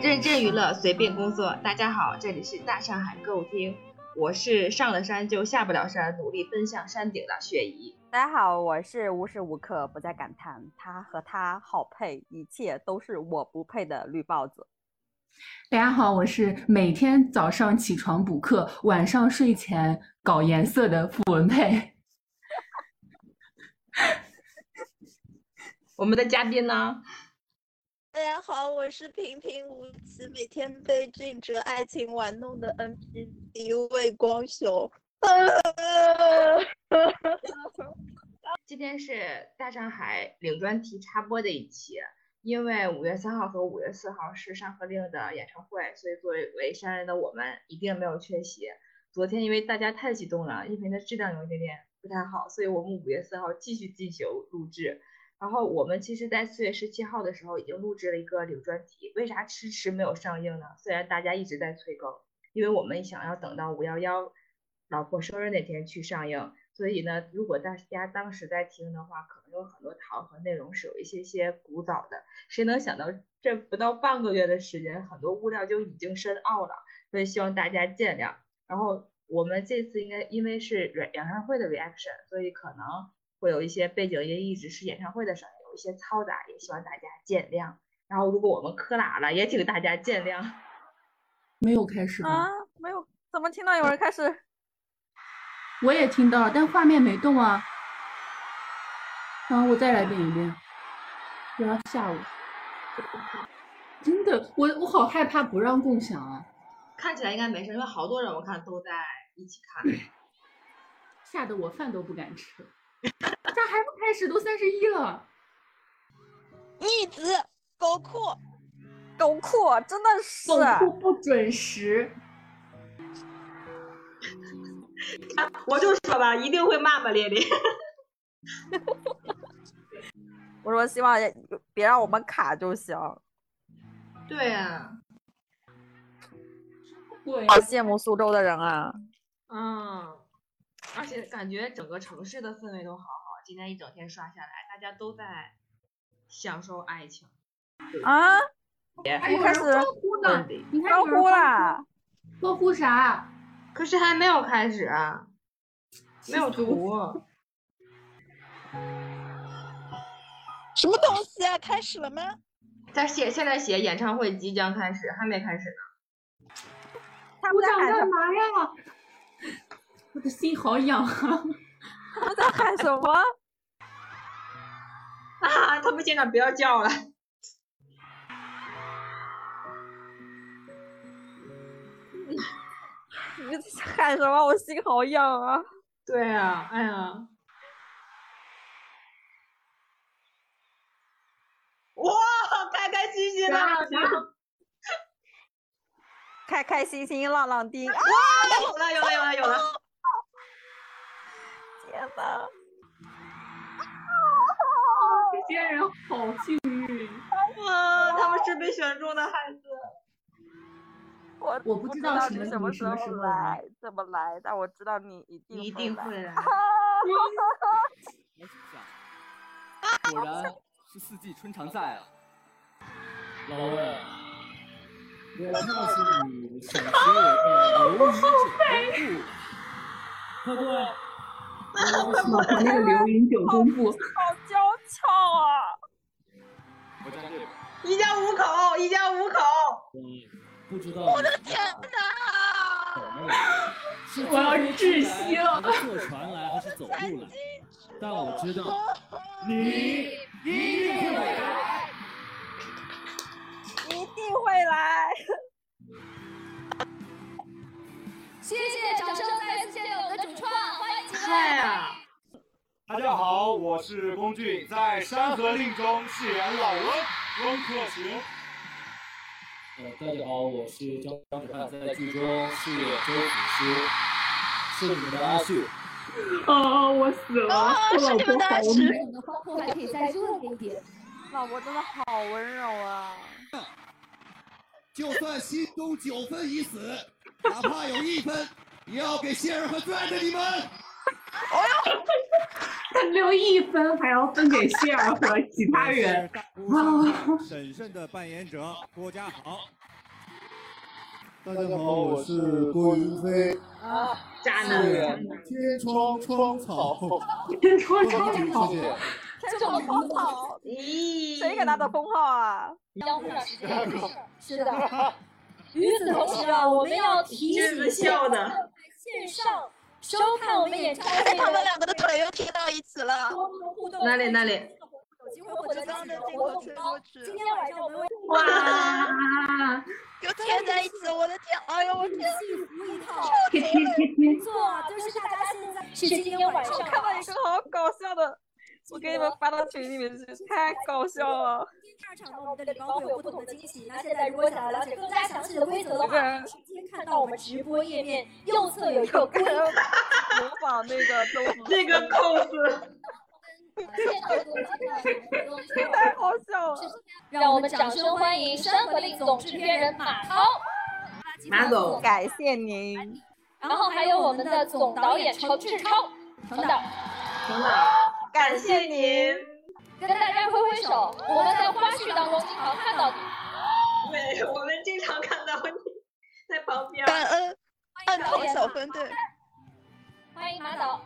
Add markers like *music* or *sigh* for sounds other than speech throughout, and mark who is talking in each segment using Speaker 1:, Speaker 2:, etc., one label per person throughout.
Speaker 1: 认真娱乐，随便工作。大家好，这里是大上海歌舞厅，我是上了山就下不了山，努力奔向山顶的雪姨。
Speaker 2: 大家好，我是无时无刻不在感叹他和他好配，一切都是我不配的绿帽子。
Speaker 3: 大家好，我是每天早上起床补课，晚上睡前搞颜色的傅文佩。
Speaker 1: 我们的嘉宾呢？
Speaker 4: 大家好，我是平平无奇，每天被俊哲爱情玩弄的 NPC 魏光呃雄。
Speaker 1: 今天是大上海领专题插播的一期，因为五月三号和五月四号是上河令的演唱会，所以作为山人的我们一定没有缺席。昨天因为大家太激动了，音频的质量有一点点不太好，所以我们五月四号继续进行录制。然后我们其实，在四月十七号的时候已经录制了一个领专题，为啥迟迟没有上映呢？虽然大家一直在催更，因为我们想要等到五幺幺老婆生日那天去上映，所以呢，如果大家当时在听的话，可能有很多讨论内容是有一些些古早的。谁能想到这不到半个月的时间，很多物料就已经深奥了，所以希望大家见谅。然后我们这次应该因为是演唱会的 reaction，所以可能。会有一些背景音一直是演唱会的声音，有一些嘈杂，也希望大家见谅。然后如果我们磕喇了，也请大家见谅。
Speaker 3: 没有开始
Speaker 2: 啊？ *laughs* 没有？怎么听到有人开始？
Speaker 3: 我也听到了，但画面没动啊。啊，我再来遍一遍。我要吓我！真的，我我好害怕不让共享啊。
Speaker 1: 看起来应该没事，因为好多人我看都在一起看，
Speaker 3: 吓得我饭都不敢吃。这还不开始，都三十一了！
Speaker 4: *laughs* 逆子狗酷，
Speaker 2: 狗酷真的是啊
Speaker 3: 狗酷不准时。
Speaker 1: 啊、我就说吧，一定会骂骂咧 *laughs* 咧。
Speaker 2: 我说希望别让我们卡就行。
Speaker 1: 对啊，
Speaker 3: 对，
Speaker 2: 好羡慕苏州的人啊！
Speaker 1: 嗯，而且感觉整个城市的氛围都好好。今天一整天刷下来，大家都在享受爱情
Speaker 2: 啊！
Speaker 3: 还有人高呼呢，你看
Speaker 2: 高呼啦，
Speaker 3: 高呼啥？啊
Speaker 1: 可是还没有开始、啊，没有图，
Speaker 4: 什么东西啊？开始了吗？
Speaker 1: *laughs* 在写，现在写演唱会即将开始，还没开始
Speaker 2: 呢。 *laughs* 他们在喊
Speaker 3: 干嘛呀？我的心好痒啊！
Speaker 2: 他们在喊什么？ *laughs*
Speaker 1: 啊！他们现场不要叫了。
Speaker 2: 你喊什么？我心好痒啊！
Speaker 1: *laughs* 对啊，哎呀！哇，开开心心 *laughs* 的，
Speaker 2: 开开心心，浪浪啊丁。哇，
Speaker 1: 有了，有了，有了，有了！
Speaker 2: 天呐！
Speaker 3: 这些人好幸运
Speaker 1: 哇！啊他们是被选中的孩子。
Speaker 2: 我
Speaker 3: 我
Speaker 2: 不
Speaker 3: 知
Speaker 2: 道
Speaker 3: 你
Speaker 2: 什么时候来，怎么来，但我知道你一定
Speaker 1: 一定会来。
Speaker 5: 果然是四季春常在啊！老魏，我告诉你，想学我的鱿鱼九步，快过
Speaker 3: 哦那个流云九宫步，
Speaker 2: 好娇俏啊！
Speaker 5: 我站这边。
Speaker 1: *laughs* 一家五口，一家五口。
Speaker 5: 嗯，不知道。
Speaker 4: 我的天哪！
Speaker 3: 我要是窒息了
Speaker 5: 坐船来还是走路来？但我知道你一定会来。
Speaker 2: 一定会来。 *laughs*
Speaker 6: 谢谢，掌声再次献给我们的主创，欢迎几位。
Speaker 1: 嗨啊！
Speaker 7: 大家好，我是龚俊，在《山河令》中饰演老翁翁克行。
Speaker 5: 呃，大家好，我是张张子汉，在剧中饰演周子舒，是你们的阿秀。
Speaker 3: 啊！我死了，我老婆好美。
Speaker 6: 你的欢呼还可以再热烈一点。
Speaker 2: 老婆真的好温柔啊！
Speaker 8: 就算心中九分已死，哪怕有一分，也要给仙儿和最爱的你们。
Speaker 3: 留一分还要分给谢尔和其他人，
Speaker 8: 审慎的扮演者郭家豪，大家好，我是郭云飞。
Speaker 2: 啊哦
Speaker 1: 渣男，
Speaker 8: 是
Speaker 1: 渣男
Speaker 8: 天窗窗草，
Speaker 3: 听说
Speaker 8: 郭云飞小姐，
Speaker 2: 天窗窗草，
Speaker 1: 咦，
Speaker 2: 哦谁给他的封号啊？
Speaker 6: 耽误不了时
Speaker 1: *laughs*
Speaker 6: 间的事儿。是的。与此同时啊，我们要提
Speaker 1: 君
Speaker 6: 醒
Speaker 1: 子笑的，
Speaker 6: 线上收看我们演唱会
Speaker 9: 哎，他们
Speaker 6: 的
Speaker 9: 两个的腿又贴到一起了。
Speaker 6: 多模互动。
Speaker 1: 那里那里，
Speaker 6: 有机会获得精
Speaker 9: 刚
Speaker 6: 彩
Speaker 9: 的
Speaker 6: 的
Speaker 9: 这
Speaker 6: 活
Speaker 9: 个
Speaker 6: 动
Speaker 9: 吹
Speaker 6: 包
Speaker 9: 过。去，
Speaker 6: 今天晚上我们为
Speaker 1: 哇，
Speaker 9: 又贴在一起，我的天！哎呦，我天！
Speaker 6: 幸福一套。没错啊，就是大家现在是今天晚上
Speaker 2: 我看到一个好搞笑的，我给你们发到群里面去，太搞笑了。
Speaker 6: 第二场呢，我们的礼包会有不同的惊喜。那现在如果想要了解更加详细的规则的话，直接看到我们直播页面右侧有一个规则。
Speaker 2: 模仿 *laughs* 那个东
Speaker 1: 这个 pose，
Speaker 2: 太好笑了。
Speaker 6: 让我们掌声欢迎山河令总制片人马涛，
Speaker 1: 马总
Speaker 2: 感谢您，
Speaker 6: 然后还有我们的总导演程志超，程导，
Speaker 1: 等等，感谢您，
Speaker 6: 跟大家挥挥手。我们在花絮当中经常看到你，
Speaker 1: 对，我们经常看到你在旁边。
Speaker 9: 感恩
Speaker 6: 欢
Speaker 9: 暗
Speaker 6: 迎导
Speaker 9: 桃
Speaker 6: 演
Speaker 9: 小分队，
Speaker 6: 欢迎马导。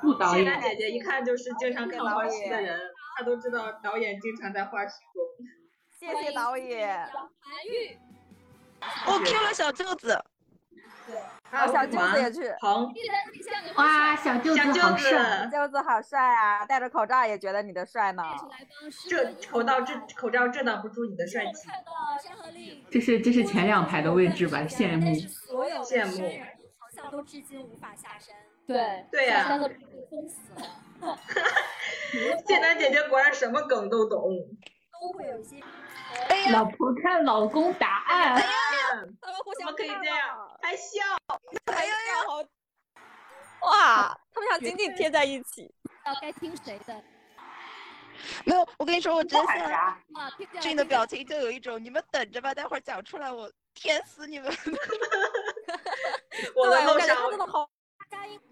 Speaker 3: 副导
Speaker 1: 谢娜姐
Speaker 3: 演
Speaker 1: 姐一看就是经常看花絮的人，她都知道导演经常在花絮中。
Speaker 2: 谢谢导演。
Speaker 6: 杨涵玉，
Speaker 9: 我 Q 了小舅子，
Speaker 1: 还有
Speaker 2: 啊小舅子也去，
Speaker 1: 鹏，
Speaker 6: 记得你向你
Speaker 3: 哇，小舅
Speaker 1: 小
Speaker 3: 子
Speaker 1: 舅
Speaker 3: 好
Speaker 1: 子
Speaker 3: 帅，，
Speaker 2: 舅子好帅啊，戴着口罩也觉得你的帅呢。
Speaker 6: 来帮
Speaker 1: 这口罩遮口罩遮挡不住你的帅气。
Speaker 6: 看到山河令
Speaker 3: 这是这是前两排的位置吧？羡慕
Speaker 10: 但。是所有的
Speaker 1: 羡慕
Speaker 10: 山人好像都至今无法下山。
Speaker 6: 对
Speaker 1: 对啊呀
Speaker 6: 山河令被封死了，
Speaker 1: 谢楠姐姐果然什么梗都懂。
Speaker 10: 都会有一些
Speaker 3: 老婆看老公答案，
Speaker 2: 他们互
Speaker 1: 怎么可以这样？还笑？
Speaker 2: 哎呀呀，好！哇，他们俩紧紧贴在一起，
Speaker 6: 不知道该听谁的
Speaker 9: 没有，我跟你说，我直接
Speaker 1: 哎
Speaker 9: 现在
Speaker 6: 啊，听见了
Speaker 9: 俊的表情就有一种，你们等着吧，待会儿讲出来我舔死你们。
Speaker 1: 我的
Speaker 2: 对我
Speaker 1: 路
Speaker 2: 感
Speaker 1: 上
Speaker 2: 觉他真的好。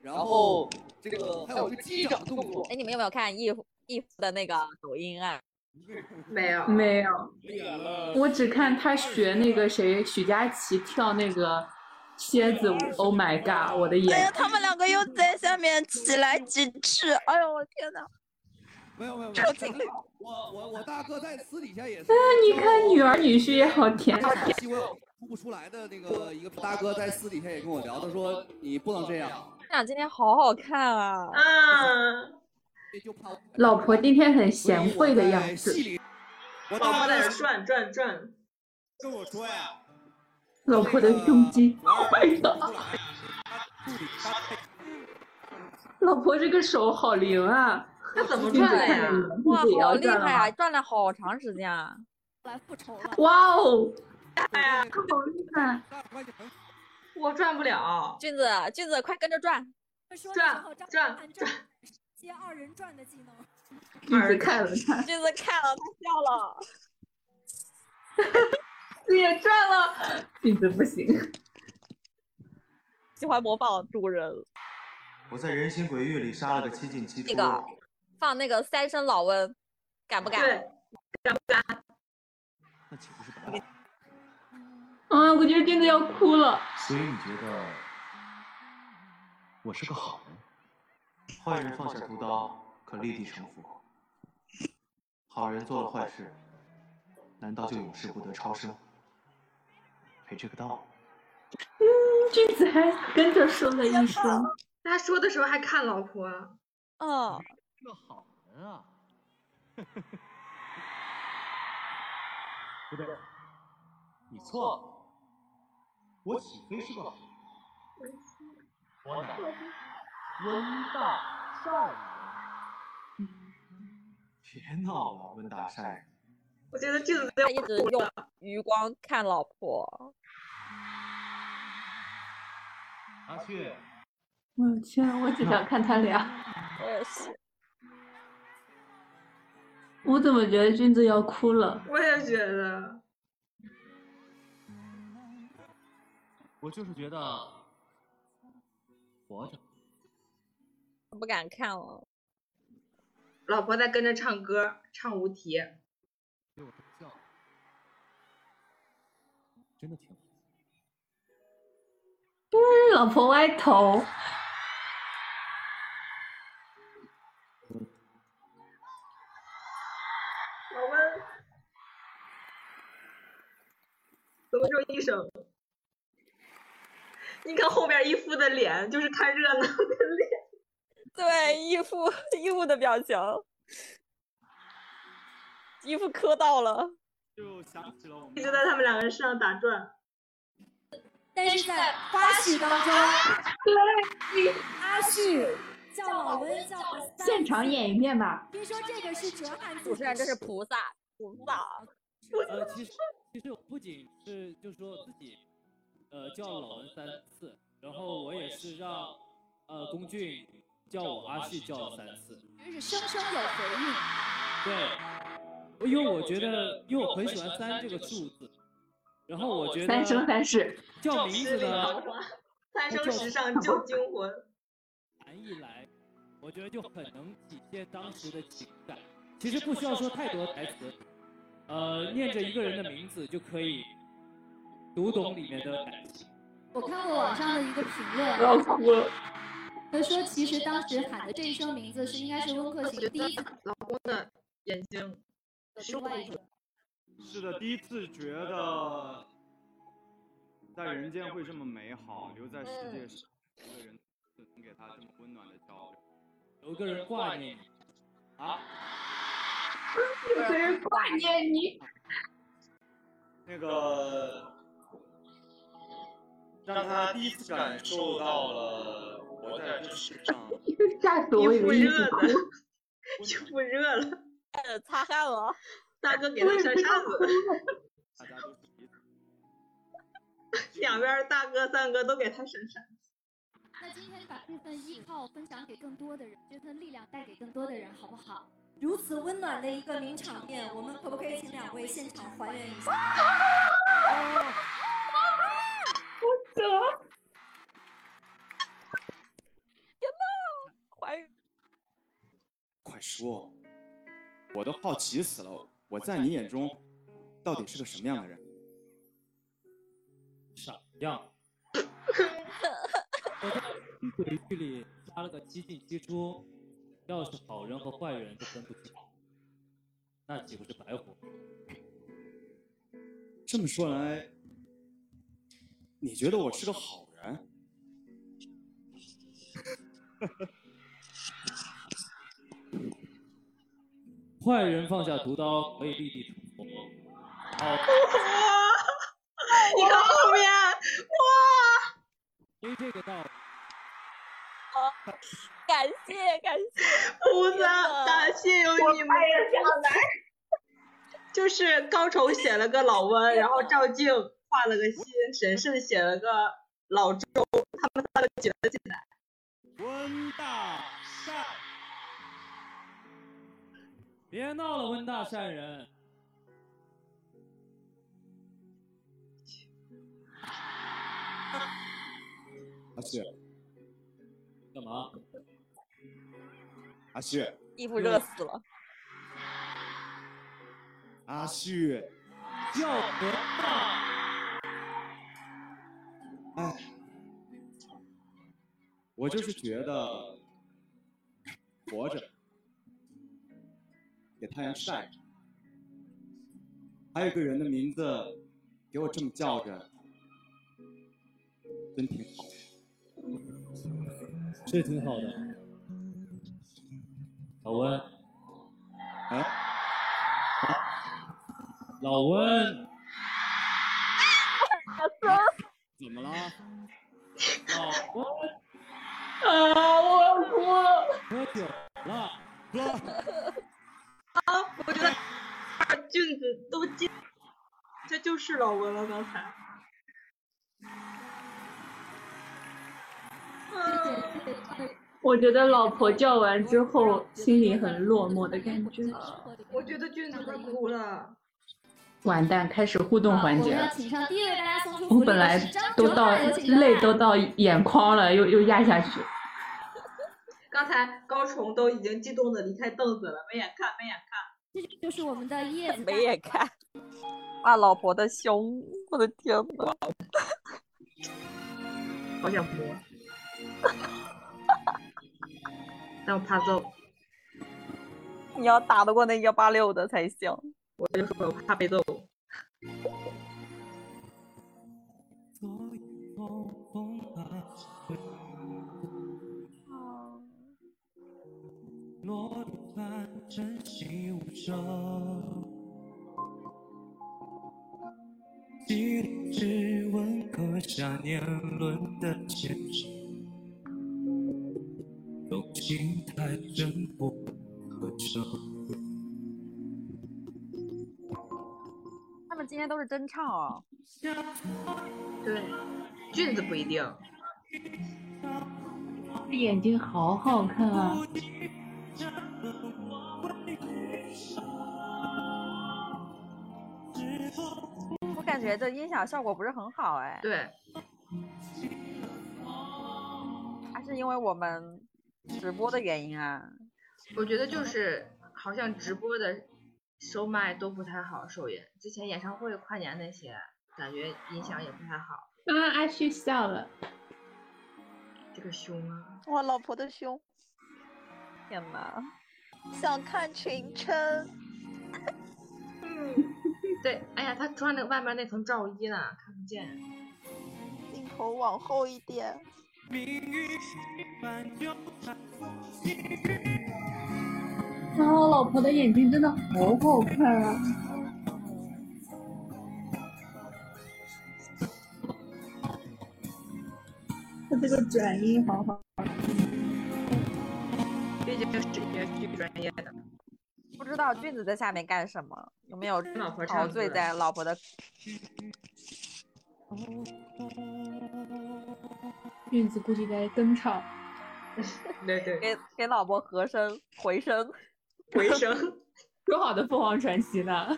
Speaker 5: 然后这个还有一个击掌动作，
Speaker 2: 哎，你们有没有看易易夫的那个抖音啊？
Speaker 1: 没有
Speaker 3: 没有，
Speaker 11: 演了
Speaker 3: 我只看他学那个谁许佳琪跳那个蝎子舞。Oh my god！我的
Speaker 9: 哎
Speaker 3: 眼
Speaker 9: 呀，他们两个又在下面挤来挤去，哎呦我天哪！
Speaker 8: 没有没有没
Speaker 9: 臭情侣
Speaker 8: 有，我我我大哥在私底下也是。
Speaker 3: 你看女儿女婿也好甜。
Speaker 8: 期我有哭不出来的那个一个大哥在私底下也跟我聊，他说你不能这样，
Speaker 2: 他俩今天好好看啊！
Speaker 1: 啊！
Speaker 8: 就怕我
Speaker 3: 老婆今天很贤惠的样
Speaker 8: 所以我在戏
Speaker 3: 子，
Speaker 8: 里，哎我
Speaker 1: 宝宝
Speaker 8: 大
Speaker 1: 在
Speaker 8: 哥
Speaker 1: 这转转转，
Speaker 8: 跟我说呀，
Speaker 3: 老婆的胸肌坏
Speaker 8: 不
Speaker 3: 了，
Speaker 8: 来，他助理他
Speaker 3: 老婆这个手好灵啊！
Speaker 1: 那怎么
Speaker 3: 镜子
Speaker 1: 转
Speaker 3: 看
Speaker 1: 呀
Speaker 3: 着？你，
Speaker 2: 啊哇
Speaker 3: 自己，也
Speaker 2: 好
Speaker 3: 要
Speaker 2: 厉
Speaker 3: 转了
Speaker 2: 害
Speaker 3: 吗
Speaker 2: 啊！转了好长时间啊！
Speaker 6: 来复仇
Speaker 3: *laughs*
Speaker 6: 了。
Speaker 3: 哇哦，
Speaker 1: 哎呀，
Speaker 3: 好厉害！
Speaker 8: 那关系很好
Speaker 1: 我转不了。
Speaker 2: 俊子，俊子，快跟着转！
Speaker 10: 说
Speaker 1: 转
Speaker 10: 的时候张
Speaker 1: 转
Speaker 10: 翰正接二人转的技能，
Speaker 3: 镜子看了看，
Speaker 2: 俊子看了，他笑了。
Speaker 1: 也转了，
Speaker 3: 镜子不行。
Speaker 2: 喜欢模仿主人，
Speaker 12: 我在人心鬼域里杀了个七进七出
Speaker 2: 这，个放那个三声老温，敢不敢？
Speaker 1: 对，
Speaker 12: 那岂不是白搭？
Speaker 3: 啊，我觉得镜子要哭了。
Speaker 12: 所以你觉得我是个好人？坏人放下屠刀，可立地成佛；好人做了坏事，难道就永世不得超生？没这个道理。
Speaker 3: 君子还跟着说了一
Speaker 2: 哎
Speaker 3: 声，
Speaker 1: 他说的时候还看老婆，
Speaker 2: 嗯，
Speaker 12: 个好人啊！不对，你错了。我岂非是个好人？我乃温大善人。别闹了，温大善人。
Speaker 1: 我觉得镜子
Speaker 2: 他一直用余光看老婆。
Speaker 12: 阿去，
Speaker 3: 我的嗯天，啊我只想看他俩。
Speaker 2: 我也是，
Speaker 3: 我怎么觉得君子要哭了？
Speaker 1: 我也觉得，
Speaker 12: 我就是觉得活着。
Speaker 2: 不敢看了。
Speaker 1: 老婆在跟着唱歌，唱无题。
Speaker 13: 真的挺好。
Speaker 14: 嗯， *laughs* 老婆歪头。
Speaker 1: 我们怎么就医生？你看后边一副的脸，就是看热闹的 *laughs* 脸。
Speaker 2: 对，义父义父的表情，义父磕到了，
Speaker 5: 就想起了我们
Speaker 1: 一直在他们两个人身上打转。
Speaker 6: 但是在花絮当中，
Speaker 15: 对，
Speaker 6: 阿旭叫老温叫了三次
Speaker 3: 现场演一遍吧。
Speaker 6: 听说这个是折汉字，
Speaker 2: 主持人这是菩萨，菩萨。
Speaker 8: 呃，其实其实我不仅是就说自己，呃，叫老文三次，然后我也是让呃龚俊叫我阿旭叫了三次。
Speaker 6: 就是生生有回应。
Speaker 8: 对，因为我觉得，因为我很喜欢三这个数字，然后我觉得
Speaker 3: 三生三世
Speaker 8: 叫名字
Speaker 1: 十里桃
Speaker 8: 呢，
Speaker 1: 花，三生石上旧惊魂。
Speaker 8: 含义来，我觉得就很能体现当时的情感。其实不需要说太多台词，呃，念着一个人的名字就可以读懂里面的感情。
Speaker 6: 我看过网上的一个评
Speaker 3: 我要
Speaker 6: 论，啊
Speaker 3: 哭了。
Speaker 6: 他说其实当时喊的这一声名字是应该是温客行第一次
Speaker 1: 老公的眼睛
Speaker 6: 是另外一个，
Speaker 5: 是的，第一次觉得在人间会这么美好，留在世界上，一
Speaker 3: 嗯
Speaker 5: 个人能给他这么温暖的照料。
Speaker 8: 有一个人挂念你啊，
Speaker 3: 有个人挂念你，
Speaker 5: 那个让他第一次感受到了活在这世上。
Speaker 3: *laughs* 吓死我！以为
Speaker 1: 热的， *laughs* 衣服热了，呃
Speaker 2: 擦汗了。
Speaker 1: 大哥给他扇扇子，
Speaker 5: 大家都是彼此。
Speaker 1: 两边大哥三哥都给他扇扇子。
Speaker 6: 那今天把这份依靠分享给更多的人，这份力量带给更多的人，好不好？如此温暖的一个名场面，我们可不可以请两位现场还原一下？
Speaker 3: 怎么？
Speaker 2: 怀孕
Speaker 5: 快说，我都好奇死了，我在你眼中到底是个什么样的人？
Speaker 8: 傻样。我在《鬼剧里加了个七进七出，要是好人和坏人都分不清，那岂不是白活？
Speaker 5: 这么说来，你觉得我是个好人？
Speaker 8: 坏人放下屠刀可以立地成佛，好
Speaker 1: 你看后面，哇！
Speaker 8: 因为这个道理。
Speaker 2: 感谢感谢，
Speaker 1: 菩萨，感啊谢有你们。就是高丑写了个老温，然后赵静画了个心，沈慎写了个老周，他们三个结了进来。
Speaker 5: 温大善，
Speaker 8: 别闹了，温大善人。
Speaker 5: 阿旭，
Speaker 8: 干嘛？
Speaker 5: 阿旭，
Speaker 2: 衣服热死了。
Speaker 5: 阿旭，
Speaker 8: 要得嘛！
Speaker 5: 哎，我就是觉得活着，给太阳晒着，还有个人的名字给我这么叫着，真挺好。
Speaker 8: 是挺好的。老温，
Speaker 5: 哎，
Speaker 8: 老温，
Speaker 5: 怎
Speaker 8: 哎
Speaker 5: 么了？
Speaker 8: 老温
Speaker 3: 啊，我要哭了。
Speaker 8: 喝酒了，
Speaker 1: 啊，我觉得俊子都进，这就是老温了。刚才
Speaker 3: *laughs* 我觉得老婆叫完之后，心里很落寞的感觉。
Speaker 6: 呃
Speaker 1: 我觉得俊子快哭了。
Speaker 14: 完蛋，开始互动环
Speaker 6: 我
Speaker 14: 节
Speaker 6: 们要
Speaker 3: 啊
Speaker 14: 了。
Speaker 6: 请上第一位，大家送出
Speaker 14: 我
Speaker 6: 福利
Speaker 14: 本来
Speaker 6: 的是张
Speaker 14: 都
Speaker 6: 哲
Speaker 14: 到
Speaker 6: 瀚有请
Speaker 14: 泪
Speaker 6: 大
Speaker 14: 都
Speaker 6: 家
Speaker 14: 到眼眶了，又又压下去。
Speaker 1: 刚才高崇都已经激动的离开凳子了，没眼看，没眼看。
Speaker 6: 这就是我们的叶子
Speaker 2: 没眼看。啊，老婆的胸，我的天呐！
Speaker 1: 好想摸， *laughs* 但我怕揍，
Speaker 2: 你要打得过那幺八六的才行。
Speaker 1: 我就说我怕被揍。
Speaker 2: 哦
Speaker 9: 落入半真心无声，几粒指纹刻下年轮的前程，用心态真不可测。
Speaker 2: 他们今天都是真唱哦。
Speaker 1: 对，俊子不一定。
Speaker 16: 这眼睛好好看啊！
Speaker 2: 我感觉这音响效果不是很好哎。
Speaker 1: 对，
Speaker 2: 还是因为我们直播的原因啊。
Speaker 1: 我觉得就是好像直播的收麦都不太好，收音。之前演唱会、跨年那些，感觉音响也不太好。
Speaker 3: 啊，阿旭笑了。
Speaker 1: 这个胸啊，
Speaker 17: 哇，老婆的胸，
Speaker 2: 天哪！
Speaker 17: 想看裙撑。
Speaker 1: 对，哎呀，他穿着外面那层罩衣呢，看不见。
Speaker 17: 镜头往后一点。
Speaker 3: 然后老婆的眼睛真的好好看啊！他这个转音好好。
Speaker 1: 毕竟是音乐剧专业的，
Speaker 2: 不知道俊子在下面干什么？有没有
Speaker 1: 老婆
Speaker 2: 陶
Speaker 1: 唱
Speaker 2: 醉
Speaker 1: 歌
Speaker 2: 在老婆的？
Speaker 3: 韵子估计在登场。
Speaker 1: 对对， *laughs*
Speaker 2: 给给老婆和声回声。
Speaker 1: 回声。
Speaker 3: 说好的凤凰传奇呢？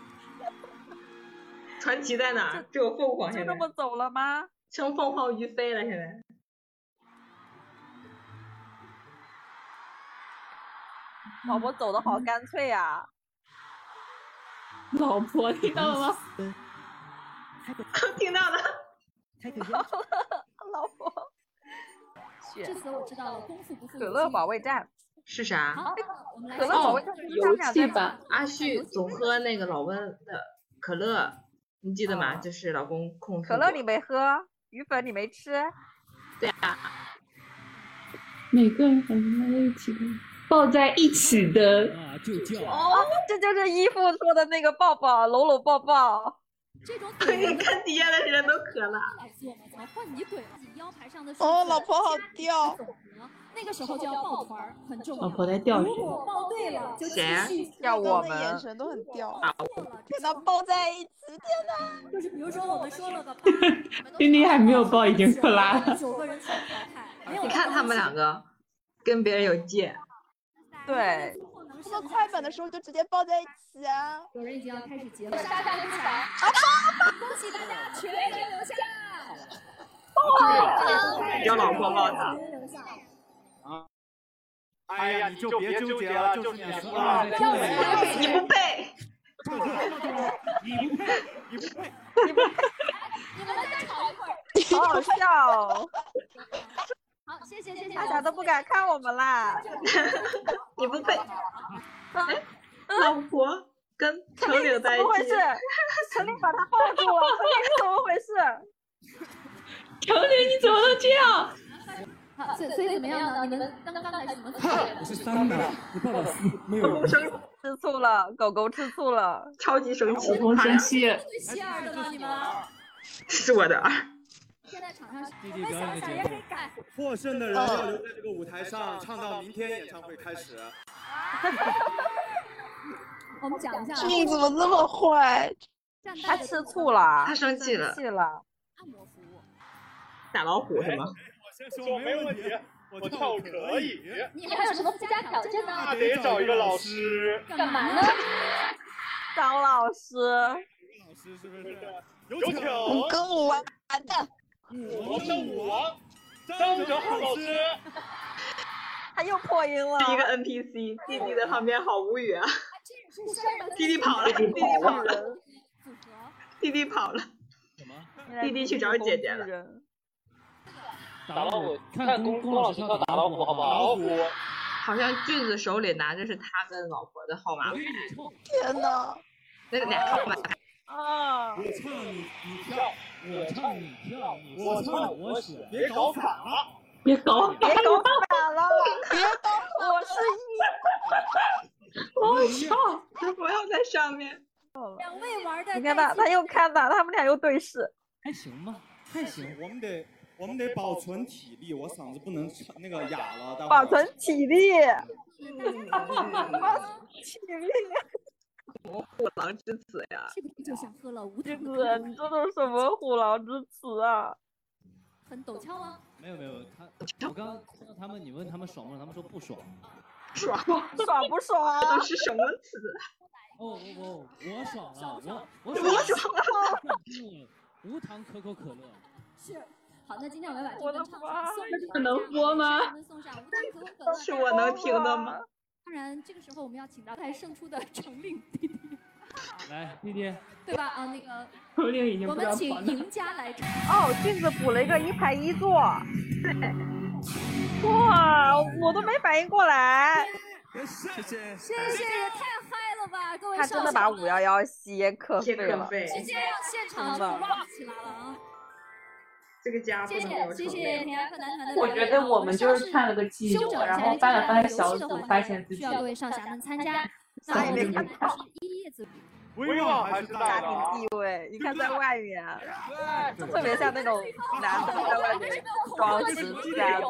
Speaker 1: *laughs* 传奇在哪儿？只有凤凰
Speaker 2: 就
Speaker 1: 现
Speaker 2: 这
Speaker 1: 在
Speaker 2: 么走了吗？
Speaker 1: 成凤凰于飞了，现在。 *laughs*
Speaker 2: 老婆走的好干脆啊呀、
Speaker 3: 老婆听到 *laughs* 了吗？
Speaker 1: 听到了。
Speaker 2: 老婆。
Speaker 6: 这次我知道了，功夫不负
Speaker 2: 可
Speaker 6: 有
Speaker 2: 乐
Speaker 6: 心
Speaker 2: 保卫战
Speaker 1: 是啥？
Speaker 6: 好，我们来
Speaker 2: 啊可乐
Speaker 6: 看
Speaker 2: 保卫
Speaker 6: 看
Speaker 2: 战是他
Speaker 6: 哦游
Speaker 2: 们俩在
Speaker 6: 戏吧
Speaker 1: 阿旭总喝那个老温的可乐，你记得吗？就是老公控诉
Speaker 2: 啊可乐
Speaker 1: 我
Speaker 2: 你没喝，鱼粉你没吃，
Speaker 1: 对啊，
Speaker 3: 每个人反正在一起的，抱在一起的。
Speaker 9: 啊，就叫
Speaker 2: 哦，这就是依附说的那个抱抱，搂搂抱抱。
Speaker 6: 这种
Speaker 1: 你
Speaker 2: *laughs*
Speaker 1: 看底下的人都渴了。
Speaker 6: 来做嘛，怎么换你怼了？你腰牌上的
Speaker 17: 哦老婆好
Speaker 6: 掉。那个时候就要抱团儿，很重要。
Speaker 3: 老婆在钓鱼
Speaker 6: 如果抱对了，就
Speaker 3: 谁啊
Speaker 6: 继续
Speaker 2: 要
Speaker 6: 刚刚
Speaker 2: 我
Speaker 6: 的
Speaker 2: 们
Speaker 6: 眼
Speaker 17: 眼
Speaker 6: 神
Speaker 17: 神都
Speaker 1: *laughs*
Speaker 17: 很吊，
Speaker 6: 跟
Speaker 17: 他抱在一起，天哪！
Speaker 6: 就是比如说我们说
Speaker 3: *laughs*
Speaker 6: 了个八，
Speaker 3: 丁丁还没有抱，已经克拉了。
Speaker 6: 九个人全淘汰，没有
Speaker 1: 你看他们两个跟别人有界，
Speaker 2: 对，
Speaker 17: 这个快本的时候就直接抱在一起啊！
Speaker 6: 有人已经要开始结啊
Speaker 18: 了莎莎跟小白
Speaker 6: 恭喜大家全员留下。
Speaker 2: 啊
Speaker 8: 让老婆抱
Speaker 6: 他。
Speaker 8: 哎呀，你就别纠结了，就是你输了，
Speaker 1: 你不配，
Speaker 8: 你不配，你不配。
Speaker 6: 你们再吵一会儿。
Speaker 2: 好好笑哦，
Speaker 6: 好，谢谢谢谢。
Speaker 2: 大家都不敢看我们啦。
Speaker 1: 你不配。老婆跟
Speaker 2: 陈
Speaker 1: 程领
Speaker 2: 琳怎
Speaker 1: 在
Speaker 6: *laughs*
Speaker 1: 一
Speaker 2: 么回
Speaker 1: 起
Speaker 2: *laughs* 事，？陈琳把他抱住了，陈琳怎么回事？
Speaker 3: 程琳，你怎么能这样？
Speaker 6: 好，所以所以怎么样呢？你们刚刚才是怎么做的？
Speaker 9: 我是三的，你爸爸是没有人。
Speaker 2: *laughs* 吃醋了，狗狗吃醋了，
Speaker 1: 超级生气，
Speaker 3: 我生气。
Speaker 6: 最邪恶的了，你们。
Speaker 1: 是我的耳。
Speaker 6: 现在场上是，
Speaker 8: 弟
Speaker 6: 我
Speaker 8: 弟
Speaker 6: 们
Speaker 8: 表演
Speaker 6: 想
Speaker 8: 的
Speaker 6: 想
Speaker 8: 节
Speaker 6: 也
Speaker 8: 目
Speaker 6: 可以改。
Speaker 8: 获胜嗯的人要留在这个舞台上，唱到明天演唱会开始。
Speaker 6: 我们讲一下啊。
Speaker 17: 你怎么这么坏？
Speaker 6: 站
Speaker 2: 他
Speaker 6: 带的
Speaker 2: 吃醋了，
Speaker 1: 他生气了
Speaker 2: 生气了。
Speaker 6: 按摩服务，
Speaker 1: 打老虎是吗？
Speaker 8: 先说没问题，我跳舞可以。
Speaker 6: 你还有什么附加条件呢？
Speaker 8: 那得找一个老师，
Speaker 6: 干嘛呢？
Speaker 8: *laughs*
Speaker 2: 张老师，
Speaker 8: 老师是不是？有请
Speaker 17: 我跟我玩的，
Speaker 8: 舞王的舞王张哲浩老师。
Speaker 2: 他又破音了。
Speaker 1: 第一个 NPC，弟弟在旁边好无语啊！
Speaker 6: 这是事儿吗？ *laughs*
Speaker 1: 弟弟跑了，弟弟跑了，
Speaker 6: 组合，
Speaker 1: 弟弟跑了，
Speaker 5: 什么？
Speaker 1: 弟弟去找姐姐了。
Speaker 5: *laughs* 打老虎，
Speaker 19: 看
Speaker 5: 看
Speaker 19: 公
Speaker 5: 龚老师
Speaker 19: 公
Speaker 5: 要
Speaker 19: 老师
Speaker 5: 打
Speaker 19: 要打老
Speaker 5: 老虎
Speaker 19: 虎
Speaker 5: 好
Speaker 19: 好
Speaker 5: 不
Speaker 19: 不好
Speaker 5: 好？老
Speaker 19: 老
Speaker 5: 虎
Speaker 19: 虎，
Speaker 1: 好像俊子手里拿着是他跟老婆的号码牌。
Speaker 9: 天哪！
Speaker 1: 那个俩号码牌，
Speaker 2: 哦
Speaker 9: 啊！
Speaker 5: 我唱你你跳，我唱你跳，
Speaker 9: 我
Speaker 5: 唱
Speaker 9: 唱
Speaker 5: 我选，
Speaker 9: 别搞反
Speaker 5: 了，
Speaker 3: 别搞
Speaker 9: 别搞反
Speaker 2: *laughs*
Speaker 9: 了，别搞，我是
Speaker 1: 我操！不要在上面。
Speaker 20: 两位玩的，
Speaker 2: 你看吧，他又看吧，他们俩又对视。
Speaker 5: 还行吧，
Speaker 8: 还行。我们得我们得保存体力，我嗓子不能唱那个哑了。待会
Speaker 2: 保
Speaker 8: 儿
Speaker 2: 存体力，
Speaker 20: 保
Speaker 2: 存体力。
Speaker 1: 虎狼之词呀！
Speaker 6: 是不是就想喝了无
Speaker 2: *laughs* 这
Speaker 6: 糖的
Speaker 2: 个你这都是什么虎狼之词啊？
Speaker 6: 很陡峭啊吗？
Speaker 5: 没有没有，他我刚刚听到他们，你问他们爽不爽，他们说不爽。
Speaker 1: 爽
Speaker 2: 爽不爽？啊
Speaker 1: 这都是什么词？
Speaker 5: 哦我我我爽了，我
Speaker 1: 我
Speaker 5: 爽
Speaker 1: 爽
Speaker 5: 了， *laughs* 无糖可口可乐。
Speaker 6: 是。好，那今天我们把这
Speaker 20: 我
Speaker 6: 段
Speaker 20: 的
Speaker 6: 唱
Speaker 20: 妈
Speaker 6: 出
Speaker 20: 呀
Speaker 6: 来，
Speaker 20: 这能播吗
Speaker 6: 我们送上无糖可口可乐，
Speaker 1: 是我能听的吗？
Speaker 6: 当然，这个时候我们要请到才胜出的程令弟弟，
Speaker 5: 来，弟弟，
Speaker 6: 对吧？啊，那个，
Speaker 3: 口令已经
Speaker 6: 我
Speaker 3: 不知道跑
Speaker 6: 们请
Speaker 3: 哪
Speaker 6: 赢家来唱。
Speaker 2: 哦，镜子补了一个一排一
Speaker 1: *laughs*
Speaker 2: 坐。哇，我都没反应过来，
Speaker 21: 谢谢，
Speaker 6: 谢谢，也太嗨了吧，各位
Speaker 2: 他
Speaker 6: 少
Speaker 2: 真的
Speaker 6: 侠
Speaker 2: 把
Speaker 6: 们
Speaker 2: 五幺幺吸克
Speaker 1: 谢
Speaker 2: 废
Speaker 1: 克
Speaker 2: 了。
Speaker 1: 费
Speaker 6: 直接让现场就哇起来了啊！
Speaker 1: 这个家不
Speaker 6: 谢
Speaker 1: 能没有
Speaker 6: 谢谢
Speaker 1: 成
Speaker 6: 谢
Speaker 1: 员。
Speaker 6: 田馥男团的表
Speaker 3: 我
Speaker 6: 演啊。
Speaker 3: 觉得我们就是看了个
Speaker 6: 休
Speaker 3: 寂
Speaker 6: 整一
Speaker 3: 寞，
Speaker 6: 下
Speaker 3: 然后
Speaker 6: 接下
Speaker 3: 翻
Speaker 6: 来
Speaker 3: 了翻
Speaker 6: 游戏
Speaker 3: 小
Speaker 6: 的
Speaker 3: 组
Speaker 6: 环，
Speaker 3: 发
Speaker 6: 节
Speaker 3: *laughs* 现自
Speaker 6: 需
Speaker 3: 己
Speaker 6: 要各位少侠们参加。那
Speaker 3: 啥也
Speaker 6: 我
Speaker 3: 没
Speaker 6: 们
Speaker 3: 看
Speaker 6: 还是一叶子
Speaker 8: 威望还是
Speaker 2: 家
Speaker 8: 在的啊。
Speaker 2: 庭地位，你看在外面，就特别像那种男的在外面装直男，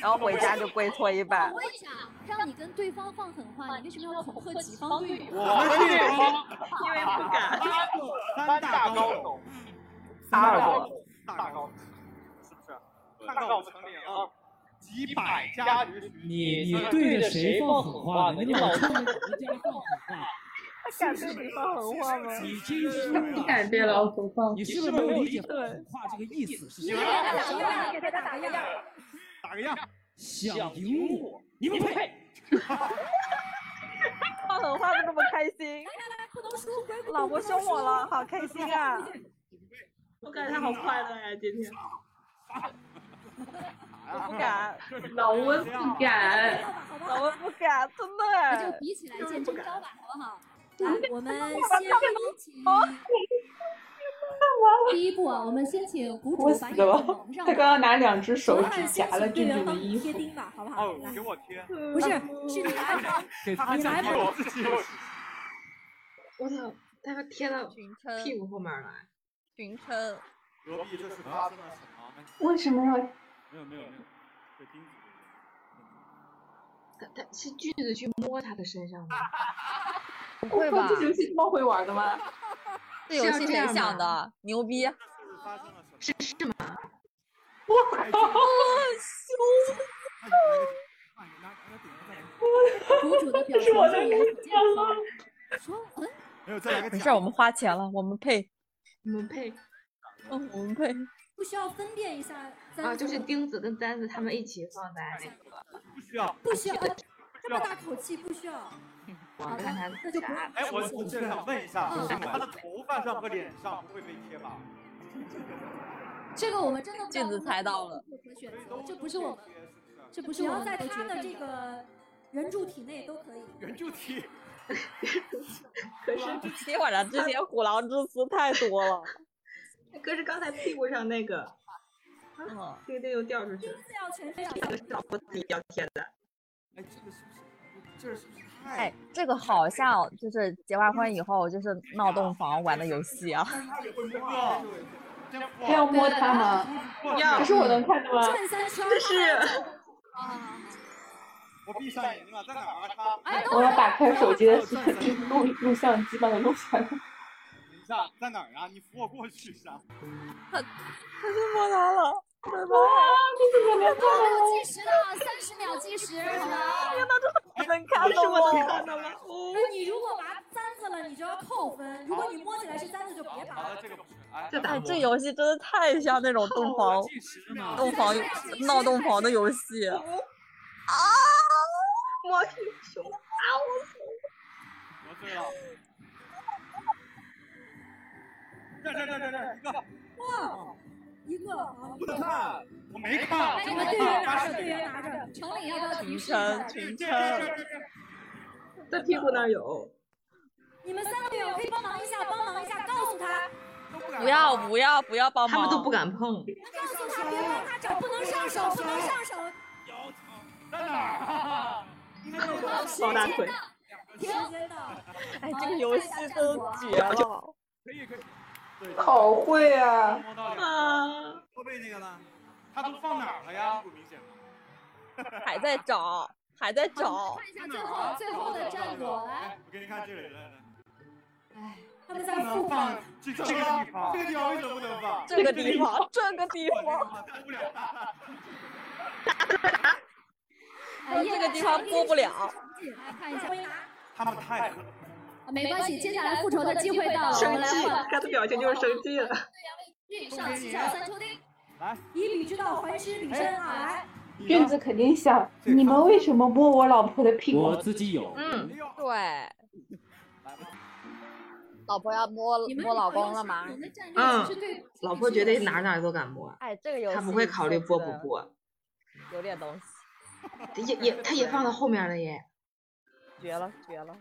Speaker 2: 然后回家就跪搓衣
Speaker 1: 啊
Speaker 2: 板。
Speaker 6: 问一下，让你跟对方放狠话，你为什么要恐吓己方队友？
Speaker 8: 我们是
Speaker 1: 因为不敢。
Speaker 8: *laughs* 三大高手，
Speaker 2: 二狗
Speaker 8: 高手，大高手，是不是？看到成岭啊，几百家女
Speaker 19: 你你对着谁放狠话呢？你老冲着
Speaker 2: 敢对你放狠话吗？
Speaker 5: 你这是
Speaker 3: 不敢对老虎放。
Speaker 5: 你是不是没有理解狠话这个意思是什么？
Speaker 6: 哎
Speaker 20: 给他打个样，
Speaker 8: 打个样，
Speaker 5: 想赢我，你们配。
Speaker 2: 放狠话都这么开心，
Speaker 6: 不能哎输，
Speaker 2: 老婆凶我了，好开心啊！
Speaker 1: 我感觉他好快乐呀，今天。
Speaker 2: 不敢，
Speaker 3: 老温不敢， *laughs*
Speaker 2: 老们不敢，真的
Speaker 6: 那
Speaker 2: 哎。
Speaker 6: 就比起来见真招吧，好不好？来，
Speaker 2: 嗯
Speaker 6: 我们先请 *laughs*
Speaker 2: 哦
Speaker 6: 第一步啊，我们先请谷
Speaker 3: 我
Speaker 6: 主
Speaker 3: 死
Speaker 6: 把眼睛
Speaker 3: 了
Speaker 6: 蒙！上
Speaker 3: 他刚
Speaker 6: 吧。
Speaker 3: 刚拿两只手指夹了
Speaker 20: 队
Speaker 3: 俊
Speaker 20: 员
Speaker 3: 俊的
Speaker 20: 帮
Speaker 3: 衣
Speaker 20: 你贴
Speaker 3: 服。
Speaker 20: 钉吧，好不好？
Speaker 8: 哦
Speaker 20: 来，，
Speaker 8: 给我贴，
Speaker 20: 不是，
Speaker 2: 嗯
Speaker 20: 是你来
Speaker 2: *laughs*
Speaker 20: 吧，
Speaker 5: 给
Speaker 8: 他
Speaker 20: 你来
Speaker 8: 想踢
Speaker 20: 吧
Speaker 8: 我，自己有
Speaker 1: 我操，他要贴到
Speaker 2: 群
Speaker 1: 屁
Speaker 2: 称，
Speaker 1: 股后面来。
Speaker 2: 群称，
Speaker 8: 隔壁这是发生了什么？
Speaker 3: 为什么要？
Speaker 8: 没有没有没有，这钉子。
Speaker 1: 他他是俊子去摸他的身上吗？
Speaker 2: 不会吧？
Speaker 3: 这游戏这么会玩的吗？
Speaker 2: 这
Speaker 1: 是
Speaker 2: 游
Speaker 1: 要
Speaker 2: 戏
Speaker 1: 这
Speaker 2: 谁
Speaker 1: 样
Speaker 2: 想
Speaker 1: 吗
Speaker 2: 的？牛逼！啊，
Speaker 8: 发生了什么？
Speaker 1: 是是吗？
Speaker 8: 太凶了！
Speaker 2: 羞
Speaker 6: 谷主的表情也很健康，说嗯，
Speaker 8: 没有，再来个
Speaker 2: 没事，我们花钱了，我们配，
Speaker 1: 你们配
Speaker 2: 嗯，我们配。
Speaker 6: 不需要分辨一下簪
Speaker 1: 啊，
Speaker 6: 子
Speaker 1: 就是
Speaker 6: 和
Speaker 1: 钉子跟簪子他们一起放在那个。
Speaker 8: 不需要。
Speaker 6: 不需要呃这么大口气，不需要。
Speaker 1: 我
Speaker 6: 好的
Speaker 1: 看他，
Speaker 6: 那就不用
Speaker 8: 哎，我我这想问一下，
Speaker 6: 嗯
Speaker 8: 他的头发上和脸上不会被贴吧？
Speaker 6: 这个我们真的不知道
Speaker 2: 镜子猜到了，
Speaker 6: 我们
Speaker 8: 所
Speaker 6: 有
Speaker 8: 以
Speaker 6: 任
Speaker 8: 都
Speaker 6: 何选择，这不是我们，
Speaker 8: 贴是不是
Speaker 6: 这不是
Speaker 20: 只
Speaker 6: 我
Speaker 20: 要
Speaker 6: 们
Speaker 20: 在
Speaker 6: 可
Speaker 20: 他
Speaker 6: 决
Speaker 20: 的这
Speaker 6: 定的。
Speaker 20: 个圆柱体内都可以。
Speaker 8: 圆柱体。
Speaker 1: 可是
Speaker 2: *laughs* 今天晚上这些虎狼之词太多了。
Speaker 1: 可是刚才屁股上那个啊
Speaker 2: 嗯，
Speaker 1: 钉钉又掉出去了，
Speaker 20: 是要全身
Speaker 1: 这个是老婆自己要贴的。
Speaker 8: 哎，这个是不是？这是不是太
Speaker 2: *laughs* 哎？，这个好像就是结完婚以后就是闹洞房玩的游戏啊。
Speaker 8: 他得会摸。啊
Speaker 3: 他要摸他吗？
Speaker 1: 要
Speaker 3: 可是我能看到吗？
Speaker 6: 转三圈儿，
Speaker 1: 这是
Speaker 6: 啊，
Speaker 8: 我闭上眼睛了，在哪儿啊？他
Speaker 6: 哎，等
Speaker 3: 我
Speaker 6: 会
Speaker 3: 要
Speaker 6: 儿
Speaker 3: 打开手机的视频录录像机，把它录下来。
Speaker 8: 等一下，在哪儿啊？你扶我过去噻。
Speaker 2: 他去摸他了，他摸
Speaker 20: 哎
Speaker 6: 没有计时的，三十秒计时，好吗？哎
Speaker 2: 他能看
Speaker 1: 是
Speaker 2: 到
Speaker 1: 我能
Speaker 2: 吗？
Speaker 1: 看到吗？哦，
Speaker 20: 那哎你如果拔簪子了，你就要扣分；如果你摸起来是簪子，就别拔
Speaker 8: 好
Speaker 20: 了
Speaker 8: 了，。这个不是。哎，
Speaker 1: 这
Speaker 2: 哎，
Speaker 1: 打
Speaker 2: *laughs* 这游戏真的太像那种洞房、洞房闹洞房的游戏。啊 *laughs*
Speaker 1: 摸熊，
Speaker 8: 得罪了。这这这这这一
Speaker 22: 哇，一
Speaker 8: 个，
Speaker 22: 个啊，
Speaker 8: 不能看，我没
Speaker 20: 哎
Speaker 8: 看，啊
Speaker 22: 你们队员拿着，队员拿着，
Speaker 6: 城里要不要提
Speaker 1: 称
Speaker 6: 示一下？
Speaker 1: 群称，在屁股那儿有，
Speaker 22: 你们三个队友可以帮忙一下，帮忙一下，告诉他，
Speaker 2: 不要
Speaker 8: 啊
Speaker 2: 不要不要帮忙！
Speaker 1: 他们都不敢碰。
Speaker 22: 告诉他别帮他找，不能上手，不能上手。
Speaker 8: 在哪儿啊？
Speaker 1: 抱大腿。
Speaker 22: 时间到，
Speaker 2: 哎，这个游戏真
Speaker 1: *laughs*
Speaker 2: 的
Speaker 6: 啊
Speaker 2: 绝了！
Speaker 8: 可以可以，
Speaker 2: 好会啊！
Speaker 1: 啊，
Speaker 8: 后背那个呢？他都放哪儿了呀？不明显
Speaker 2: 还在找，还在
Speaker 1: *laughs*
Speaker 6: 好
Speaker 2: 找
Speaker 6: 看。一下最后
Speaker 2: 嗯
Speaker 6: 最后的战果，来，
Speaker 8: 我给你看这里，来来，
Speaker 22: 他们在复盘，
Speaker 8: 这这个地方，这个地方为什么不能放？
Speaker 2: 这个地方，这个地方，
Speaker 22: 哎
Speaker 2: 这个地方播不了。
Speaker 6: 来哎看一下，
Speaker 8: 他们太
Speaker 6: 没关系，接下来复仇的机会
Speaker 2: 哦
Speaker 6: 到了，我
Speaker 1: 生
Speaker 6: 们来
Speaker 1: 气
Speaker 6: 换，
Speaker 1: 看他表情就是生气了。 *laughs*
Speaker 6: 运上七巧三抽定，
Speaker 22: 以彼之道还施彼身啊！来，
Speaker 3: 卷子肯定想，你们为什么摸我老婆的屁股？
Speaker 5: 我自己有，
Speaker 2: 嗯，对。老婆要摸摸老公了吗？
Speaker 1: 嗯，老婆绝对哪儿哪儿都敢摸，
Speaker 2: 哎，这个游戏
Speaker 1: 她不会考虑播不
Speaker 2: 真的
Speaker 1: 播，
Speaker 2: 有点东西，
Speaker 1: 也也她也放到后面了耶。
Speaker 2: 绝了绝了！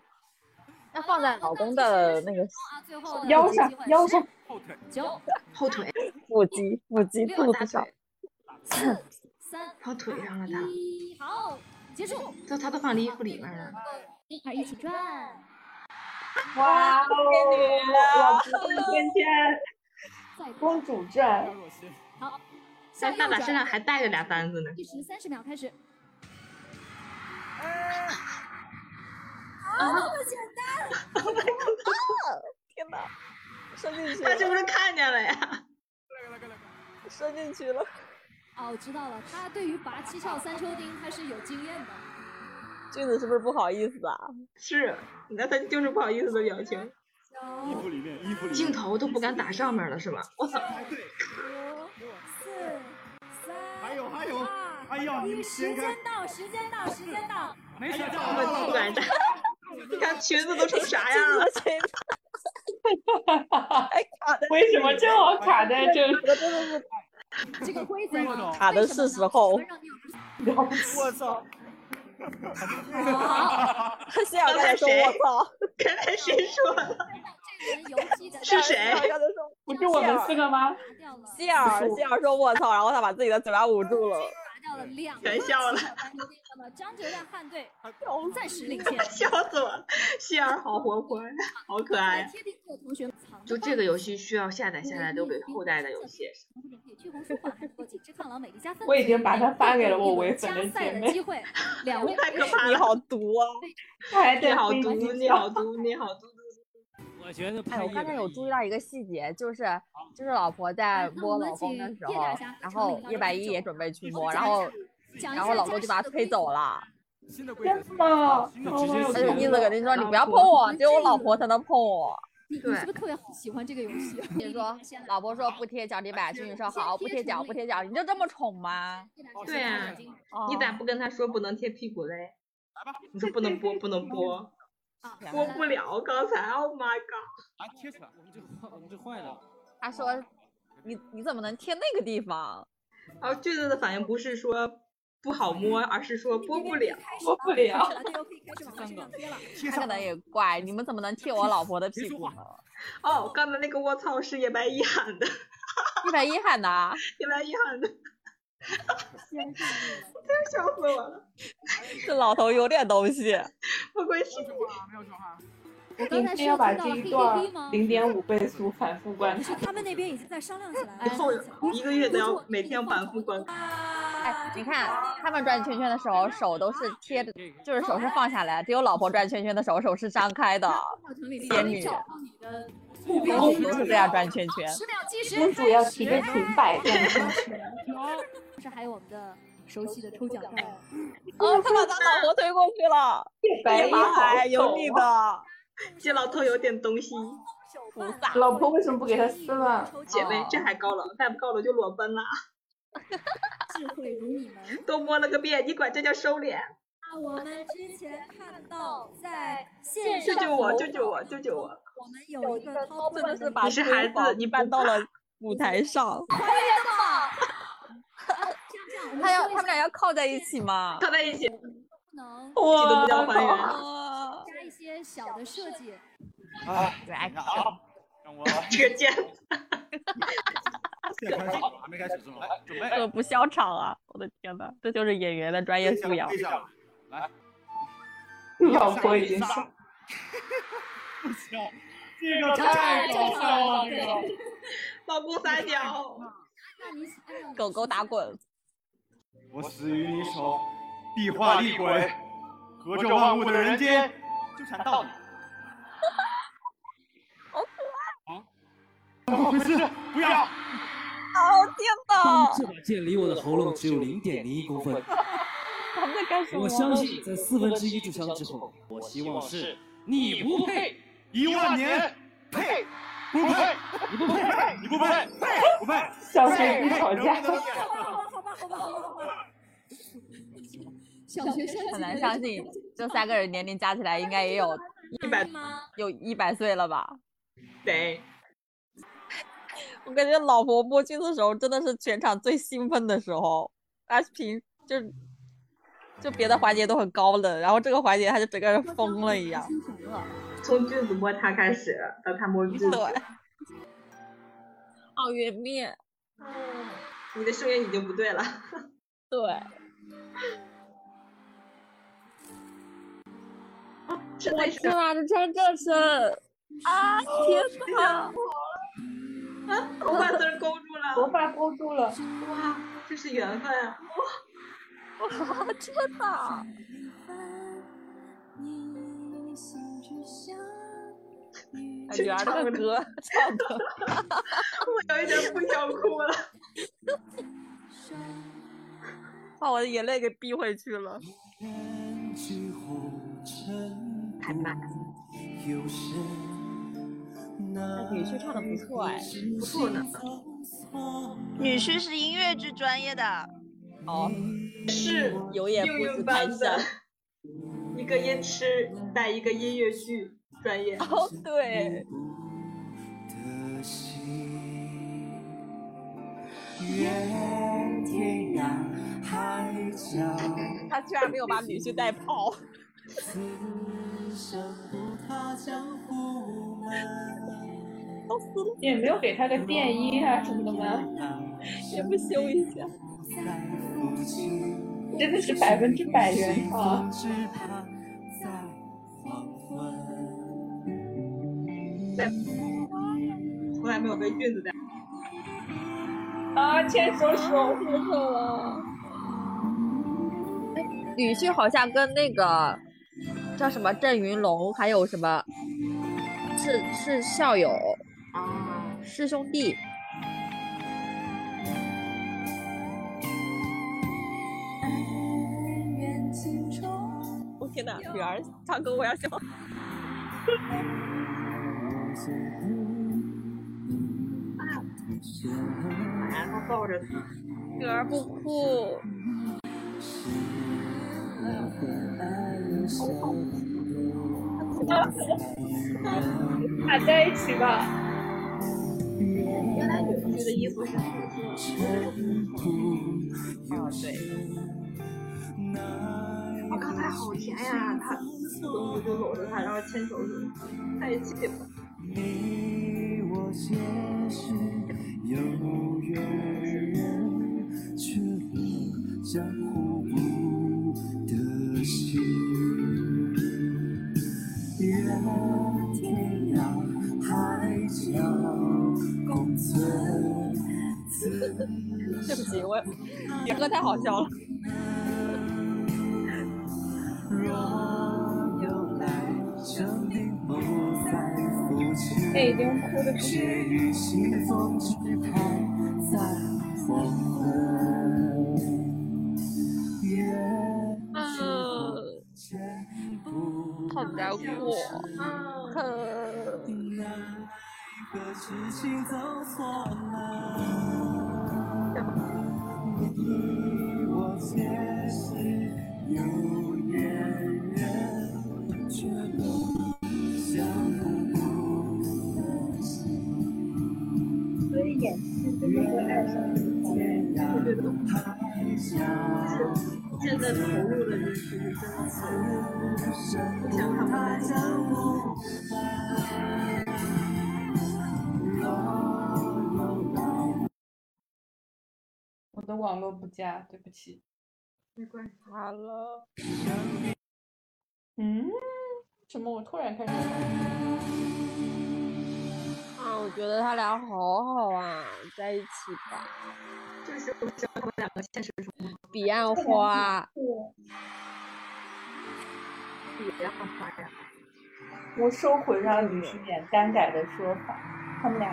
Speaker 2: 要放在老公的那个
Speaker 6: 最后的
Speaker 2: 腰上腰上
Speaker 8: 后腿
Speaker 6: 九
Speaker 1: 后腿
Speaker 2: 腹肌腹肌肚子上，
Speaker 6: 四三
Speaker 1: 放腿上了她，
Speaker 6: 一，好，结束。
Speaker 1: 都她都放衣服里面了。
Speaker 6: 一二一起转，
Speaker 2: 啊
Speaker 3: 哇哦，
Speaker 1: 老婆天天
Speaker 3: 公主战，
Speaker 6: 好，
Speaker 1: 在大
Speaker 6: 右
Speaker 1: 打
Speaker 6: 转
Speaker 1: 身上还带着俩单
Speaker 2: *laughs*
Speaker 1: 子呢。
Speaker 6: 计时三十秒开始。哦
Speaker 22: 啊，这么简单，
Speaker 2: 天哪，伸进去
Speaker 1: 她是不
Speaker 2: 了，
Speaker 1: 是看见了呀？
Speaker 2: 伸进去了，
Speaker 6: 哦，我知道了，他对于拔七窍三抽筋他是有经验的。
Speaker 2: 君子是不是不好意思啊？
Speaker 1: 是，你看她就是不好意思的表情，
Speaker 8: 衣服里面，衣服里面
Speaker 1: 镜头都不敢打上面了是吧？我操！
Speaker 22: 四三，
Speaker 8: 还有还有
Speaker 22: 二
Speaker 8: 哎呀你
Speaker 22: 一，
Speaker 8: 们
Speaker 22: 时
Speaker 8: 先
Speaker 22: 间到，时间到，时间到。
Speaker 8: 没想到
Speaker 1: 他们都不敢
Speaker 2: *laughs*
Speaker 1: 站，你看裙子都成啥样了？
Speaker 3: 为什么正好卡在这里？
Speaker 2: 真的是
Speaker 6: 这个规则啊呢
Speaker 2: 卡的是时候。
Speaker 8: *laughs* 我操！
Speaker 2: 他现在刚才说我操，
Speaker 1: 刚才谁说的？
Speaker 6: 这个人游戏的
Speaker 1: 是谁
Speaker 2: 他刚才说
Speaker 3: 不是我们四个吗？
Speaker 2: 希尔，希尔说我操，然后他把自己的嘴巴捂住了。
Speaker 6: 拿掉了两
Speaker 1: 全笑了。
Speaker 6: 那么 *laughs* 张哲亮汉队暂时
Speaker 1: *laughs*
Speaker 6: 领先。
Speaker 1: 笑死我了！希儿好活泼，好可爱呀。
Speaker 6: 贴地库的同学们藏着
Speaker 1: 就这个游戏需要下载下来留给后代的游戏。
Speaker 6: 放着可以去红书馆能够紧致抗老美的加分。
Speaker 3: 我已经把它发给了我唯粉
Speaker 6: 加
Speaker 3: 的姐
Speaker 6: 赛的
Speaker 3: 妹
Speaker 6: 机，会，两位
Speaker 1: *laughs* *laughs* 太可怕了
Speaker 2: 你好毒啊！
Speaker 3: 还
Speaker 1: 你
Speaker 3: 在
Speaker 1: 好
Speaker 3: 飞
Speaker 1: 毒，
Speaker 3: 机
Speaker 1: 你
Speaker 3: 上
Speaker 1: 好毒，你好 *laughs* 毒！
Speaker 5: 我觉得
Speaker 2: 哎，
Speaker 5: 潘
Speaker 2: 我
Speaker 5: 越
Speaker 2: 刚才有
Speaker 5: 文
Speaker 2: 注意到一个细节，就是就是老婆在摸老公的时候，然后叶百依也准备去摸，然后然后老公就把她推走了。
Speaker 8: 新的规则，
Speaker 3: 真的，哦
Speaker 2: 而
Speaker 3: 我
Speaker 2: 且
Speaker 3: 有
Speaker 2: 意思肯定说你不要碰我，只有我老婆才能碰我。
Speaker 6: 你你是不是特别喜欢这个游戏？
Speaker 1: 嗯
Speaker 6: *laughs*
Speaker 2: 你说老婆说不贴脚底板，俊宇说好不贴脚不贴脚，你就这么宠吗？
Speaker 1: 对啊，
Speaker 2: 哦
Speaker 1: 你咋不跟他说不能贴屁股嘞？你说不能播，不能
Speaker 2: *laughs*
Speaker 1: 播，播不了。刚才，Oh my god！
Speaker 5: 啊贴起来，我们这坏我们这坏了。
Speaker 2: 他说你你怎么能贴那个地方？
Speaker 1: 然后俊子哦的反应不是说不好摸，而是说 *laughs* 播不了。
Speaker 3: 播不了。
Speaker 22: 队友可以开始往
Speaker 6: *laughs*
Speaker 22: 他身
Speaker 3: *laughs*
Speaker 22: 上贴了。
Speaker 2: 他可能也怪你们怎么能贴我老婆的屁股呢？
Speaker 1: 哦，刚才那个我操是叶白衣喊的，
Speaker 2: 一百一喊的啊，
Speaker 1: 叶白衣喊 *laughs* 的，真 *laughs* 笑死我了！
Speaker 2: 这老头有点东 *laughs* 西。
Speaker 1: 不愧是
Speaker 6: 我刚
Speaker 3: 你
Speaker 6: 才
Speaker 3: 非
Speaker 6: 是
Speaker 3: 要
Speaker 6: 听
Speaker 3: 把
Speaker 6: 到
Speaker 3: 这
Speaker 6: 了
Speaker 3: 一段
Speaker 6: PPT 吗？
Speaker 3: 零点五倍速反复观
Speaker 22: 是
Speaker 6: *laughs*
Speaker 3: 看。
Speaker 22: 他们那边已经在商量起来
Speaker 1: 以
Speaker 22: 了。
Speaker 1: 哎后一个月都要每天反复观看。
Speaker 2: 哎，你看他们转圈圈的时候，手都是贴着，就是手是放下来，只有老婆转圈圈的时候，手是张开的。
Speaker 6: 过程里
Speaker 2: 仙
Speaker 6: 你
Speaker 2: 女
Speaker 6: 找到你的目标。
Speaker 2: 公主都是这样转圈圈。
Speaker 6: 十秒计时
Speaker 3: 公主要提着裙摆这样 *laughs* 上去，
Speaker 6: 这是还有我们的熟悉的抽奖站，
Speaker 2: 哦，他把他老婆推过去了，哎
Speaker 3: 白衣
Speaker 2: 马
Speaker 3: 好
Speaker 2: 海有你
Speaker 3: 丑啊
Speaker 2: 的，
Speaker 1: 这老头有点东西，
Speaker 2: 菩萨。
Speaker 3: 老婆为什么不给他撕了？
Speaker 1: 姐妹
Speaker 6: 啊
Speaker 1: 这还高冷，再不高冷就裸奔啦！
Speaker 6: 智慧如你们。
Speaker 1: 都摸了个遍，你管这叫收敛？
Speaker 6: 我们之前看到在线
Speaker 1: 救
Speaker 6: 上
Speaker 1: 救我！
Speaker 6: 投
Speaker 1: 救救
Speaker 6: 票
Speaker 1: 我！救救我！
Speaker 6: 我们有一个掏
Speaker 2: 真的
Speaker 6: 粪
Speaker 2: 是
Speaker 6: 的
Speaker 2: 把
Speaker 1: 你是孩
Speaker 2: 闺
Speaker 1: 子，
Speaker 2: 房
Speaker 1: 你
Speaker 2: 搬到了舞台上。他要他们俩要哦靠在
Speaker 6: *laughs*
Speaker 2: 一起吗？
Speaker 1: 靠在一起，
Speaker 23: 不能
Speaker 2: 哇
Speaker 1: 一起都不叫还原
Speaker 23: 加一些小的设计，
Speaker 8: 啊，
Speaker 2: 来，
Speaker 8: 让我
Speaker 1: 这个键，
Speaker 8: 现在开始了，还没开始是吗？准备，
Speaker 2: *laughs* 这个不笑场啊！我的天呐，这就是演员的专业素养
Speaker 8: 飞。下来，来，
Speaker 24: 老婆已经上，
Speaker 8: 不行，这个太搞笑了，这个。
Speaker 1: 老公撒娇，
Speaker 2: 狗狗打 *laughs* 滚，
Speaker 8: 我死于你手，壁画厉鬼，合着万物的人间，纠缠到你。
Speaker 2: 好
Speaker 8: 怎么回事？不要！
Speaker 2: 好听
Speaker 9: 当
Speaker 2: 的。
Speaker 9: 这把剑离我的喉咙只有零点零一公 *laughs* 分，
Speaker 2: 他们在干什么？
Speaker 9: 我相信在四分之一炷香之后，我希望是你不配
Speaker 8: 一万年，
Speaker 9: 配
Speaker 8: 不配，
Speaker 9: 你不配。
Speaker 8: 你不配，不配！
Speaker 24: 小学生吵架
Speaker 6: 好吧，好吧，好吧，好吧。小学生
Speaker 2: 很难相信，这三个人年龄加起来应该也有
Speaker 1: 一百
Speaker 6: 吗？
Speaker 2: 有一百岁了吧？
Speaker 1: 对，
Speaker 2: *laughs* 我感觉老婆播剧的时候真的是全场最兴奋的时候，他平就是就别的环节都很高冷，然后这个环节他就整个人疯了一样。
Speaker 1: 从君子摸他开始，到他摸君子，
Speaker 2: 对 *laughs* 奥运面，
Speaker 1: 你的声音已经不对了。
Speaker 2: *laughs* 对，
Speaker 1: 真
Speaker 2: 我
Speaker 1: 的是
Speaker 2: 天啊，这穿这 *laughs* 身啊，天呐！
Speaker 1: 啊，头发丝儿勾住了，
Speaker 24: 头发勾住了，
Speaker 1: 哇，这是缘分啊！
Speaker 2: 哇，真的！感觉啊，这个歌唱的，
Speaker 1: 我有一点不想哭了。
Speaker 2: *laughs* 把我的眼泪给逼回去 *laughs* 了。
Speaker 9: 太慢。哎那
Speaker 2: 女婿唱的不错哎，
Speaker 9: 不
Speaker 1: 错呢。
Speaker 25: 女婿是音乐剧专业的，
Speaker 2: 哦，
Speaker 1: 是
Speaker 2: 有眼
Speaker 1: 应
Speaker 2: 不
Speaker 1: 运
Speaker 2: 识泰
Speaker 1: 班的
Speaker 2: 山。
Speaker 1: 一个音痴带一个音乐剧专业。
Speaker 2: 哦，对，
Speaker 9: 愿天涯海角，
Speaker 2: 他居然没有把女婿带跑。
Speaker 9: 此生不他江湖门。
Speaker 24: 也没有给他个电音啊什么的吗？
Speaker 2: 也不修一下。
Speaker 24: 真的是百分之百原创啊。
Speaker 1: 从来没有被俊子带。
Speaker 24: 啊，牵手手牵手了。
Speaker 2: *laughs* 女婿好像跟那个叫什么郑云龙，还有什么是是校友啊，是兄弟。我天哪，女儿唱歌我要笑。
Speaker 1: 然后抱着他，
Speaker 2: 女儿不哭。
Speaker 24: 俩在一起吧。
Speaker 1: 原来女婿的衣服是紫色的。
Speaker 2: 哦，对，
Speaker 1: 我哦刚才好甜呀！他总子就搂着他，然后牵手手，在一起吧。
Speaker 9: 你我皆是有缘人，却落江湖不得心。愿天涯海角共存。
Speaker 2: 对不起，我野哥太好笑了。
Speaker 9: 若有来生，定不再复去。
Speaker 24: 这已经哭的不
Speaker 9: 只
Speaker 24: 行。
Speaker 9: 与西风之畔，在黄昏。愿
Speaker 2: 嗯，好难 *laughs* 过。嗯，
Speaker 9: 个痴情走错门。你我皆是有缘
Speaker 1: 对的。现在投入的人其实真的很，不想看不
Speaker 9: 我的网络不佳，对不起。
Speaker 1: 没关系。
Speaker 2: 好了。
Speaker 9: 嗯？怎么我突然开始？
Speaker 2: 啊，我觉得他俩好好啊，在一起吧。
Speaker 1: 就是我知道他们两个现实中
Speaker 2: 彼岸花，
Speaker 1: 彼岸花呀。
Speaker 9: 我收回让女士点单改的说法，他们俩。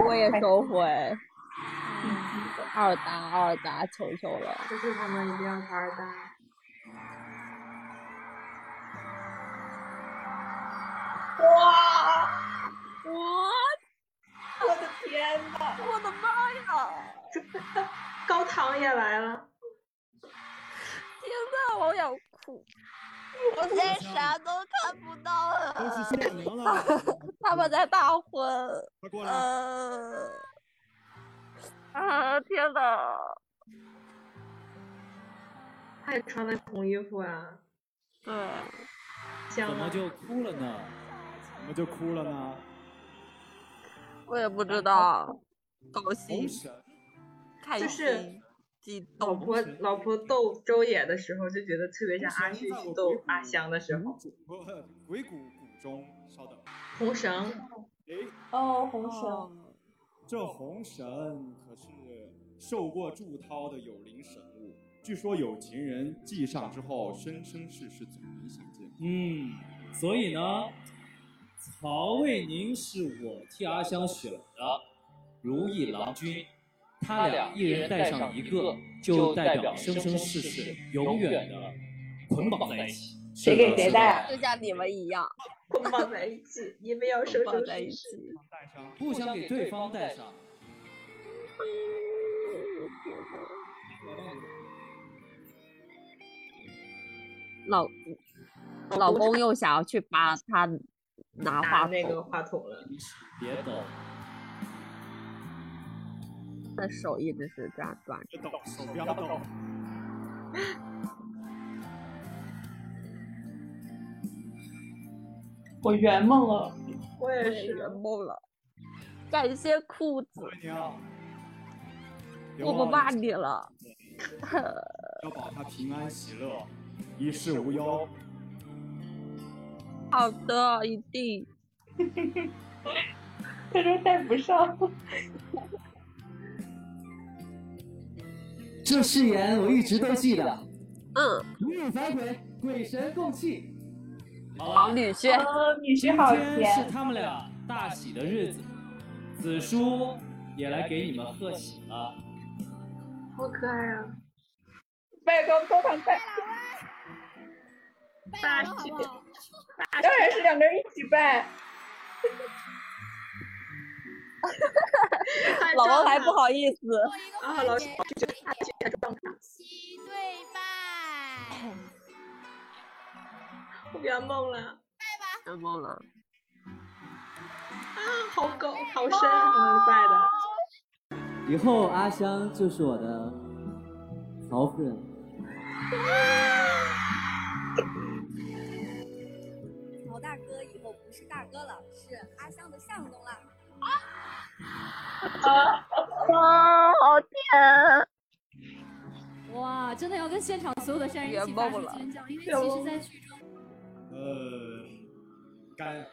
Speaker 2: 我也收回。
Speaker 9: 嗯
Speaker 2: *laughs* 二搭二搭，求求了。
Speaker 1: 就是他们一定要二搭。
Speaker 26: 哇！
Speaker 2: 哇！
Speaker 26: 我的天呐，
Speaker 2: 我的妈呀！
Speaker 1: 高糖也来了，
Speaker 2: 天呐，我想哭！
Speaker 27: 我现在啥都看不到
Speaker 2: 都是
Speaker 27: 了。
Speaker 2: 新娘了他们在大婚。
Speaker 8: 快
Speaker 2: 过来！
Speaker 1: 嗯
Speaker 2: 啊！天呐！
Speaker 1: 他也穿的红衣服啊，
Speaker 2: 对，
Speaker 1: 香
Speaker 5: 怎么
Speaker 1: 啊！
Speaker 5: 就哭了呢？怎么就哭了呢？
Speaker 2: 我也不知道，高
Speaker 5: 红
Speaker 2: 兴，
Speaker 5: 绳
Speaker 2: 开
Speaker 1: 就
Speaker 2: 心，
Speaker 1: 是
Speaker 2: 激动。
Speaker 1: 老婆老婆逗周也的时候，就觉得特别像阿旭去逗阿香的时候。
Speaker 8: 不，鬼谷谷中，稍等。
Speaker 1: 红绳，
Speaker 2: *laughs*
Speaker 8: 哎，
Speaker 9: 哦，红绳。
Speaker 8: 这红绳可是受过祝涛的有灵神物，据说有情人系上之后，生生世世总能相见。
Speaker 5: 嗯，所以呢，曹魏宁是我替阿香选的如意郎君，他俩一人带上一个，就代表生生世世永远的捆绑在一起。
Speaker 9: 谁给谁带啊
Speaker 2: 就像你们一样，
Speaker 1: 捆绑在一起，你们要生
Speaker 2: 捆
Speaker 1: 生
Speaker 2: 绑在一
Speaker 1: 世
Speaker 2: 起
Speaker 1: 世。
Speaker 5: 互相给对方带上。
Speaker 2: 老老公又想要去帮他拿话筒，
Speaker 1: 那个话筒了。
Speaker 5: 别抖，
Speaker 2: 他手一直是这样转。
Speaker 8: 别抖，手不要抖。
Speaker 9: 我圆梦了，
Speaker 1: 我也
Speaker 2: 是圆梦了。感谢裤子，我不骂 *laughs* 你了。
Speaker 8: 要保他平安喜乐，一世无忧。
Speaker 2: 好的，一定。
Speaker 9: 他说带不上。
Speaker 28: 这誓言我一直都记得。
Speaker 2: 嗯。
Speaker 28: 如有反悔，鬼神共泣。
Speaker 2: 好啊女婿
Speaker 9: 哦，女
Speaker 5: 今
Speaker 9: 婿好甜。
Speaker 5: 天是他们俩大喜的日子，紫叔也来给你们贺喜了。
Speaker 1: 好可爱啊！
Speaker 9: 麦高高糖菜，
Speaker 1: 大喜，
Speaker 9: 当然是两个人一起拜。
Speaker 2: 老王还不好意思。
Speaker 1: 啊，老师就大喜还撞卡，
Speaker 3: 对拜。
Speaker 1: 我圆梦了
Speaker 2: 圆梦了。
Speaker 1: 啊，好高好深，你们拜的。
Speaker 28: 以后阿香就是我的曹夫人。
Speaker 6: 曹大哥以后不是大哥了，是阿香的相公了。
Speaker 27: 哇，好甜！
Speaker 3: 哇，真的要跟现场所有的善人一起发出尖叫，因为其实，在剧中
Speaker 8: 呃，感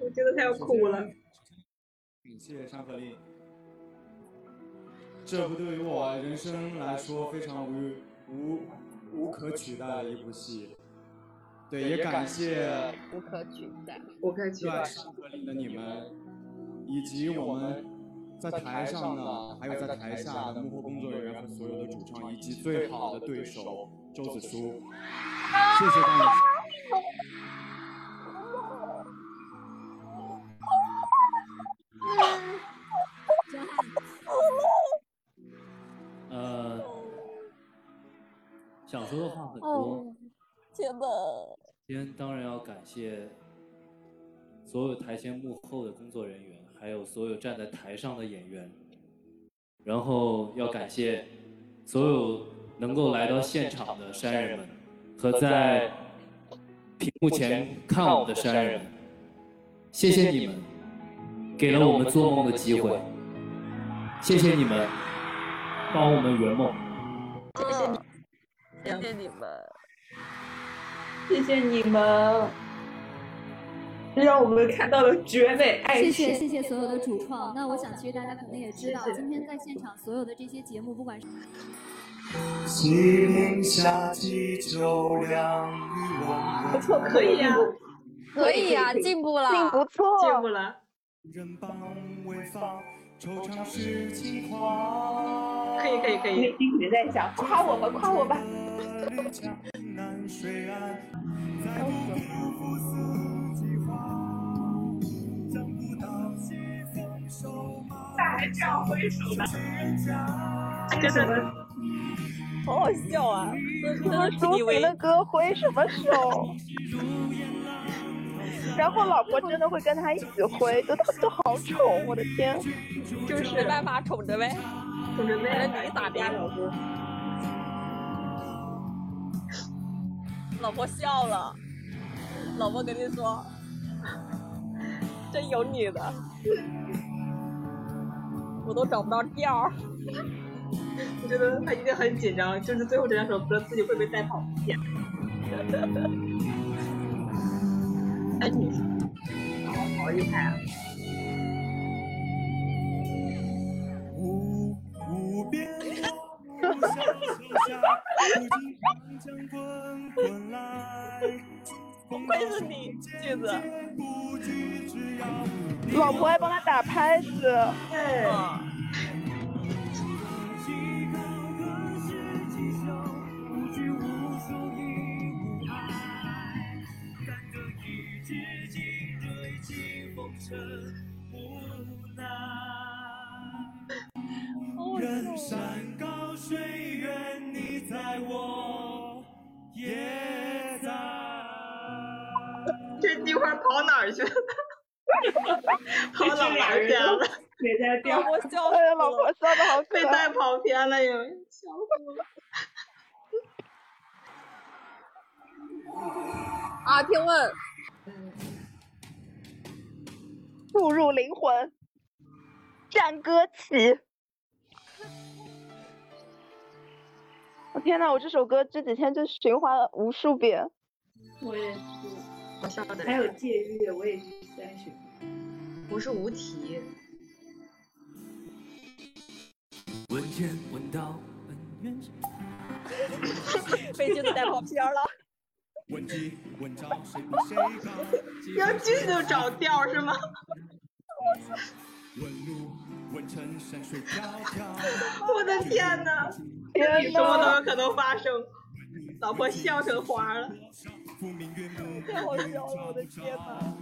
Speaker 1: 我觉得他要哭了。
Speaker 8: 感谢山河令，这部对于我人生来说非常无无无可取代的一部戏。对，也感谢
Speaker 2: 无可取代。
Speaker 1: 我该
Speaker 8: 热爱山河令的你们，以及我们在台上的，还有在台下的幕后工作人员和所有的主创，以及最好的对手周子舒，谢谢大家。
Speaker 5: 呃，想说的话很多，，
Speaker 2: 天呐，
Speaker 5: 今天当然要感谢所有台前幕后的工作人员，还有所有站在台上的演员，然后要感谢所有能够来到现场的山人们和在屏幕前看我们的山人们，谢谢你们，给了我们做梦的机会，谢谢你们，帮我们圆梦。
Speaker 2: 嗯，谢谢你们，
Speaker 29: 谢谢你们，让我们看到了绝美爱
Speaker 6: 谢
Speaker 29: 情。
Speaker 6: 谢谢谢所有的主创。那我想其实大家可能也知道，今天在现场所有的这些节目，不管是
Speaker 8: 西陵夏季酒凉一晚。
Speaker 29: 不错可以啊
Speaker 2: 可以啊，进步了，
Speaker 29: 进不
Speaker 2: 错，进步了。
Speaker 8: 人傍尾发，惆怅是情话。
Speaker 29: 可以可以可以，内心一直在想夸我吧夸我吧。
Speaker 8: 南水岸，再不辜负四季花。将不到西风
Speaker 29: 哎
Speaker 8: 瘦马。
Speaker 29: 还这样挥手呢？
Speaker 2: 这什么？好好笑啊！真的是
Speaker 9: 你们的歌挥什么手？然后老婆真的会跟他一起挥，都都好宠，我的天！
Speaker 2: 就是没办法宠着呗，
Speaker 9: 宠着呗
Speaker 2: 反正你咋编？ *laughs* 老婆笑了，老婆跟你说， *laughs* 真有你的，我都找不到调儿。
Speaker 1: 我觉得他一定很紧张，就是最后这两首歌自己会被带跑一点。哎，你
Speaker 30: 好厉害啊！
Speaker 8: 无边浪无暇留下，不尽长江滚滚来。不
Speaker 2: 愧是你，句子。
Speaker 9: 老婆还帮他打拍子，嗯对，
Speaker 8: 人山高水远，你在我也在。
Speaker 1: 这地方跑哪儿去了？跑
Speaker 8: 这
Speaker 1: 老
Speaker 8: 俩
Speaker 1: 玩
Speaker 8: 人
Speaker 1: 偏
Speaker 8: 都
Speaker 1: 了，
Speaker 29: 别
Speaker 3: 呃
Speaker 29: 在
Speaker 1: 调。
Speaker 2: 我笑
Speaker 9: 哎呀，老婆笑的好
Speaker 1: 被
Speaker 9: 可
Speaker 1: 带
Speaker 9: 爱。
Speaker 1: 跑偏了，因为笑死我了。
Speaker 2: 啊，听问，
Speaker 9: 注入灵魂，战歌起。我天呐，我这首歌这几天就循环了无数遍。
Speaker 3: 我也是，
Speaker 1: 我笑的。
Speaker 3: 还有借阅，我也是三十。
Speaker 30: 不是无题，
Speaker 8: 闻天闻道恩怨深，
Speaker 2: 被句子带跑偏了。
Speaker 8: 闻鸡闻章谁比谁高？
Speaker 1: 要句子就找调儿是吗？
Speaker 8: 问路问尘山水迢迢。
Speaker 1: 我的天哪！
Speaker 8: 天
Speaker 1: 什么都
Speaker 8: 哪
Speaker 1: 有可能发生。老婆笑成花了，
Speaker 2: 太好笑了，我的天哪！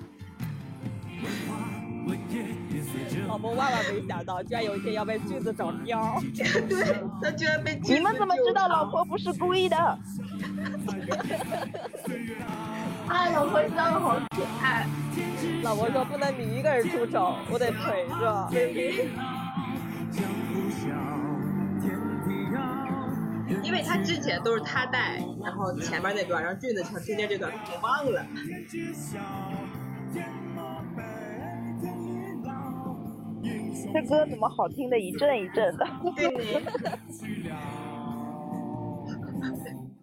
Speaker 8: 闻夜也随着
Speaker 2: 老婆万万没想到，居然有一天要被句子找貂儿。
Speaker 1: 对，他居然被
Speaker 9: 你们怎么知道老婆不是故
Speaker 2: *laughs*
Speaker 9: 意的？
Speaker 29: 哎，老婆笑的好可爱。
Speaker 2: 老婆说不能你一个人出丑，我得陪着。嗯
Speaker 1: 因为他之前都是他带，然后前面那段，然后俊子唱中间这段，我忘了。
Speaker 9: 这歌怎么好听的一阵一阵的？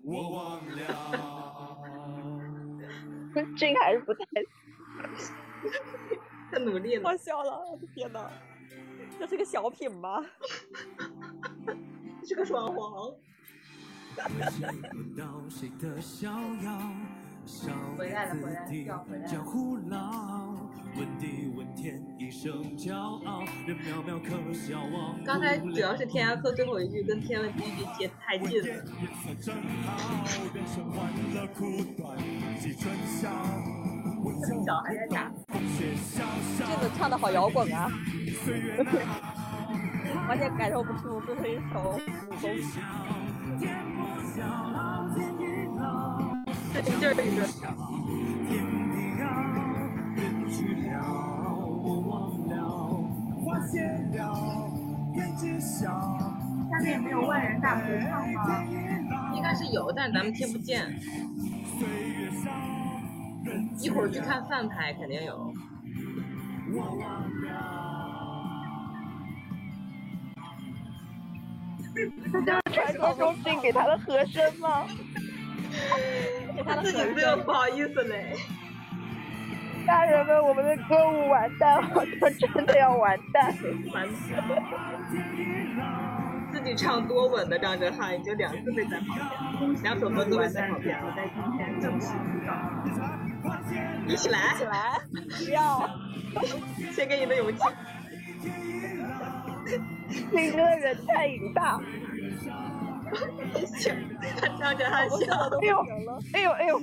Speaker 8: 我忘了。
Speaker 9: 俊还是不太。
Speaker 1: 他努力
Speaker 2: 了。我笑了，我的天哪！这是个小品吗？
Speaker 1: 这是个双簧。
Speaker 8: 闻到谁的逍遥？少
Speaker 30: 回来了回来了
Speaker 8: 自己
Speaker 30: 要回来了
Speaker 8: 江湖老，闻地闻天一生骄傲，人渺渺可消亡。
Speaker 1: 刚才主要是天涯客最后一句跟天文第一句贴太近了。
Speaker 2: 小孩在打。这个唱的好摇滚啊！完全感受不出这是一首武功。
Speaker 1: 这劲儿一个。
Speaker 8: 去了，我忘了，花谢了，天际
Speaker 1: 下面没有万人大合唱吗？应该是有，但是咱们听不见。一会儿去看饭拍，肯定有。
Speaker 9: 这就是传说中进给他的和声吗？给他的
Speaker 31: 自己乐不好意思嘞。
Speaker 9: 大人们，我们的歌舞完蛋了，就真的要完蛋。
Speaker 31: 完蛋。自己唱多稳的张哲瀚，已经两次被咱跑偏了，两首歌都被咱跑偏了。在今天正式出道。一起来，
Speaker 2: 起来，不要，
Speaker 31: 献给你的勇
Speaker 1: *laughs*
Speaker 31: 气。
Speaker 9: 那个人太 *laughs* 淫荡。
Speaker 31: 看张哲瀚笑
Speaker 9: 哎呦，哎呦，哎呦！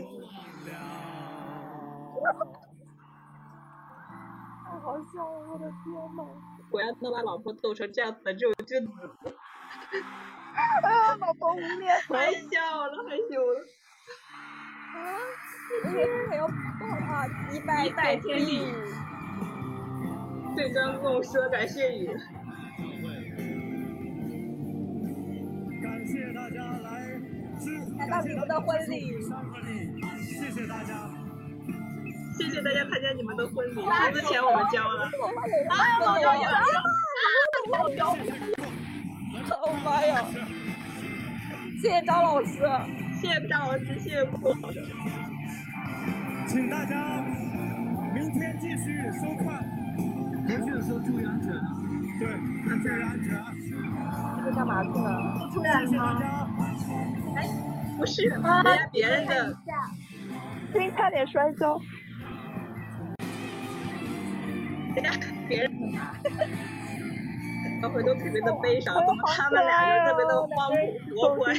Speaker 2: 太好笑了，我的天呐！
Speaker 31: *laughs* 果然能把老婆逗成这样子的只有君子。
Speaker 9: 啊，老婆无脸，
Speaker 31: 太笑了，害羞了。
Speaker 2: 啊，这个还要啊，一拜
Speaker 31: 一拜天地，对张贡说感谢语。
Speaker 8: 感谢大家来支持，
Speaker 2: 来到你们的婚礼，
Speaker 8: 谢谢大家。
Speaker 31: 谢谢大家参加你们的婚礼，婚 *laughs* 之前我们交了。哎呀，老幺呀！
Speaker 2: 老幺，我妈呀！谢谢张老师，
Speaker 31: 谢谢张老师， *laughs* 谢谢郭老师。
Speaker 8: 请大家明天继续收看，回去的时候注意安全。对，注意安全啊！
Speaker 2: 这啊个干嘛去了？
Speaker 8: 出来吗？
Speaker 31: 哎，不是，
Speaker 1: 啊
Speaker 31: 人家别人的。
Speaker 9: 心差点摔跤。
Speaker 31: 人家别人 *laughs* 小伙都特别的悲伤，怎么他们俩人特别的荒芜活泼呀？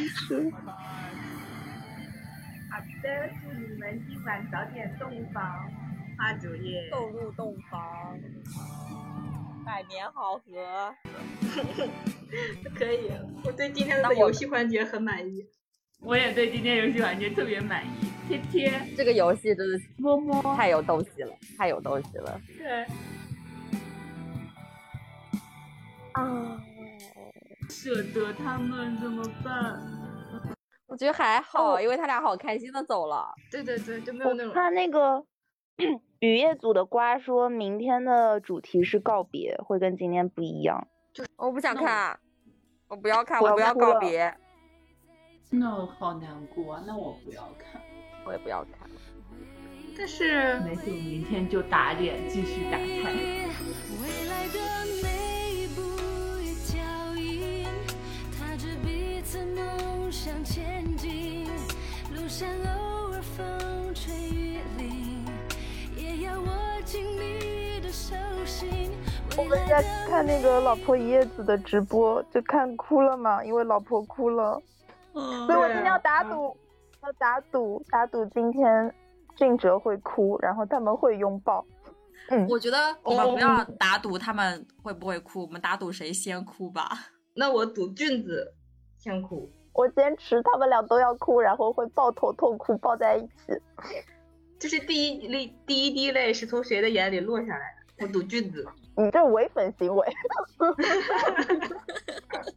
Speaker 1: 好的，祝你们今晚早点洞房，花烛夜。
Speaker 2: 走入洞房，百年好合。
Speaker 31: 可以，我对今天的游戏环节很满意。
Speaker 32: 我也对今天游戏环节特别满意，贴贴。
Speaker 2: 这个游戏真的是
Speaker 32: 摸摸
Speaker 2: 太有斗气了，太有斗气了。
Speaker 32: 对。
Speaker 2: 啊，
Speaker 32: 舍得他们怎么办？
Speaker 2: 我觉得还好，因为他俩好开心的走了。
Speaker 1: 对对对，就没有
Speaker 9: 我
Speaker 1: 那种。
Speaker 9: 看那个 *clears throat* 雨夜组的瓜说，明天的主题是告别，会跟今天不一样。
Speaker 2: 我不想看，我不要看，
Speaker 9: 我
Speaker 2: 我不要
Speaker 9: 哭了
Speaker 2: 告别，
Speaker 3: 那我好难过啊！那我不要看，
Speaker 2: 我也不要看。
Speaker 1: 但是
Speaker 3: 没事，明天就打脸，继续打开。
Speaker 6: 未来的每一步与脚印，踏着彼此梦想前进。路上偶尔风吹雨淋，也要握紧你的手心。
Speaker 9: 我们在看那个老婆一夜子的直播，就看哭了嘛，因为老婆哭了。
Speaker 1: 哦啊
Speaker 9: 所以我今天要打赌，要打赌，打赌今天俊哲会哭，然后他们会拥抱。嗯，
Speaker 2: 我觉得我们不要打赌他们会不会哭，我们打赌谁先哭吧。 *laughs*
Speaker 1: 那我赌俊子先哭。
Speaker 9: 我坚持他们俩都要哭，然后会抱头痛哭，抱在一起。
Speaker 1: 就是第一泪，第一滴泪是从谁的眼里落下来的？我赌俊子。
Speaker 9: 你嗯这伪粉行为，
Speaker 1: *laughs*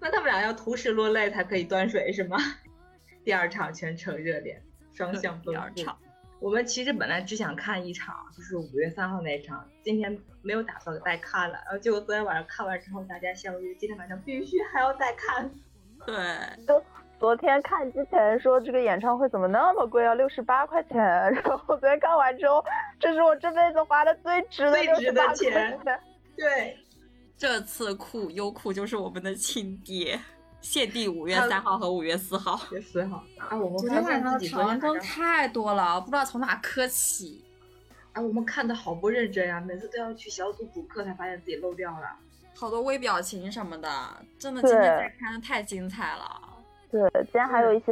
Speaker 1: 那他们俩要同时落泪才可以端水是吗？ *laughs* 第二场全程热恋，双向奔赴。第二场，我们其实本来只想看一场，就是五月三号那场，今天没有打算再看了。然后结果昨天晚上看完之后，大家相约今天晚上必须还要再看。
Speaker 2: 对，
Speaker 9: 就昨天看之前说这个演唱会怎么那么贵啊，六十八块钱。 *laughs* 然后昨天看完之后，这是我这辈子花的最值的
Speaker 2: 最
Speaker 9: 六
Speaker 2: 值
Speaker 9: 十
Speaker 2: 的
Speaker 9: 八块
Speaker 2: 钱
Speaker 1: 对，
Speaker 2: 这次酷优酷就是我们的亲爹，限定五月三号和五月四号。
Speaker 1: 五月四号啊，我们
Speaker 2: 昨天晚上
Speaker 1: 发现
Speaker 2: 的
Speaker 1: 自己
Speaker 2: 讨论
Speaker 1: 昨天晚上
Speaker 2: 真太多了，不知道从哪磕起。
Speaker 1: 啊，我们看的好不认真呀、每次都要去小组补课，才发现自己漏掉了。
Speaker 2: 好多微表情什么的，真的
Speaker 9: 对
Speaker 2: 今天在看的太精彩了。嗯
Speaker 9: 对，今天还有一些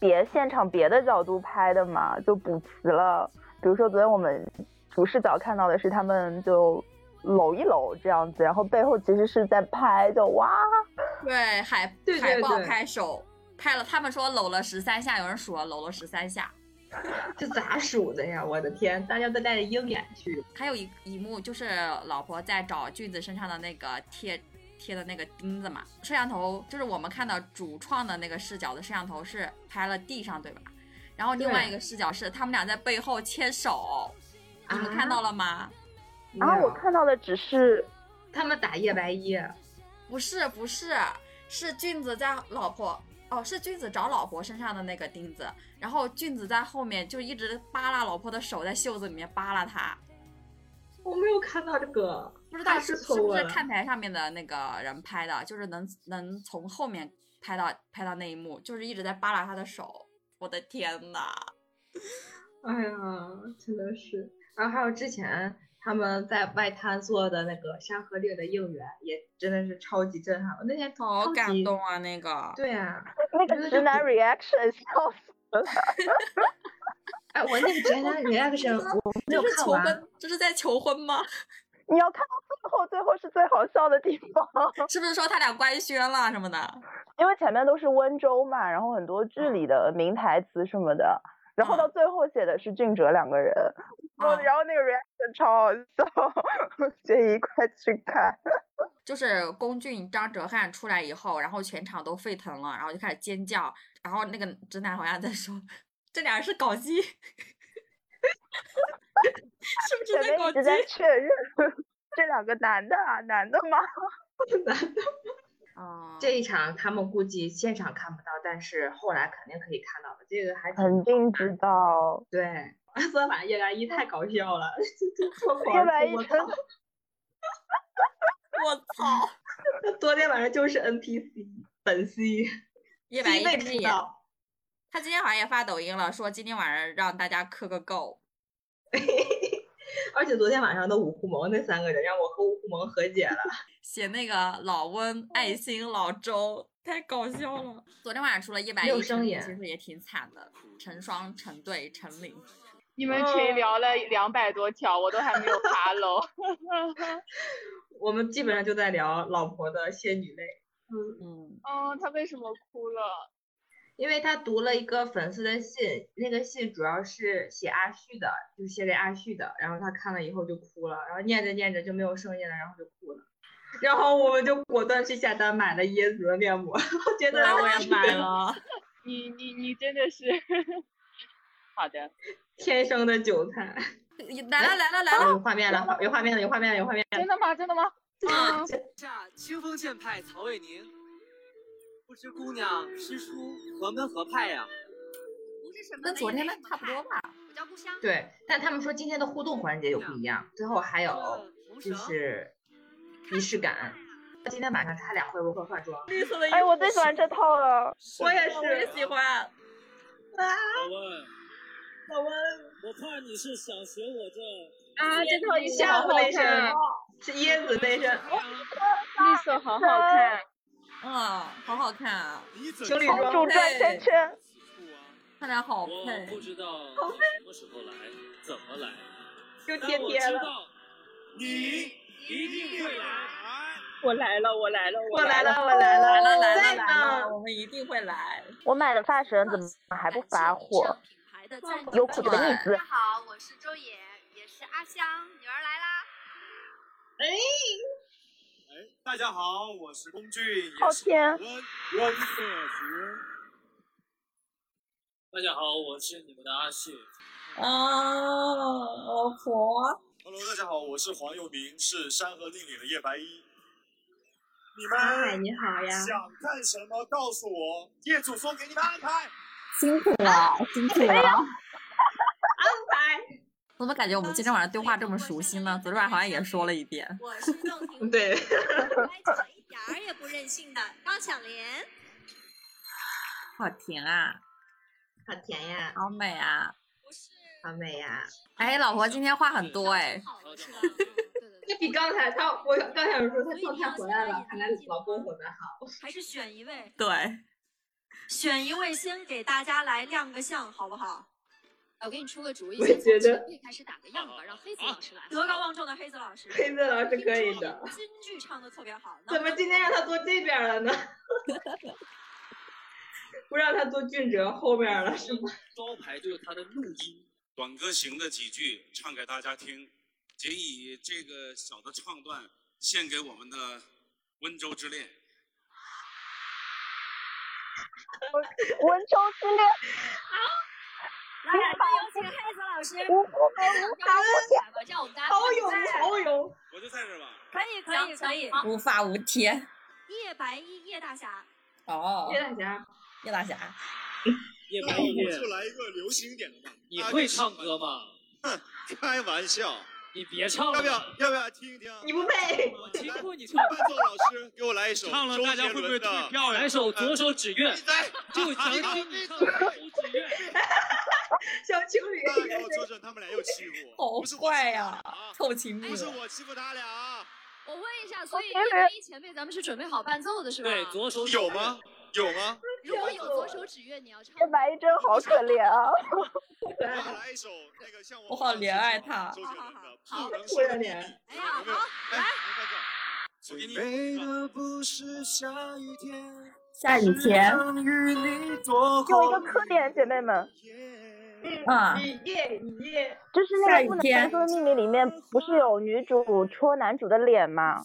Speaker 9: 别现场别的角度拍的嘛，就补齐了。比如说昨天我们主视角看到的是他们就搂一搂这样子，然后背后其实是在拍，就哇，
Speaker 2: 对，海
Speaker 9: 对对
Speaker 2: 海报
Speaker 9: 对
Speaker 2: 拍手拍了，他们说搂了十三下，有人数了啊搂了十三下。
Speaker 1: 这咋数的呀？我的天，大家都带着鹰眼去。
Speaker 2: 还有一一幕就是老婆在找俊子身上的那个贴贴的那个钉子嘛。摄像头就是我们看到主创的那个视角的摄像头是拍了地上，对吧？然后另外一个视角是他们俩在背后牵手，你们看到了吗？
Speaker 9: 然啊后我看到的只是
Speaker 1: 啊他们打夜白夜，
Speaker 2: 不是不是，是俊子在老婆哦，是俊子找老婆身上的那个钉子，然后俊子在后面就一直扒拉老婆的手，在袖子里面扒拉她。
Speaker 33: 我没有看到这个，
Speaker 2: 不知道
Speaker 33: 是
Speaker 2: 是是不是看台上面的那个人拍的，就是能能从后面拍到拍到那一幕，就是一直在扒拉她的手。我的天呐！
Speaker 1: 哎呀，真的是。然后还有之前他们在外滩做的那个山河令的应援，也真的是超级震撼。我那天
Speaker 2: 好感动啊，那个。
Speaker 1: 对啊，
Speaker 9: 那个直男 reaction 笑死了。
Speaker 1: 哎，我那个直男 reaction
Speaker 2: *laughs*
Speaker 1: 我没有看完。
Speaker 2: 这是求婚，这是在求婚吗？ *laughs*
Speaker 9: 你要看到最后，最后是最好笑的地方。
Speaker 2: 是不是说他俩官宣了什么的？
Speaker 9: 因为前面都是温州嘛，然后很多剧里的名台词什么的，然后到最后写的是俊哲两个人，
Speaker 2: 啊、
Speaker 9: 然后那个 reaction 超好笑，建议快去看。
Speaker 2: 就是龚俊、张哲瀚出来以后，然后全场都沸腾了，然后就开始尖叫，然后那个直男好像在说这俩人是搞基。 *laughs* 是不是在搞
Speaker 9: 一直
Speaker 2: *laughs*
Speaker 9: 在确认这两个男的啊？男的
Speaker 1: *laughs*
Speaker 9: 吗？
Speaker 1: 男的。
Speaker 2: 哦，
Speaker 1: 这一场他们估计现场看不到，但是后来肯定可以看到的。这个还
Speaker 9: *laughs* 肯定知道。
Speaker 1: 对，昨晚叶白衣太搞笑了， *laughs*
Speaker 9: *laughs* 叶白衣真。
Speaker 2: 我
Speaker 1: *laughs*
Speaker 2: 操！
Speaker 1: 昨天晚上就是 NPC 本 C，
Speaker 2: 叶白衣
Speaker 1: 没知道。
Speaker 2: 他今天好像也发抖音了，说今天晚上让大家磕个够。
Speaker 1: 而且昨天晚上的五湖盟那三个人让我和五湖盟和解了，
Speaker 2: 写那个老温、爱心、老周，太搞笑了。嗯昨天晚上除了叶白
Speaker 1: 有
Speaker 2: 衣，
Speaker 1: 声
Speaker 2: 其
Speaker 1: 音
Speaker 2: 实也挺惨的，成双、成对、成零。
Speaker 34: 你们群聊了两百多条，我都还没有爬楼。
Speaker 1: 我们基本上就在聊老婆的仙女泪，
Speaker 2: 嗯
Speaker 34: 嗯，他为什么哭了？
Speaker 1: 因为他读了一个粉丝的信，那个信主要是写阿旭的，就写给阿旭的，然后他看了以后就哭了，然后念着念着就没有声音了，然后就哭了。然后我们就果断去下单买了椰子的面膜， *laughs* 我觉得
Speaker 34: 我也买
Speaker 2: 了。
Speaker 34: 你你你真的是， *laughs* 好的。
Speaker 1: 天生的韭菜。
Speaker 2: 呃
Speaker 1: 哦
Speaker 2: 来了来了来了！
Speaker 1: 有画面了，有画面了，有画面了，有画面了。
Speaker 34: 真的吗？真的吗？
Speaker 1: 啊
Speaker 8: 下清风剑派曹魏宁，不知姑娘师出何门何派呀？
Speaker 6: 不是什么
Speaker 1: 跟昨天的
Speaker 6: 差不多
Speaker 2: 吧。
Speaker 6: 我叫故乡。
Speaker 1: 对，但他们说今天的互动环节有不一样，最后还
Speaker 5: 嗯
Speaker 1: 有
Speaker 8: 嗯
Speaker 1: 就是仪式感。今天晚上他俩会不会化妆？
Speaker 2: 绿色的
Speaker 9: 哎，我最喜欢这套了。
Speaker 1: *laughs* 我也是，
Speaker 2: 我也喜欢。
Speaker 5: 老温，
Speaker 1: 老温，
Speaker 5: 我看你是想学我这
Speaker 34: 啊，这套衣服
Speaker 1: 下
Speaker 34: 好
Speaker 1: 午
Speaker 34: 好
Speaker 1: 那身
Speaker 34: 看，
Speaker 1: 是椰子那身，
Speaker 34: 绿色好好看。
Speaker 2: 嗯，好好看啊！
Speaker 1: 情侣装公主转圈
Speaker 9: 圈，
Speaker 2: 他俩
Speaker 1: 哦
Speaker 2: 好
Speaker 5: 啊我
Speaker 2: 配。
Speaker 5: 不知道你什么时候来，怎么来，
Speaker 1: 又
Speaker 5: 但
Speaker 1: 贴
Speaker 5: 我
Speaker 1: 贴
Speaker 5: 知
Speaker 1: 了
Speaker 5: 道你一定会来。
Speaker 34: 我来了，我来了，
Speaker 1: 我来了，
Speaker 2: 哦
Speaker 34: 我
Speaker 1: 我来了，
Speaker 34: 来了，
Speaker 1: 来
Speaker 34: 来
Speaker 1: 了，
Speaker 34: 了，
Speaker 1: 来了，
Speaker 2: 我们一定会来。
Speaker 9: 我买的发绳怎么还不发货？优酷的逆
Speaker 6: 大
Speaker 9: 子
Speaker 6: 家。好，我是周野，也是阿香，女儿来啦。
Speaker 9: 哎，
Speaker 8: 哎，大家好，我是龚俊，
Speaker 9: 好甜。
Speaker 8: 温色族。
Speaker 5: 大家好，我是你们的阿旭。
Speaker 2: 啊，老婆。
Speaker 8: Hello，大家好，我是黄佑明，是《山河令》里的叶白衣。你
Speaker 1: 嗨，
Speaker 8: 们
Speaker 1: 你好哎呀。
Speaker 8: 想干什么？告诉我，业主说给你们安排。
Speaker 2: 辛苦了，辛苦了。
Speaker 1: 安排。
Speaker 2: 怎么感觉我们今天晚上对话这么熟悉呢？昨天晚上好像也说了一遍。
Speaker 6: 我是邓婷，
Speaker 1: 嗯对，
Speaker 6: 一点儿也不任性的高小莲。
Speaker 2: 好甜啊，
Speaker 1: 好甜呀，
Speaker 2: 好美啊！
Speaker 1: 好美呀。
Speaker 2: 哎，老婆今天话很多哎。
Speaker 1: 那比刚才他，我刚想说他状态回来了，看来老公混的好。
Speaker 6: 还是选一位，
Speaker 2: 对，
Speaker 6: 选一位先给大家来亮个相，好不好？我给你出个主意
Speaker 1: 我先从觉得
Speaker 6: 开始打个样吧，让黑子老师来。德
Speaker 1: 德
Speaker 6: 高望重的黑子老师，
Speaker 1: 黑子老师可以的，
Speaker 6: 京剧唱的特别好，
Speaker 1: 怎么今天让他坐这边了呢？ *laughs* 不让他坐俊哲后面了是吗？
Speaker 5: 招牌就是他的录音。
Speaker 35: 短歌行的几句唱给大家听，仅以这个小的唱段献给我们的
Speaker 36: 温州之恋》。
Speaker 9: 温州之恋。
Speaker 37: 来，有请汉斯老师。
Speaker 9: 无法无法
Speaker 37: 无天，这样我们大家
Speaker 1: 好啊友好友，
Speaker 36: 我就在这儿吧。
Speaker 37: 可以可以可以。
Speaker 6: 啊
Speaker 2: 无法无天。
Speaker 37: 叶白衣叶大侠，
Speaker 2: 哦，
Speaker 38: 叶大侠，
Speaker 2: 叶大侠，
Speaker 5: 叶
Speaker 8: 哎
Speaker 5: 白衣，
Speaker 36: 哎就来一个流行点的吧。
Speaker 5: 你会唱歌吗？
Speaker 36: 哼，开玩笑，
Speaker 5: 你别唱了，
Speaker 36: 要不要？要不要听一听？
Speaker 1: 你不配。
Speaker 5: 我听过你唱。
Speaker 36: 伴奏老师给我来一首
Speaker 5: 唱了大家会不会退票？来首《左手指 *laughs* 月》，就想听你唱《左手指月》。 *laughs*
Speaker 1: 小情侣，
Speaker 36: 那
Speaker 6: 哎
Speaker 36: 给我作证，他们俩又欺负我。不是
Speaker 2: 好
Speaker 36: 我
Speaker 2: 坏
Speaker 36: 欺负
Speaker 2: 呀
Speaker 36: 他啊，
Speaker 2: 臭情侣
Speaker 6: 哎
Speaker 36: 不。是我欺负他俩啊。
Speaker 6: 我问一下，所以叶飞前辈，咱们是准备好伴奏的是吧？
Speaker 5: 对，左手指
Speaker 36: 有吗？有吗？
Speaker 6: 如果有左手指月，你要唱。
Speaker 9: 叶白衣真好可怜啊！
Speaker 36: 我要来一首那个像我
Speaker 2: 我好怜爱他
Speaker 36: 周杰伦的
Speaker 6: 好
Speaker 36: 《不能
Speaker 1: 突
Speaker 36: 说的秘
Speaker 1: 然
Speaker 36: 密》。
Speaker 1: 脸，
Speaker 6: 哎呀，
Speaker 36: 有没有？
Speaker 6: 好，
Speaker 36: 来，我给你
Speaker 8: 美的不是下雨天，
Speaker 2: *laughs* 下雨天，
Speaker 8: 与你做
Speaker 9: 有一个特点，姐妹们，
Speaker 2: 啊，
Speaker 1: 一夜一夜，
Speaker 9: 就是
Speaker 2: 下
Speaker 9: 那
Speaker 2: 雨
Speaker 9: 个《不能
Speaker 2: 天
Speaker 9: 嗯再说的秘密》里面不是有女主戳男主的脸吗？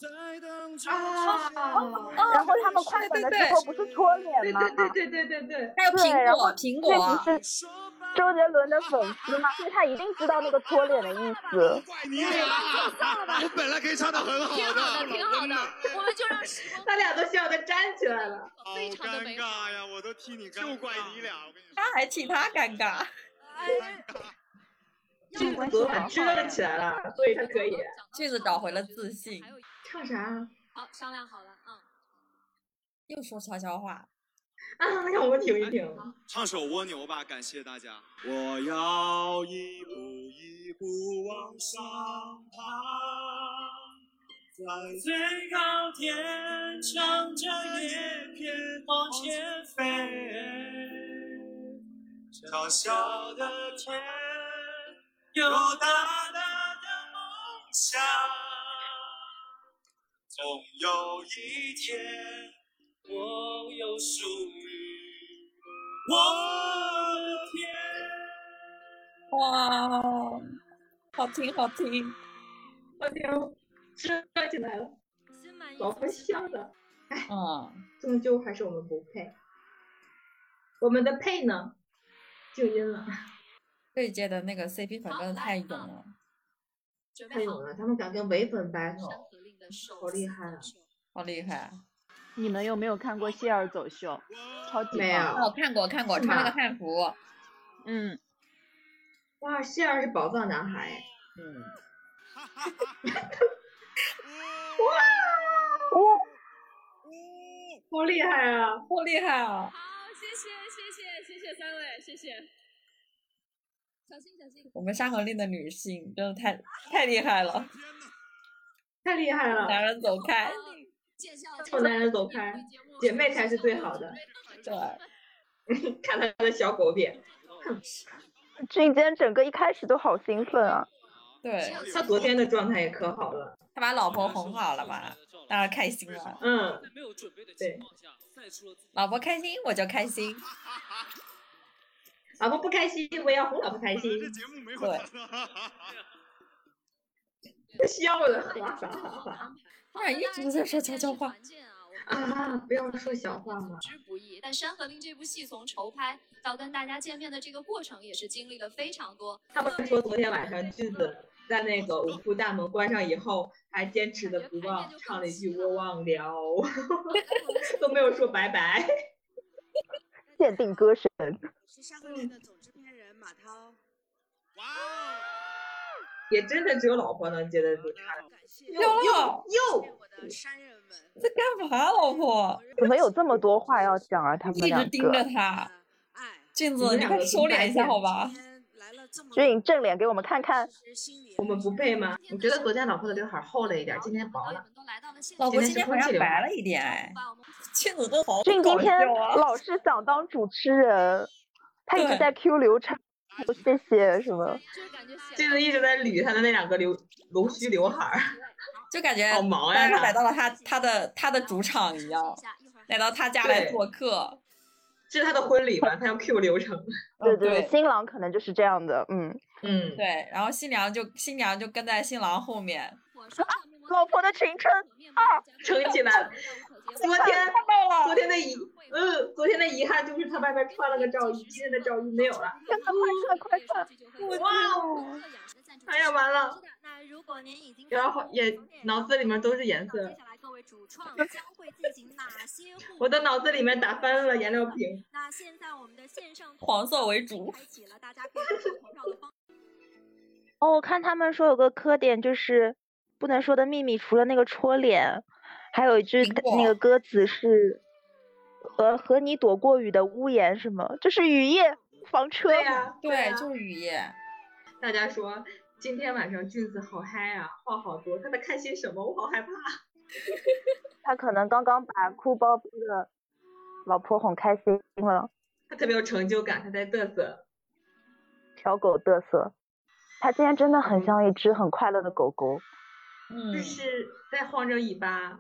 Speaker 1: 啊，
Speaker 9: 然后他们快本的
Speaker 2: 对对
Speaker 9: 时候不是戳脸
Speaker 1: 对
Speaker 9: 吗？
Speaker 1: 对对对对对对，
Speaker 2: 还有
Speaker 9: 对
Speaker 2: 苹
Speaker 9: 然后
Speaker 2: 果，苹
Speaker 9: 这
Speaker 2: 果，
Speaker 9: 不是周杰伦的粉丝吗？所以他一定知道那个戳脸的意思。
Speaker 36: 怪你俩，我本来可以唱的很好
Speaker 6: 挺好
Speaker 36: 的，
Speaker 6: 的，挺好的，我们就让时
Speaker 1: *laughs*
Speaker 6: 光
Speaker 1: 他俩都笑得站起来了。
Speaker 36: 好
Speaker 6: 非常的
Speaker 36: 尴
Speaker 6: 美好。
Speaker 36: 尬呀！我都替你尴尬，就怪你俩，我跟你
Speaker 2: 他还替他尴尬。
Speaker 6: 哎
Speaker 1: 这个昨晚支棱起来了，所以他可以
Speaker 2: 句子找回了自信
Speaker 6: 还有
Speaker 1: 唱啥啊
Speaker 6: 好，商量好了啊。
Speaker 2: 又说悄悄话，
Speaker 1: 啊？让我听一听。
Speaker 36: 唱首蜗牛吧，感谢大家。
Speaker 8: 我要一步一步往上爬，在最高天唱着叶片往前飞。小小的天，有大大的梦想，总有一天，我有属于我的天。
Speaker 2: 哇，好听好听，
Speaker 1: 我听，支棱起来了，
Speaker 6: 心满意
Speaker 1: 老婆
Speaker 6: 足。
Speaker 1: 笑的。
Speaker 2: 嗯，
Speaker 1: 终究还是我们不配。啊我们的配呢？静音了，
Speaker 2: 这一届的那个 CP 粉真的太勇了，
Speaker 6: 准
Speaker 1: 太
Speaker 6: 备
Speaker 1: 勇
Speaker 6: 好。
Speaker 1: 了，他们敢跟唯粉 battle，
Speaker 6: 山河令的手，
Speaker 1: 好厉害啊！
Speaker 2: 好厉害啊！
Speaker 39: 你们有没有看过谢尔走秀？超级
Speaker 1: 没
Speaker 39: 棒！
Speaker 1: 有
Speaker 2: 我哦看过看过，
Speaker 1: 啊是
Speaker 2: 穿了个
Speaker 1: 吗
Speaker 2: 汉服，
Speaker 39: 嗯，
Speaker 1: 哇，谢尔是宝藏男孩，
Speaker 2: 嗯
Speaker 1: 好厉害啊！
Speaker 2: 好厉害啊！
Speaker 6: 好，谢谢谢谢谢谢三位，谢谢。小心小心，
Speaker 2: 我们山河令的女性真的太太厉害了，
Speaker 1: 太厉害了，
Speaker 2: 男人走
Speaker 1: 哦
Speaker 2: 开，
Speaker 6: 见笑
Speaker 1: 臭男人走开，姐妹才是最好的。
Speaker 2: 对，
Speaker 1: 看他的小狗脸，
Speaker 9: 俊坚整个一开始都好兴奋啊！
Speaker 2: 对
Speaker 1: 他昨天的状态也可好了，
Speaker 2: 他把老婆哄好了吧，当然开心了，
Speaker 1: 嗯，
Speaker 5: 在没有准备的情况下，晒出了自己
Speaker 2: 老婆开心我就开心，
Speaker 1: 老婆不开心，我也要哄老婆开心，
Speaker 36: 这节目没有
Speaker 2: 对
Speaker 1: 笑的，哈哈哈哈
Speaker 6: 好
Speaker 2: 哎一直在说悄悄话。
Speaker 6: 那大家去团建啊我们
Speaker 1: 啊！不要说小话嘛，
Speaker 6: 之不易，但《山河令》这部戏从筹拍到跟大家见面的这个过程，也是经历了非常多。
Speaker 1: 他们说昨天晚上君子在那个舞库大门关上以后，还坚持的不忘唱了一句“我忘了”， *laughs* 都没有说拜拜。
Speaker 9: 限定歌神，
Speaker 40: 是山河令的总制片人马涛，
Speaker 36: 哇哦！
Speaker 1: 也真的只有老婆能接得住他。
Speaker 40: 感谢
Speaker 2: 哟哟
Speaker 40: 我的山人们，
Speaker 2: 在干嘛啊老婆？
Speaker 9: 怎么有这么多话要讲啊？他们
Speaker 2: 一直
Speaker 9: 两
Speaker 2: 盯着
Speaker 9: 个，
Speaker 2: 他，
Speaker 40: 哎，
Speaker 2: 镜
Speaker 1: 你
Speaker 2: 子
Speaker 1: 们
Speaker 2: 你
Speaker 1: 两
Speaker 2: 快
Speaker 1: 个
Speaker 2: 收
Speaker 1: 真白
Speaker 2: 敛一下
Speaker 1: 眼
Speaker 2: 好吧
Speaker 40: 今？天来了这么
Speaker 9: 君颖正脸给我们看看，
Speaker 40: 其实心里
Speaker 1: 我们不配吗？我觉得昨天老婆的刘海厚了一点，今天薄了。
Speaker 6: 们都来到了现
Speaker 2: 老
Speaker 6: 场，
Speaker 1: 今
Speaker 2: 婆
Speaker 1: 天是
Speaker 2: 今天好
Speaker 1: 空气
Speaker 2: 像
Speaker 1: 流嘛
Speaker 2: 白了一点哎，
Speaker 6: 把我们
Speaker 2: 镜子都好
Speaker 9: 俊今
Speaker 2: 搞
Speaker 9: 天
Speaker 2: 笑啊
Speaker 9: 老是想当主持人，他一直
Speaker 2: 对嗯
Speaker 9: 在 Q 流程，谢谢什么？
Speaker 6: 就是感觉
Speaker 1: 这个一直在捋他的那两个刘龙须刘海儿，
Speaker 2: 就感觉
Speaker 1: 好忙
Speaker 2: 大
Speaker 1: 呀
Speaker 2: 家来到了他他的他的主场一样，来到他家来
Speaker 1: 对
Speaker 2: 做客。
Speaker 1: 这是他的婚礼吧？他要 Q 流程。
Speaker 9: 对
Speaker 2: 嗯
Speaker 9: 对，
Speaker 2: 对
Speaker 9: 新郎可能就是这样的，嗯，
Speaker 1: 嗯，
Speaker 2: 对，然后新娘就新娘就跟在新郎后面，
Speaker 6: 火说上面
Speaker 2: 老婆的裙撑啊，
Speaker 1: 撑起来了。昨天
Speaker 2: 看到了，
Speaker 1: 昨天的遗，嗯，昨天的遗憾就是他外边穿了个罩衣，今天的罩衣没有了。
Speaker 2: 快看，快看！
Speaker 1: 哇哦！哎呀，完了。然后也脑子里面都是颜色。我的脑子里面打翻了颜料瓶。
Speaker 6: 那现在我们的线上
Speaker 3: 黄色为主。
Speaker 2: 哦，我看他们说有个科点就是不能说的秘密，除了那个戳脸，还有一句那
Speaker 3: 哦
Speaker 2: 个歌词是和和你躲过雨的屋檐什么，就是雨夜房车。
Speaker 1: 对呀、啊，
Speaker 3: 对，就是雨夜。
Speaker 1: 大家说今天晚上俊子好嗨啊，话好多，他在看些什么？我好害怕。 *laughs*
Speaker 2: 他可能刚刚把哭包包的老婆哄开心了。
Speaker 1: 他特别有成就感，他在嘚瑟。
Speaker 2: 小狗嘚瑟。它今天真的很像一只很快乐的狗狗，
Speaker 3: 嗯，
Speaker 1: 就是在晃着尾巴。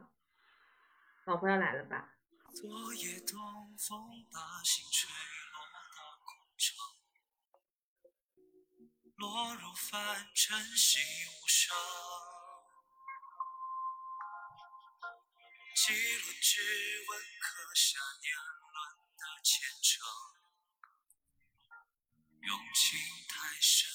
Speaker 1: 老婆要来了吧？
Speaker 5: 昨夜东风把心吹落到空中，落入凡尘洗无声。几轮指纹刻下年轮的前程，用情太深。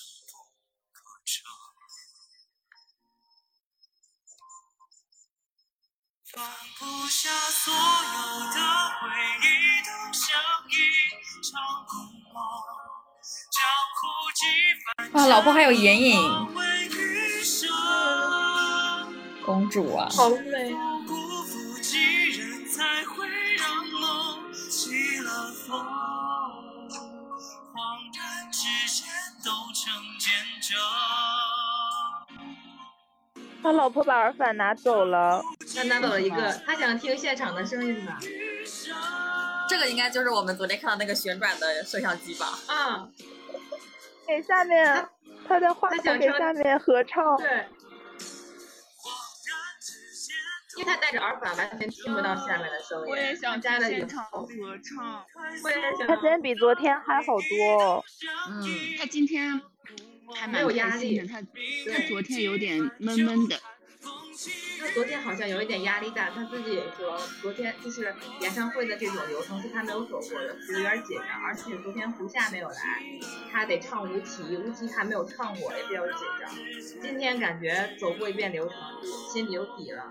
Speaker 5: 放不下所有的回忆，都像一场空梦，江湖几番。
Speaker 3: 哇，老婆还有眼影，公主啊，
Speaker 1: 好美。
Speaker 5: 不负几人才会让梦起了风，恍然之间都成见证。
Speaker 2: 他老婆把耳返拿走了，
Speaker 1: 他拿走了一个，他想听现场的声音呢。
Speaker 3: 这个应该就是我们昨天看到那个旋转的摄像机吧？
Speaker 1: 啊，
Speaker 2: 给下面他在话筒给下面合唱，
Speaker 1: 对，因为他戴着耳返，完全听不到下面的声音。
Speaker 9: 我也想
Speaker 1: 加了
Speaker 9: 现场合唱，
Speaker 1: 我也想。
Speaker 2: 他今天比昨天嗨好多、哦，
Speaker 3: 嗯，
Speaker 9: 他今天。还蛮开心的，他他昨天有点闷闷的。
Speaker 1: 他昨天好像有一点压力大，他自己也说，昨天就是演唱会的这种流程是他没有走过的，有点紧张。而且昨天胡夏没有来，他得唱无题，无题他没有唱过，也比较紧张。今天感觉走过一遍流程，心里有底了。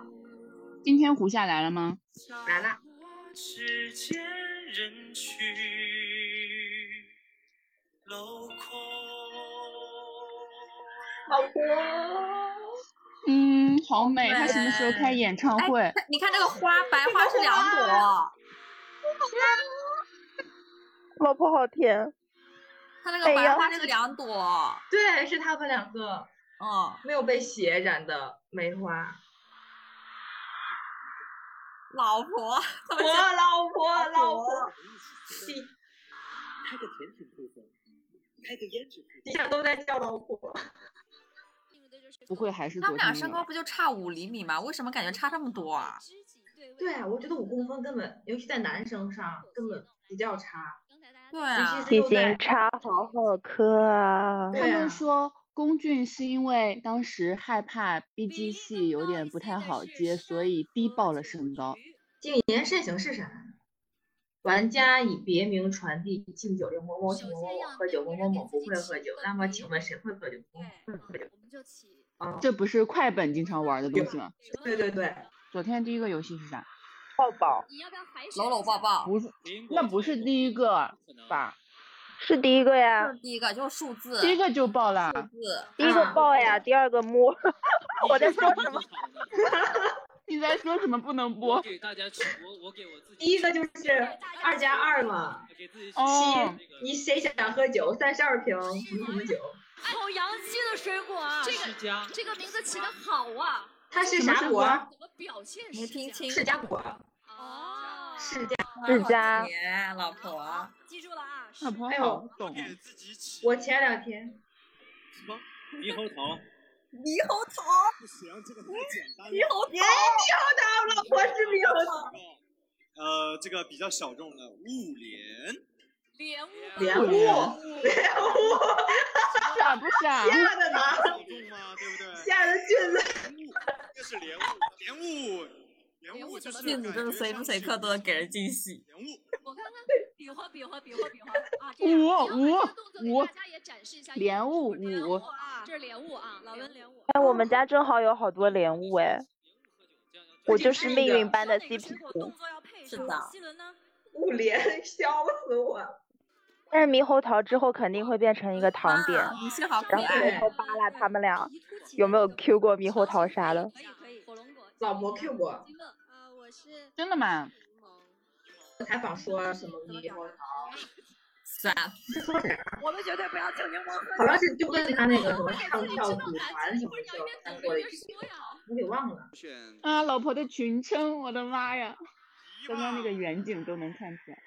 Speaker 9: 今天胡夏来了吗？
Speaker 1: 来了。
Speaker 5: 世间人去楼空。
Speaker 1: 老婆，
Speaker 9: 嗯，好美！她什么时候开演唱会？
Speaker 3: 哎、你看这个花，白花是两朵。
Speaker 2: 老婆好甜。
Speaker 3: 她那个白花是两朵。
Speaker 1: 对，是他们两个。
Speaker 3: 嗯，
Speaker 1: 没有被血染的梅花。
Speaker 3: 老婆，
Speaker 1: 我老婆，老婆。
Speaker 5: 开个甜品部分，开个胭脂部
Speaker 1: 分，下都在叫老婆。
Speaker 9: 不会还是
Speaker 3: 他们俩身高不就差五厘米吗？为什么感觉差这么多啊？
Speaker 1: 对啊，我觉得五公分根本，尤其在男生上根
Speaker 6: 啊
Speaker 1: 本不叫差。
Speaker 3: 对啊，
Speaker 2: 体型差好好磕啊！
Speaker 9: 他们说龚俊是因为当时害怕 B G 戏有点不太好接，所以低报了身高。
Speaker 1: 谨言慎行是啥？玩家以别名传递敬酒令某某请某某喝酒，某某某不会喝酒。那么请问谁会喝酒？会喝酒。
Speaker 9: 啊，这不是快本经常玩的东西吗？
Speaker 1: 对对对。
Speaker 9: 昨天第一个游戏是啥？
Speaker 2: 抱抱。
Speaker 3: 搂搂抱抱。
Speaker 9: 不是，那不是第一个
Speaker 5: 啊
Speaker 9: 吧？
Speaker 2: 是第一个呀。
Speaker 3: 第一个就是数字。
Speaker 9: 第一个就抱啦。
Speaker 3: 数字。嗯
Speaker 2: 第一个抱呀，第二个摸。我在说什么？
Speaker 9: *laughs* 你在说什么不能播？
Speaker 41: 我给大家直播，我给我自己。
Speaker 1: 第一个就是二加二嘛。
Speaker 9: 哦。
Speaker 1: 你谁想喝酒？三十二瓶什么酒？
Speaker 6: 好洋气的水果啊！这个这个名字起的好啊。
Speaker 1: 它是啥果？
Speaker 6: 怎么表现？
Speaker 3: 没听清。
Speaker 1: 释迦果。
Speaker 6: 哦。
Speaker 1: 释迦。
Speaker 2: 释迦。
Speaker 3: 哎老
Speaker 6: *laughs*
Speaker 3: 婆。
Speaker 6: 记住了啊。
Speaker 9: 老婆好懂。
Speaker 1: 哎我前两天。
Speaker 41: 什么？猕猴桃。
Speaker 3: 猕猴桃，
Speaker 41: 不行，这个太简单了。
Speaker 3: 猕猴桃，猕
Speaker 1: 猴桃，老婆是猕猴桃。
Speaker 8: 呃，这个比较小众的物联，
Speaker 6: 莲雾，
Speaker 1: 莲雾，莲雾，
Speaker 9: *laughs* 傻不傻？
Speaker 1: 吓得他，
Speaker 8: 小众吗？对不对？
Speaker 1: 吓得俊子，
Speaker 8: 这是莲雾，莲雾，莲雾就是
Speaker 2: 骗子真的随时随刻都能给人惊喜。
Speaker 8: 莲雾，
Speaker 6: 我看看，比划比划比划比划啊！这样，然后
Speaker 9: 五
Speaker 6: 把这个动作给
Speaker 9: 五
Speaker 6: 大家也展示一下。
Speaker 9: 莲雾
Speaker 6: 这是莲雾
Speaker 9: 五
Speaker 6: 啊，这是莲雾啊，老温莲雾。
Speaker 3: 哎，我们家正好有好多莲雾哎，我就是命运般的 CP
Speaker 6: 动
Speaker 3: 图。
Speaker 6: 作要配
Speaker 3: 是
Speaker 6: 上。
Speaker 3: 的
Speaker 6: 西伦呢？
Speaker 1: 五连，笑死我！
Speaker 3: 但是猕猴桃之后肯定会变成一个
Speaker 6: 啊
Speaker 3: 糖点，
Speaker 2: 你是好可
Speaker 3: 然后回
Speaker 2: 爱
Speaker 3: 头，扒拉他们俩有没有 Q 过猕猴桃啥的。
Speaker 1: 老婆 Q 我，
Speaker 42: 呃，我是
Speaker 9: 真的吗？
Speaker 1: 采访说什么猕猴桃？
Speaker 2: 算了，
Speaker 1: 说啥？
Speaker 42: 我们绝对不要证明我们
Speaker 1: 好像是就跟他那个什么
Speaker 6: 哎
Speaker 1: 唱跳组团什么的他过了一起，我给忘了。
Speaker 9: 啊，老婆的裙撑，我的妈呀！刚刚那个远景都能看出来。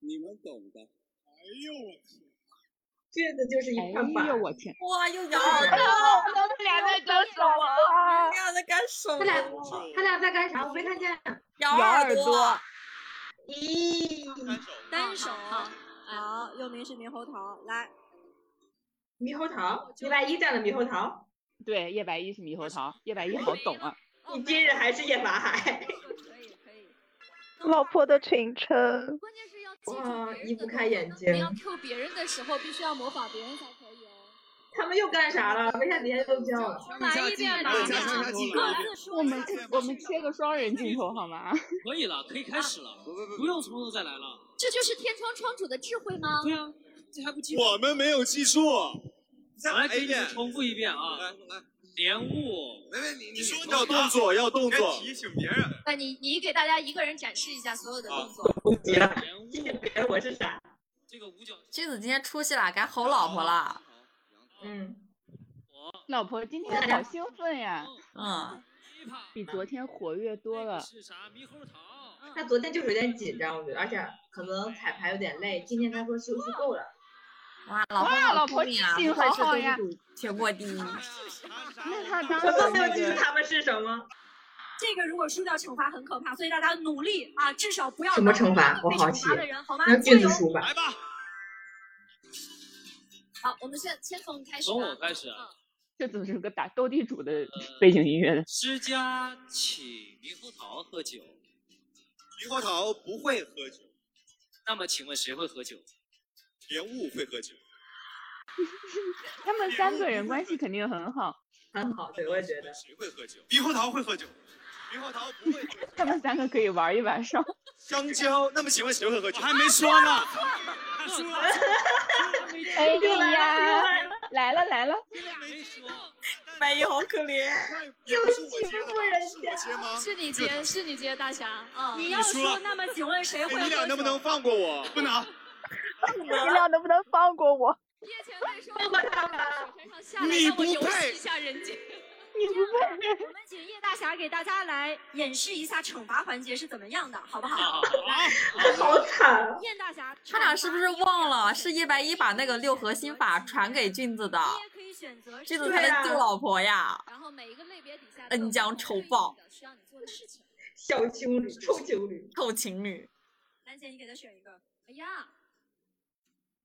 Speaker 8: 你们懂的。哎呦我去！
Speaker 1: 这个就是一块板。
Speaker 9: 哎呦我天！
Speaker 2: 哇，又咬
Speaker 9: 好
Speaker 2: 我
Speaker 1: 啊
Speaker 9: 疼
Speaker 2: 了！
Speaker 9: 他们俩在干什么？
Speaker 2: 他俩在干什么？
Speaker 1: 他俩他俩在干啥？我没看见。
Speaker 2: 咬耳朵。
Speaker 1: 咦，
Speaker 43: 单手，
Speaker 6: 啊哎
Speaker 43: 好，又名是猕猴桃，来，
Speaker 1: 猕猴桃，一百一站的猕猴桃，
Speaker 9: 对，叶百一是猕猴桃，叶百一好懂啊。
Speaker 6: 哦
Speaker 1: 你今日还是夜法海。
Speaker 3: 老婆的裙撑，
Speaker 1: 哇，移不开眼睛
Speaker 6: 你。要 Q 别人的时候，必须要模仿别人才可以哦。
Speaker 1: 他们又干啥了？为啥底下都叫了？
Speaker 6: 来一遍，
Speaker 9: 啊
Speaker 6: 来一
Speaker 5: 啊
Speaker 6: 遍，各自说。
Speaker 9: 我们我们切个双人镜头好吗？
Speaker 5: 可以了，可以开始了，不用从头再来了。
Speaker 6: 这就是天窗窗主的智慧吗？
Speaker 5: 对啊，这还不记住？
Speaker 8: 我们没有记住。再
Speaker 5: 我来
Speaker 8: 来
Speaker 5: 给
Speaker 8: 一
Speaker 5: 你
Speaker 8: 遍
Speaker 5: 们。重复一遍啊！
Speaker 8: 来来，
Speaker 5: 莲雾，
Speaker 8: 没没，你你说
Speaker 5: 你
Speaker 8: 要动作，要动作。
Speaker 5: 提
Speaker 8: 醒别人。
Speaker 6: 那哎你你给大家一个人展示一下所有的动
Speaker 1: 啊
Speaker 6: 作。
Speaker 5: 莲雾，
Speaker 1: 别我是傻。
Speaker 5: 这个五角
Speaker 2: 君子今天出息了，该吼老婆了。
Speaker 1: 嗯，
Speaker 9: 老婆今天好兴奋呀，
Speaker 2: 嗯，
Speaker 9: 哎比昨天活跃多了。
Speaker 5: 是啥？猕猴桃。
Speaker 1: 他昨天就是有点紧张，我觉得，而且可能彩排有点累。今天他说休息够了。
Speaker 2: 哇，老婆
Speaker 9: 哇，
Speaker 2: 好
Speaker 9: 老婆记
Speaker 2: 聪明啊，
Speaker 9: 性
Speaker 2: 不
Speaker 9: 好
Speaker 2: 愧是
Speaker 9: 好呀。
Speaker 2: 东主全国第
Speaker 8: 哎
Speaker 2: 一。
Speaker 9: 那他当
Speaker 1: 我都
Speaker 9: 时
Speaker 1: 没有
Speaker 9: 那
Speaker 1: 记住
Speaker 9: 个
Speaker 1: 他们是什么。
Speaker 43: 这个如果输掉惩罚很可怕，所以大家努力啊，至少不要
Speaker 1: 什么惩罚
Speaker 43: 当
Speaker 1: 我
Speaker 43: 被
Speaker 1: 好
Speaker 43: 惩罚
Speaker 1: 奇
Speaker 43: 的人好吗？
Speaker 1: 那
Speaker 43: 加
Speaker 1: 俊
Speaker 43: 油
Speaker 1: 子！输吧。
Speaker 8: 来吧，
Speaker 6: 好，我们先先从开始
Speaker 5: 从我
Speaker 6: 吧。
Speaker 5: 开始啊，
Speaker 9: 这怎么是个打斗地主的背景音乐呢？
Speaker 5: 施家请猕猴桃喝酒，
Speaker 8: 猕猴桃不会喝酒，
Speaker 5: 那么请问谁会喝酒？
Speaker 8: 莲雾会喝酒。
Speaker 9: *laughs* 他们三个人关系肯定很好，
Speaker 1: 很嗯好，对，我也觉得。
Speaker 8: 谁会喝酒？猕猴桃会喝酒，猕猴桃不会喝酒。
Speaker 9: *laughs* 他们三个可以玩一晚上。
Speaker 8: 香蕉，那么请问谁会喝酒？
Speaker 5: 我还没说呢，输了，
Speaker 9: 哎
Speaker 3: *laughs*
Speaker 9: 呀，来了来了，
Speaker 5: 没说，
Speaker 2: 白夜哎好可怜。
Speaker 8: 又是我接吗？是我接吗？
Speaker 6: 嗯是你接，是你接大侠啊！
Speaker 43: 你要
Speaker 8: 输了
Speaker 43: 输，那么请问谁
Speaker 8: 哎
Speaker 43: 会喝酒？
Speaker 8: 你俩能不能放过我？不能。
Speaker 3: 你俩能不能放过我？
Speaker 6: 叶前辈说，我从火车上下来，
Speaker 8: 你
Speaker 6: 让我
Speaker 8: 不
Speaker 6: 游
Speaker 8: 配
Speaker 6: 戏一下人间。
Speaker 43: 我们请叶大侠给大家来演示一下惩罚环节是怎么样的，好不
Speaker 5: 好
Speaker 43: 好？
Speaker 5: 好
Speaker 8: 哎
Speaker 5: 好，
Speaker 1: 好惨啊！
Speaker 43: 叶大侠，
Speaker 2: 他俩是不是忘了是叶白衣把那个六合心法传给俊子的？
Speaker 43: 你也可以选择
Speaker 2: 俊子才能
Speaker 43: 啊
Speaker 2: 救老婆呀！
Speaker 6: 然后每一个类别底下，
Speaker 2: 恩将仇报，
Speaker 43: 嗯
Speaker 8: 嗯
Speaker 6: 是让你做的事情。
Speaker 1: 小情侣，臭情侣，
Speaker 2: 臭情侣，
Speaker 43: 丹姐，你给他选一个。
Speaker 6: 哎呀，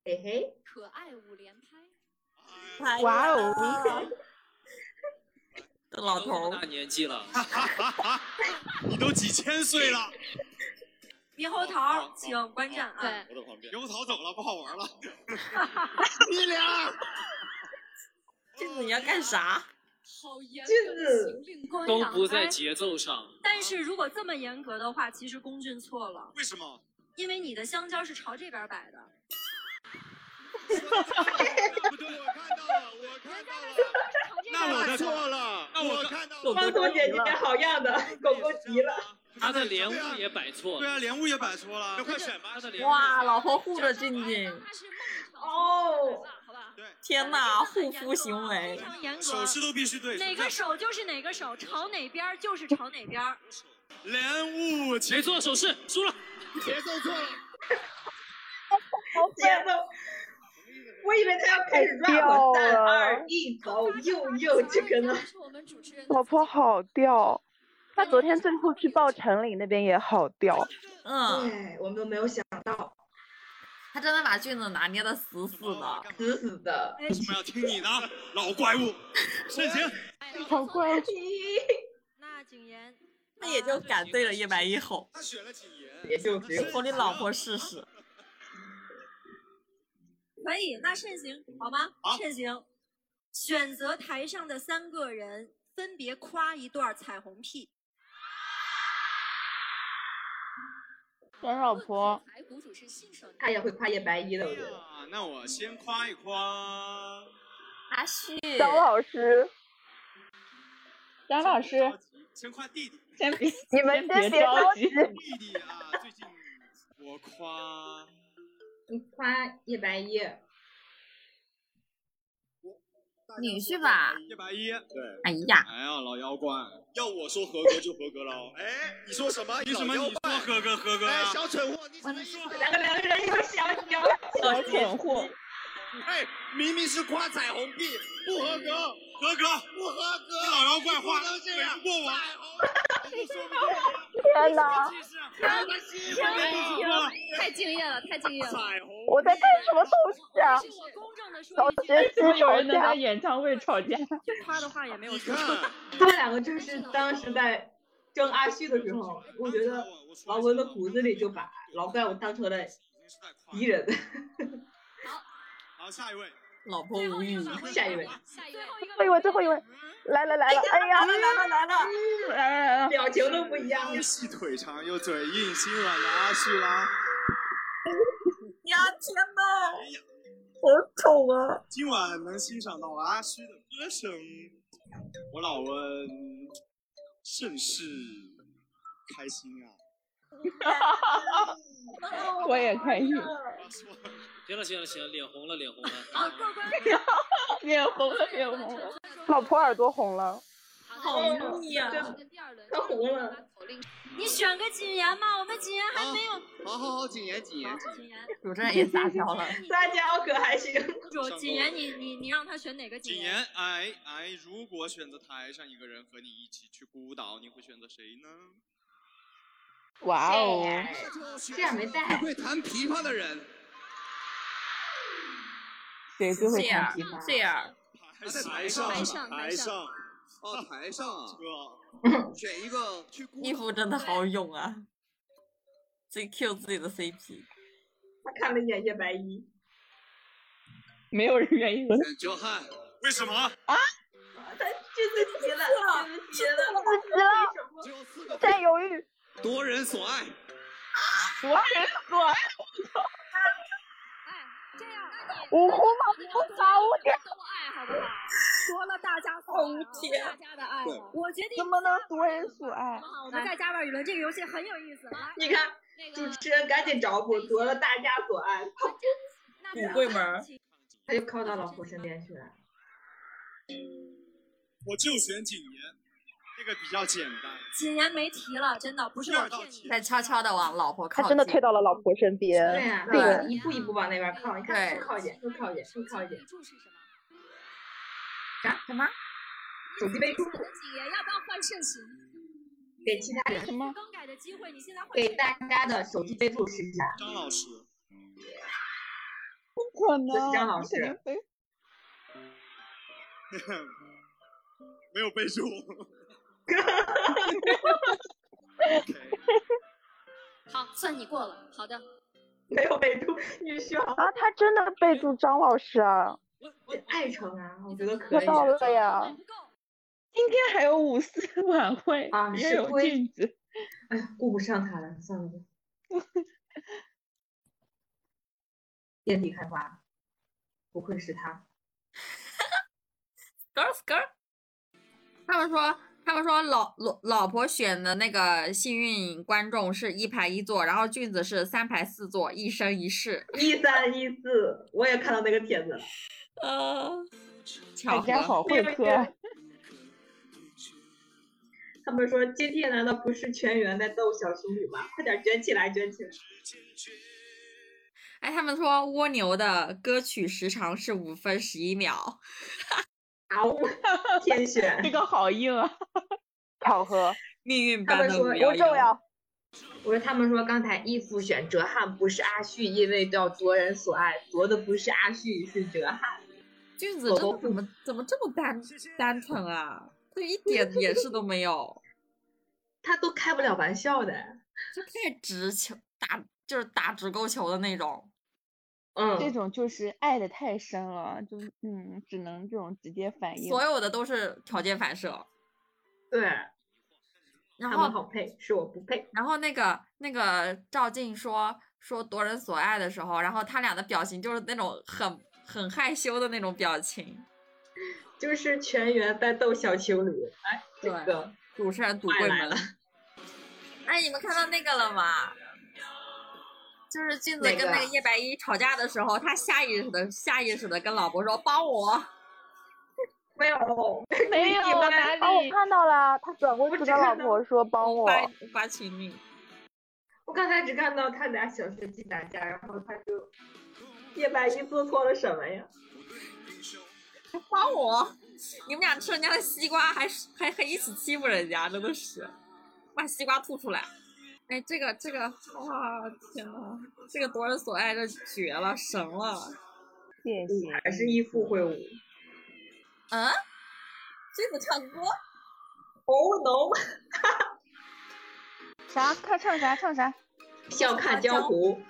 Speaker 1: 嘿嘿，
Speaker 6: 可爱五连拍，
Speaker 9: 哇哦！ *laughs*
Speaker 2: 这 *laughs* 老头
Speaker 5: 大
Speaker 2: 儿
Speaker 5: 年纪了，
Speaker 8: 你都几千岁了，
Speaker 43: 猕猴桃，请观战啊！
Speaker 6: 对，
Speaker 8: 我的旁边。猕猴桃走了，不好玩了。
Speaker 5: 你俩
Speaker 2: 俊子你要干
Speaker 8: 哦
Speaker 2: 啥？
Speaker 6: 好严
Speaker 1: 格
Speaker 6: 格
Speaker 1: 的行
Speaker 6: 的行令规
Speaker 5: 都
Speaker 6: 章。
Speaker 5: 不在节奏上。
Speaker 43: 哎
Speaker 6: 哎
Speaker 43: 但是如果这么严格的话，其实公俊错了，
Speaker 8: 为什么？ *laughs*
Speaker 43: 因为你的香蕉是朝这边摆的。
Speaker 8: 不对，我看到了，我看到了。那我错了，
Speaker 5: 那我
Speaker 8: 看到
Speaker 5: 我
Speaker 44: 们
Speaker 1: 方
Speaker 44: 都
Speaker 1: 总姐姐
Speaker 44: 急了
Speaker 1: 好样的，狗狗急了。
Speaker 5: 他的莲雾也摆错
Speaker 8: 对
Speaker 5: 了，
Speaker 8: 啊，莲雾也摆错了，那快选吧
Speaker 5: 他。的莲雾
Speaker 2: 哇，老婆护着俊俊，
Speaker 6: 他是梦一场
Speaker 1: 哦，
Speaker 6: 好吧？
Speaker 2: 天呐，护肤行为
Speaker 43: 非。常严格，
Speaker 8: 手势都必须对。
Speaker 43: 哪个手就是哪个手，朝哪边儿就是朝哪边儿。
Speaker 8: 莲雾，
Speaker 5: 谁做手势输了？
Speaker 8: 节奏错了。
Speaker 1: 节奏。我以为他要开始 rap，
Speaker 3: 掉
Speaker 1: 三
Speaker 3: 了
Speaker 1: 二一，走，又又这个呢？
Speaker 6: 是我们主持人。
Speaker 3: 老婆好掉，他昨天最后去报城里那边也好掉，
Speaker 1: *laughs*
Speaker 2: 嗯，
Speaker 1: 对，哎我们都没有想到，
Speaker 2: 他真的把俊子拿捏的死死的。
Speaker 1: 死死的。
Speaker 43: 哎
Speaker 8: 为，什么要听你的，老怪物？慎行，
Speaker 6: 哎
Speaker 4: 好怪
Speaker 1: 物！
Speaker 45: 那景
Speaker 2: *laughs*
Speaker 45: 言，
Speaker 2: 他也
Speaker 6: 呃
Speaker 2: 就敢对着叶白衣吼。
Speaker 8: 他选了景言，
Speaker 1: 也就只有
Speaker 2: 说你老婆试试。
Speaker 45: 可以，那慎行好吗？慎行，选择台上的三个人分别夸一段彩虹屁。
Speaker 46: 选老婆，
Speaker 1: 他也会夸叶白衣的，我觉
Speaker 2: 哎
Speaker 1: 得。
Speaker 8: 啊，那我先夸一夸
Speaker 47: 阿旭，
Speaker 4: 张老师，
Speaker 46: 张老师，
Speaker 8: 先夸弟弟，
Speaker 46: 先别，
Speaker 4: *laughs* 你们
Speaker 46: 别
Speaker 4: 先别着
Speaker 46: 急，
Speaker 8: 弟弟啊，最近我夸
Speaker 1: 你夸叶白衣，
Speaker 47: 女婿吧？
Speaker 8: 叶白衣，对，
Speaker 47: 哎呀，
Speaker 8: 哎呀，老妖怪，
Speaker 9: 要我说合格就合格了哦。
Speaker 8: 哎，
Speaker 9: 你说什么？
Speaker 8: 凭什么
Speaker 9: 老
Speaker 8: 你
Speaker 9: 妖怪
Speaker 8: 说合格合格
Speaker 9: 哎，
Speaker 8: 呀？
Speaker 9: 小蠢货，你怎么说？
Speaker 1: 两个两个人又相交，
Speaker 2: 小蠢货，
Speaker 9: 哎，明明是夸彩虹屁，不合格，
Speaker 8: 合格，
Speaker 9: 不合格！
Speaker 8: 你老妖怪话
Speaker 9: 不能这
Speaker 8: 怼
Speaker 9: 样
Speaker 8: 不，过我，
Speaker 9: 彩虹，你说不过
Speaker 4: 天哪！
Speaker 9: 我，我心
Speaker 6: 行太敬业了，太敬业了。
Speaker 8: 彩虹，
Speaker 4: 我在干什么东西啊？
Speaker 6: 是我公正的说
Speaker 4: 老
Speaker 6: 一句，
Speaker 4: 学习
Speaker 46: 我有
Speaker 4: 吵
Speaker 46: 人能在
Speaker 4: 架，
Speaker 46: 演唱会吵架。
Speaker 45: 夸的话也没有
Speaker 9: 你
Speaker 45: 说。
Speaker 9: 看，
Speaker 1: 他们两个就是当时在争阿旭的时候，我觉得王文的骨子里就把老怪物当成了敌人。
Speaker 8: 好，下一位，
Speaker 2: 老婆无语。
Speaker 1: 下
Speaker 45: *laughs*
Speaker 1: 一位，
Speaker 6: 下一
Speaker 4: 最
Speaker 6: 位，
Speaker 4: 后一位，最后一位，来了来了，哎呀，
Speaker 1: 来了来了，
Speaker 46: 来了来了，
Speaker 1: 表情都不一样
Speaker 8: 又
Speaker 1: 了。
Speaker 8: 细腿长又嘴硬，心软的阿旭啦。
Speaker 45: 哎呀天呐，
Speaker 8: 哎呀，
Speaker 45: 好丑啊！
Speaker 8: 今晚能欣赏到阿虚的歌声，我老温甚是开心啊！
Speaker 46: 我也可以。
Speaker 48: 行了行了行了，脸红了脸红了。
Speaker 9: 啊
Speaker 46: 脸红了，脸红了。
Speaker 4: 老婆耳朵红了，
Speaker 45: 好腻呀！
Speaker 1: 他红了，
Speaker 45: 你选个景言嘛，我们景言还没有。
Speaker 9: 好好好，谨言谨言。
Speaker 45: 好，景言，
Speaker 2: 主持人也撒娇了，
Speaker 1: *laughs* 撒娇可还行？
Speaker 45: 主景言，你你你让他选哪个
Speaker 8: 谨
Speaker 45: 言？
Speaker 8: 言，哎哎，如果选择台上一个人和你一起去孤岛，你会选择谁呢？
Speaker 46: 哇哦，
Speaker 8: 哎
Speaker 1: 这样没带
Speaker 9: 会弹琵琶的人，
Speaker 46: 谁最会
Speaker 47: 这
Speaker 46: 弹
Speaker 47: 样
Speaker 46: 琵琶？
Speaker 47: 这样，
Speaker 9: 啊
Speaker 8: 哎
Speaker 9: 在台上，
Speaker 45: 台上台上
Speaker 9: 上，哦，台上啊，
Speaker 8: 哥，
Speaker 9: 选一个去孤
Speaker 2: 衣服真的好勇啊！自己 Q 自己的 CP，
Speaker 1: 他看了一眼叶白衣，
Speaker 46: 没有人愿意问。
Speaker 9: 选彪悍，
Speaker 8: 为什么？
Speaker 1: 他这次急了，这次急了，
Speaker 4: 急了，
Speaker 9: 只有四个字，
Speaker 4: 在犹
Speaker 2: *laughs*
Speaker 4: 豫，
Speaker 9: 夺人所爱。
Speaker 46: 多人多爱，
Speaker 6: 这样，那你
Speaker 4: 五湖嘛，不法无天，
Speaker 6: 都爱好不好？
Speaker 45: 说了大家好
Speaker 6: 无
Speaker 45: 天，
Speaker 6: 大家的爱
Speaker 9: 对
Speaker 6: 好。
Speaker 45: 我决定
Speaker 4: 怎么能夺人所爱？
Speaker 45: 好，我们再加点语文，这个游戏很有意思。啊来，
Speaker 1: 你看
Speaker 6: 那个
Speaker 1: 主持人赶紧找补，夺了大家所爱，
Speaker 6: 那
Speaker 2: 骨贵门儿
Speaker 1: 他就靠到老婆身边去了。
Speaker 8: 我就选谨言，这个比较简单。
Speaker 45: 景言没提了，真的不是
Speaker 8: 第
Speaker 45: 我
Speaker 8: 二道
Speaker 45: 骗你
Speaker 8: 题
Speaker 45: 的。
Speaker 2: 再悄悄的往老婆靠
Speaker 4: 他
Speaker 2: 近。
Speaker 4: 真的退到了老婆身
Speaker 1: 对
Speaker 4: 边，
Speaker 1: 呀、
Speaker 2: 对
Speaker 1: 一步一步往那边靠，你看
Speaker 2: 对
Speaker 1: 更靠一点，更靠一点，更靠一点。
Speaker 6: 是什么？
Speaker 1: 啥什么？手机被注
Speaker 45: 我的景言要不要换盛行？
Speaker 1: 给其他人，
Speaker 46: 什么？
Speaker 45: 更改的机会，你现在换
Speaker 1: 给大家的手机备注试一下。
Speaker 8: 张老师， *laughs*
Speaker 46: 不可能！
Speaker 1: 张老师
Speaker 46: 肯定非
Speaker 8: 没有备注。
Speaker 6: 好，算你过了。好的，
Speaker 1: 没有备注，女婿好
Speaker 4: 啊，他真的备注张老师啊，
Speaker 1: 爱成啊，我觉得可
Speaker 4: 喝
Speaker 1: 以。
Speaker 4: 到了呀，
Speaker 6: 不够。
Speaker 46: 今天还有五四晚会，
Speaker 1: 啊
Speaker 46: 也
Speaker 1: 是
Speaker 46: 有
Speaker 1: 会
Speaker 46: 镜子。
Speaker 1: 哎呀，顾不上他了，算了
Speaker 46: *laughs*
Speaker 1: 吧。遍地开花，不愧是他。
Speaker 2: girl girl，他们说他们说老老老婆选的那个幸运观众是一排一座，然后俊子是三排四座，一生一世。
Speaker 1: 一三一四，我也看到那个帖子了。
Speaker 2: 呃，
Speaker 46: 啊
Speaker 2: *laughs* 巧
Speaker 46: 大家
Speaker 2: 合。
Speaker 46: 好会磕啊，
Speaker 1: *laughs* 他们说今天难道不是全员在逗小情侣吗？快点卷起来，卷起来！
Speaker 2: 哎，他们说蜗牛的歌曲时长是五分十一秒，
Speaker 1: 啊呜，天
Speaker 46: *laughs*
Speaker 1: 选
Speaker 46: 这个好硬
Speaker 9: *laughs*
Speaker 46: 啊！
Speaker 4: 巧合，
Speaker 2: 命运
Speaker 1: 他们
Speaker 2: 般的
Speaker 1: 说
Speaker 2: 无
Speaker 1: 不
Speaker 4: 不
Speaker 2: 聊
Speaker 4: 重
Speaker 2: 有。
Speaker 4: 要，
Speaker 1: 我说他们说刚才义父选哲翰不是阿旭，因为叫夺人所爱，夺的不是阿旭是哲翰。
Speaker 2: 俊子
Speaker 1: 狗
Speaker 2: 真
Speaker 1: 狗
Speaker 2: 的怎么怎么这么单单纯啊？对，一点掩饰都没有，
Speaker 1: 他都开不了玩笑的，
Speaker 2: 就太直球打，就是打直勾球的那种。
Speaker 1: 嗯，
Speaker 9: 这种就是爱的太深了，就嗯，只能这种直接
Speaker 1: 哎
Speaker 9: 反应。
Speaker 2: 所有的都是条件反射。
Speaker 1: 对，
Speaker 2: 然
Speaker 1: 他们
Speaker 2: 后
Speaker 1: 好配，是我不配。
Speaker 2: 然后那个那个赵静说说夺人所爱的时候，然后他俩的表情就是那种很很害羞的那种表情。
Speaker 1: 就是全员在斗小情侣，哎，这
Speaker 2: 对
Speaker 1: 个
Speaker 2: 主持人赌
Speaker 1: 快
Speaker 2: 贵
Speaker 1: 来
Speaker 2: 门
Speaker 1: 了。
Speaker 2: 哎，你们看到那个了吗？就是俊子
Speaker 1: 哪
Speaker 2: 跟那
Speaker 1: 个
Speaker 2: 个叶白衣吵架的时候，他下意识的下意识的跟老婆说帮
Speaker 8: *laughs*
Speaker 2: 我，
Speaker 1: 没有，
Speaker 9: 没
Speaker 1: *laughs*
Speaker 9: 有
Speaker 1: 你们
Speaker 9: 哪
Speaker 8: 哦，我
Speaker 9: 里？
Speaker 8: 看到了，他转过去
Speaker 1: 只
Speaker 8: 跟老
Speaker 1: 看到
Speaker 8: 婆说帮我。
Speaker 2: 无法情侣。
Speaker 1: 我刚才只看到他俩小学鸡打架，然后他就叶白衣做错了什么呀？
Speaker 2: 帮我！你们俩吃人家的西瓜还是还还一起欺负人家，真的是把西瓜吐出来！哎，这个这个，哇，天呐，这个夺人所爱，这绝了，神了！
Speaker 9: 谢谢。
Speaker 1: 还是一副会哦舞。
Speaker 2: 嗯，这子唱歌，
Speaker 1: Oh no！
Speaker 9: 啥？他唱啥？唱啥？
Speaker 1: 笑看江湖，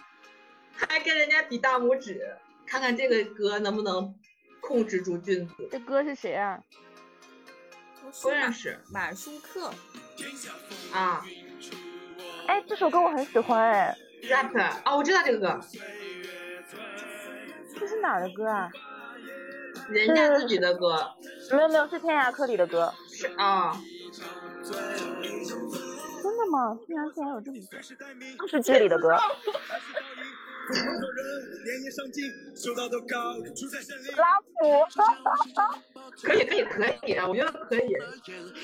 Speaker 1: 还跟人家比大拇指，看看这个歌能不能控制住俊子。
Speaker 9: 这歌是谁啊？
Speaker 1: 不认识
Speaker 2: 满舒克
Speaker 1: 啊
Speaker 8: 哎，这首歌我很喜欢哎，
Speaker 1: ，rap 啊，我知道这个歌，
Speaker 8: 这是哪儿的歌啊？
Speaker 1: 人家自己的歌
Speaker 8: 没有没有，是天涯客里的歌。
Speaker 1: 是啊，
Speaker 9: 真的吗？天涯竟然有这么多？
Speaker 8: 是这里的歌。拉普，
Speaker 1: 可以可以可以，啊我觉得可以。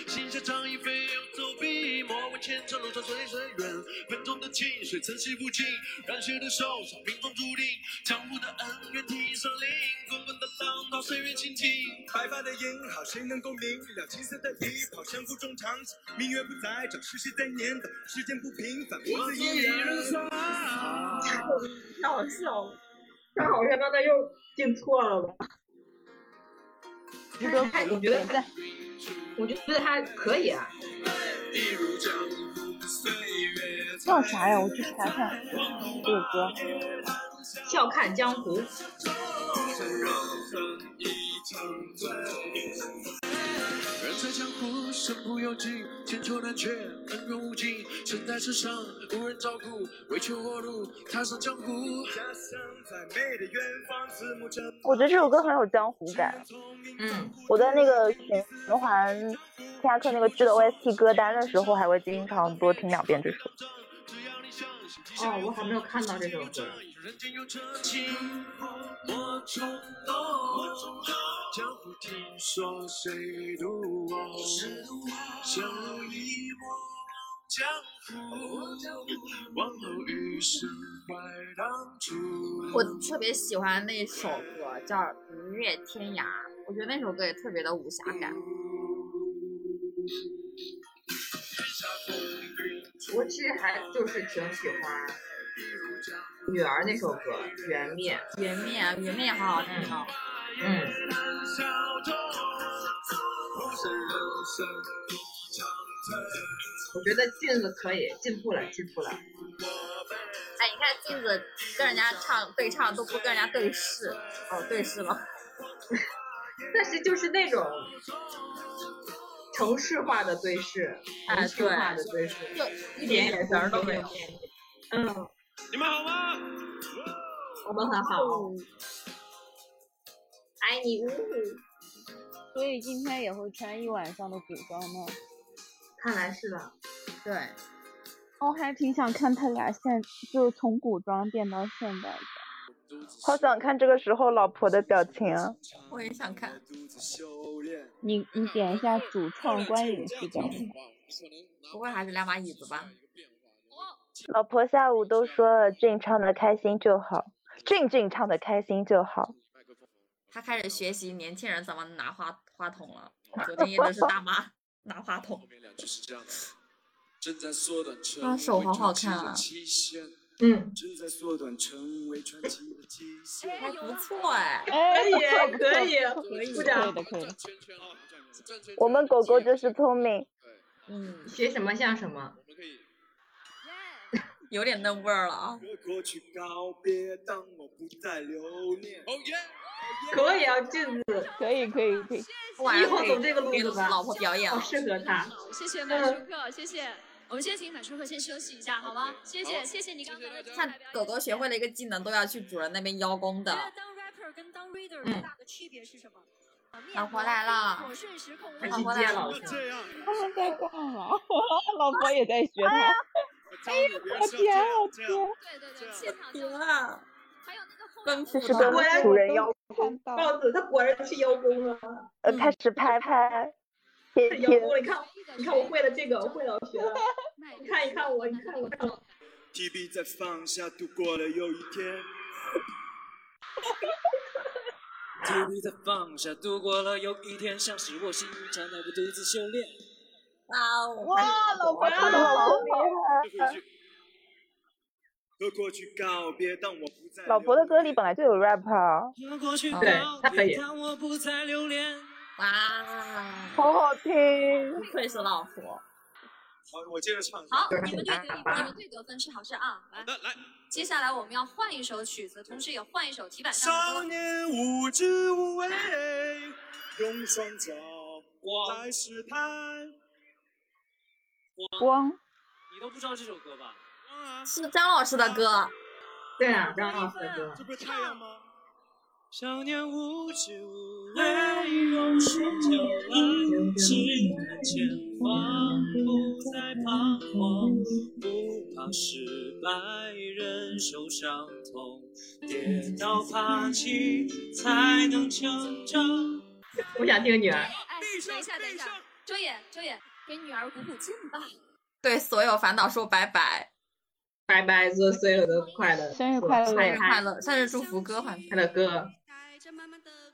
Speaker 5: 心下仗义飞扬走壁，莫问前程路上谁谁远。分钟的情水曾洗不尽，染血的手掌命中注定。江湖的恩怨替生灵，滚滚的浪淘岁月倾听。白发的银好，谁能够明了？青色的皮袍，相互衷肠。明月不在掌，世事在年头，世间不平凡，我自一人伤。
Speaker 1: 太好笑了，他好像刚才又进错了吧？
Speaker 9: 值得
Speaker 1: 哎，
Speaker 9: 鼓
Speaker 1: 我
Speaker 9: 励
Speaker 1: 觉得
Speaker 9: 点
Speaker 1: 他
Speaker 9: 赞。，
Speaker 1: 我觉得他可以啊。
Speaker 9: 叫啥呀？我去查查这个歌。
Speaker 1: 笑看江湖，
Speaker 5: 人在江湖，身不由己，千秋难却，恩怨无尽。身在世上，无人照顾，为求活路，踏上江湖。家乡在美的远方，字幕正
Speaker 8: 我觉得这首歌很有江湖感。
Speaker 1: 嗯，
Speaker 8: 我在那个循环《天涯客》那个剧的 OST 歌单的时候，还会经常多听两遍这首。
Speaker 1: 哦，我还没有看到这首歌。
Speaker 5: 莫冲动，江湖听说谁渡我，相濡以沫江湖，往后余生怀当初。
Speaker 2: 我特别喜欢那首歌叫《如月天涯》，我觉得那首歌也特别的武侠感。
Speaker 1: 我其实还就是挺喜欢女儿那首歌《缘灭》，
Speaker 2: 圆面，圆面也好好听哦。
Speaker 1: 嗯，我觉得俊子可以进步了，进步了。
Speaker 2: 哎，你看镜子跟人家唱对唱都不跟人家对视，哦，对视了。
Speaker 1: 但是就是那种城市化的对视，
Speaker 2: 哎
Speaker 1: 城市化的对
Speaker 2: 对
Speaker 1: 视，
Speaker 2: 就
Speaker 1: 一点眼神儿都没有。嗯，
Speaker 5: 你们好吗？
Speaker 1: 我们很好，
Speaker 2: 哦
Speaker 1: 爱你。
Speaker 9: 所以今天也会穿一晚上的古装吗？
Speaker 1: 看来是的，
Speaker 2: 对，
Speaker 9: 我还挺想看他俩现，就从古装变到现代的。
Speaker 8: 好想看这个时候老婆的表情啊！
Speaker 2: 我也想看。
Speaker 9: 你你点一下主创观影视角。
Speaker 2: 不会还是两把椅子吧？
Speaker 8: 老婆下午都说了，俊唱的开心就好，俊俊唱的开心就好。
Speaker 2: 他开始学习年轻人怎么拿话话筒了。昨天一直是大妈 *laughs* 拿话筒。
Speaker 5: 就是这样的。正在缩短
Speaker 2: 啊手好好看啊
Speaker 1: 嗯，
Speaker 8: 正在缩短成为传奇的期限。
Speaker 2: 还不错哎，
Speaker 3: 可 *laughs* 以，可以，
Speaker 49: 可以
Speaker 3: 鼓掌。
Speaker 49: 的，可以的。
Speaker 50: 我们狗狗就是聪明，
Speaker 1: 嗯， *laughs* 学什么像什么。
Speaker 2: 有点那味儿了啊。
Speaker 8: 和过去告别，当我不再留恋。哦耶！
Speaker 1: 可以啊，镜子，
Speaker 51: 可以可以可以。
Speaker 1: 以后走这个路
Speaker 2: 给
Speaker 1: 子吧，哦
Speaker 2: 老婆表演
Speaker 1: 好
Speaker 2: 了。
Speaker 1: 适合他。
Speaker 6: 谢谢
Speaker 50: 嗯
Speaker 6: 满舒克，谢谢。我们先请满舒克先休息一下，好吗？谢谢，谢谢你刚才的精彩
Speaker 2: 看
Speaker 6: 表演。
Speaker 2: 狗狗学会了一个技能，都要去主人那边邀功
Speaker 6: 觉
Speaker 2: 的。
Speaker 6: 得当 rapper 跟当 reader 最大的区别是什么？啊
Speaker 2: 老婆来了
Speaker 6: 火顺时控，
Speaker 1: 还是接老婆。
Speaker 49: 他在干嘛？老婆也在学他。
Speaker 8: 哎呀，
Speaker 49: 我天，我天！
Speaker 6: 对对对，现场就
Speaker 2: 行了，
Speaker 6: 还有那个后
Speaker 2: 奔
Speaker 6: 面
Speaker 2: 赴
Speaker 50: 这是
Speaker 2: 了
Speaker 50: 跟
Speaker 3: 果然
Speaker 50: 主人邀，
Speaker 49: 看到
Speaker 3: 豹子他果然去邀功了，
Speaker 1: 啊
Speaker 50: 呃，
Speaker 1: 嗯
Speaker 50: 开始拍拍，贴
Speaker 3: 他邀
Speaker 50: 贴
Speaker 3: 功。了。你看，你看我会了这个，我会了，我学了。你看，你看我，你看我。
Speaker 8: 提笔在放下度过了又一天。
Speaker 5: 提笔在放下，度过了又一天，像是我心常态的独自修炼。
Speaker 2: 哇哦，
Speaker 49: 哇，老婆
Speaker 50: 真的好厉
Speaker 2: *laughs*
Speaker 50: 害！
Speaker 8: 和过去告别，当我不再
Speaker 50: 老婆的歌里本来就有 rap 啊，
Speaker 5: 和过去
Speaker 1: 对他可以
Speaker 5: 让我不再留恋。
Speaker 2: 哇，
Speaker 50: 好好听。
Speaker 2: 不愧是老婆。
Speaker 8: 我我接着唱。
Speaker 6: 好，你们对得你们对得分是好是啊？来，
Speaker 8: 的，来。
Speaker 6: 接下来我们要换一首曲子，同时也换一首题板上的
Speaker 8: 少
Speaker 6: 歌。
Speaker 8: 年无知无畏，用双脚
Speaker 5: 光，
Speaker 8: 来试探。
Speaker 51: 光，
Speaker 5: 你都不知道这首歌吧？
Speaker 8: 啊
Speaker 2: 是张老师的歌，
Speaker 1: 对啊，张老师的歌。
Speaker 8: 这不是太阳吗？
Speaker 5: 少年无知无畏，用双脚来试探前方，不再彷徨，不怕失败，忍受伤痛，跌倒爬起才能成长。
Speaker 1: 我想听女儿。
Speaker 6: 哎，等一下，等一下，周也，周也，给女儿鼓鼓劲吧。
Speaker 2: 对所有烦恼说拜拜，
Speaker 1: 拜拜，祝所有的快乐，
Speaker 51: 生日快乐
Speaker 1: 嗨
Speaker 2: 生日快
Speaker 1: 嗨，
Speaker 2: 乐，生日祝福歌环节。
Speaker 1: 他的歌。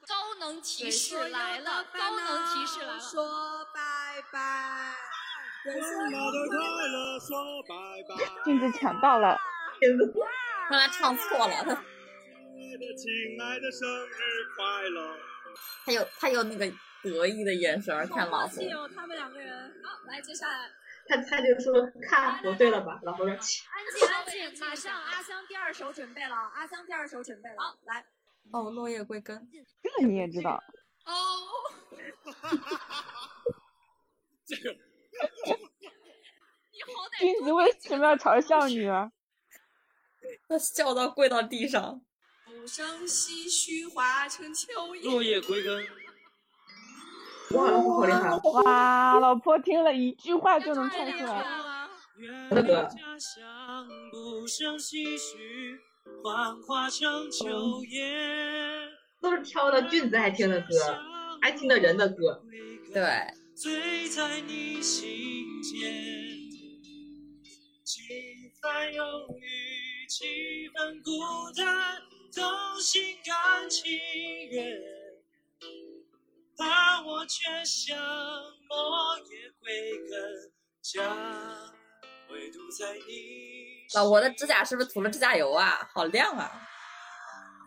Speaker 6: 高能提示来了，高能提示来了。
Speaker 9: 说拜拜。
Speaker 8: 烦恼的快乐说拜拜。
Speaker 51: 镜子抢到了，
Speaker 2: 刚才唱错了， *laughs* 他
Speaker 8: 亲爱的，生日快乐！
Speaker 2: 他有他有那个得意的眼神儿看老婆。
Speaker 6: 哦，他们两个人。好，来，接下来
Speaker 3: 他他就说看
Speaker 1: 哦
Speaker 3: 我对了吧？老婆说切
Speaker 6: 安
Speaker 52: 静
Speaker 6: 静
Speaker 52: 安
Speaker 6: 安
Speaker 52: 静
Speaker 6: 静，
Speaker 52: 马上
Speaker 6: 马上
Speaker 52: 阿
Speaker 6: 啊！
Speaker 52: 香第二首准备了，啊阿香第二首准备了，好，来，
Speaker 2: 哦，落叶归根。
Speaker 51: 这你也知道？
Speaker 6: 哦，你好歹
Speaker 51: 镜子为什么要嘲笑女
Speaker 2: *laughs*
Speaker 51: 儿？
Speaker 2: 他笑到跪到地上。
Speaker 9: 无声唏嘘化成秋叶。
Speaker 5: 落叶归根，
Speaker 1: 哇，老婆好厉害！
Speaker 51: 哇，老婆听了一句话就能
Speaker 6: 看
Speaker 51: 唱出来，
Speaker 9: 啊
Speaker 6: 了。
Speaker 5: 远
Speaker 1: 我的歌
Speaker 5: 离家乡，不胜唏嘘，幻化成秋叶。
Speaker 1: 都是挑的俊子爱听的歌，爱听的人的歌。
Speaker 2: 对，
Speaker 5: 醉在你心间，几番忧郁，几番孤单，动心甘情愿，而我却像落叶归根，家唯独在你。
Speaker 2: 老婆的指甲是不是涂了指甲油啊？好亮啊！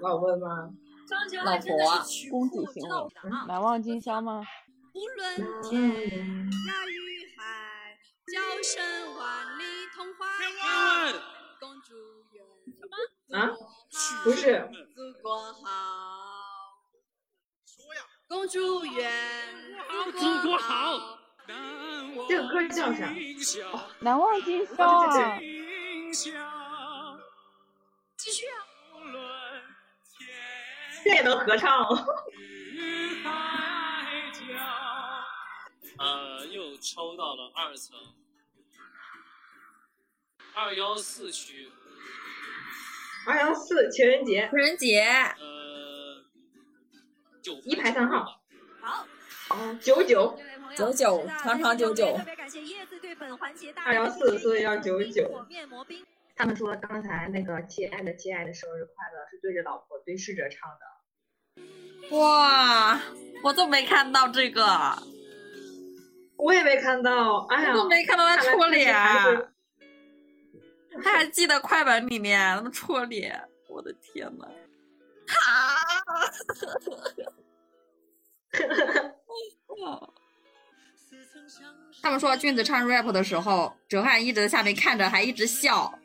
Speaker 1: 老问吗？
Speaker 6: 张哲
Speaker 2: 老
Speaker 6: 瀚真的
Speaker 2: 婆
Speaker 6: 是曲
Speaker 51: 公
Speaker 6: 库
Speaker 51: 子行
Speaker 6: 知道
Speaker 51: 为
Speaker 6: 我的啊。
Speaker 51: 难忘今宵吗？
Speaker 9: 无论
Speaker 53: 嗯
Speaker 9: 天涯与海，叫声万里桐花开。公主远
Speaker 1: 啊
Speaker 9: 什么？
Speaker 1: 不是，
Speaker 9: 祖国好。公主远，祖国好。
Speaker 1: 这个歌叫啥？哦
Speaker 51: 难忘今宵啊！
Speaker 6: 继续啊！
Speaker 3: 这也能合唱哦？
Speaker 5: 呃，又抽到了二层，二幺四区，
Speaker 1: 二幺四情人节，
Speaker 2: 情人节，
Speaker 5: 呃，九分
Speaker 1: 一排三号，嗯
Speaker 52: 好，
Speaker 1: 九九
Speaker 52: 这位朋友，
Speaker 2: 九九
Speaker 52: 是的
Speaker 2: 长长久久
Speaker 52: 特别感谢叶子对本环节大力
Speaker 1: 214
Speaker 52: 支持
Speaker 1: 所以要99
Speaker 52: 火面魔冰，
Speaker 1: 他们说刚才那个“亲爱的亲爱的生日快乐”是对着老婆对逝者唱的。
Speaker 2: 哇，我都没看到这个，啊
Speaker 1: 我也没看到，哎哎
Speaker 2: 我
Speaker 1: 呀，
Speaker 2: 都没看到他
Speaker 1: 看来
Speaker 2: 戳
Speaker 1: 自己
Speaker 2: 脸。
Speaker 1: 还是
Speaker 2: 他还记得快本里面他们戳脸，我的天呐！啊！ *laughs* 他们说君子唱 rap 的时候，哲瀚一直在下面看着，还一直笑。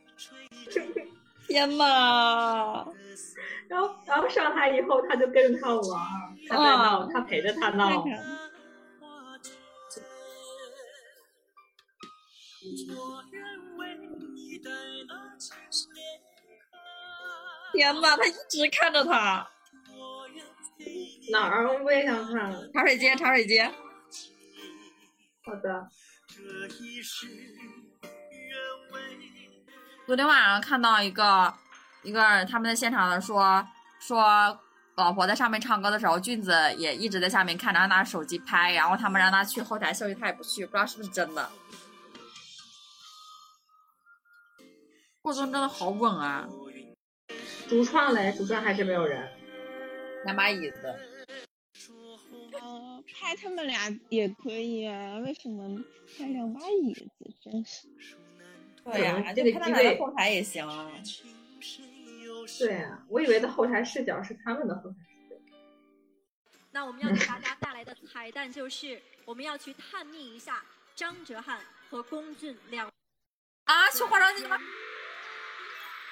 Speaker 2: 天呐！
Speaker 1: 然后，然后上台以后，他就跟着他玩，他在闹，
Speaker 2: 啊
Speaker 1: 他陪着他闹。
Speaker 2: 天呐，他一直看着他。
Speaker 1: 哪儿？啊我也想看。
Speaker 2: 茶水间，茶水间。
Speaker 1: 好的。
Speaker 2: 昨天晚上看到一个一个他们在现场的说说老婆在上面唱歌的时候，俊子也一直在下面看着，让拿手机拍，然后他们让他去后台休息，他也不去，不知道是不是真的。过程真的好稳啊！
Speaker 1: 主创嘞，主创还是没有人。
Speaker 2: 拿把椅子。
Speaker 53: 拍他们俩也可以啊，为什么拍两把椅子？真是。
Speaker 2: 对啊呀、
Speaker 1: 嗯
Speaker 2: 就
Speaker 1: 这个
Speaker 2: 看他
Speaker 1: 机
Speaker 2: 俩在
Speaker 1: 位
Speaker 2: 后台也行。
Speaker 1: 对啊，我以为的后台视角是他们的后台视角。
Speaker 6: 那我们要给大家带来的彩蛋就是，我们要去探秘一下张哲瀚和龚俊两
Speaker 2: 啊，去化妆间吗？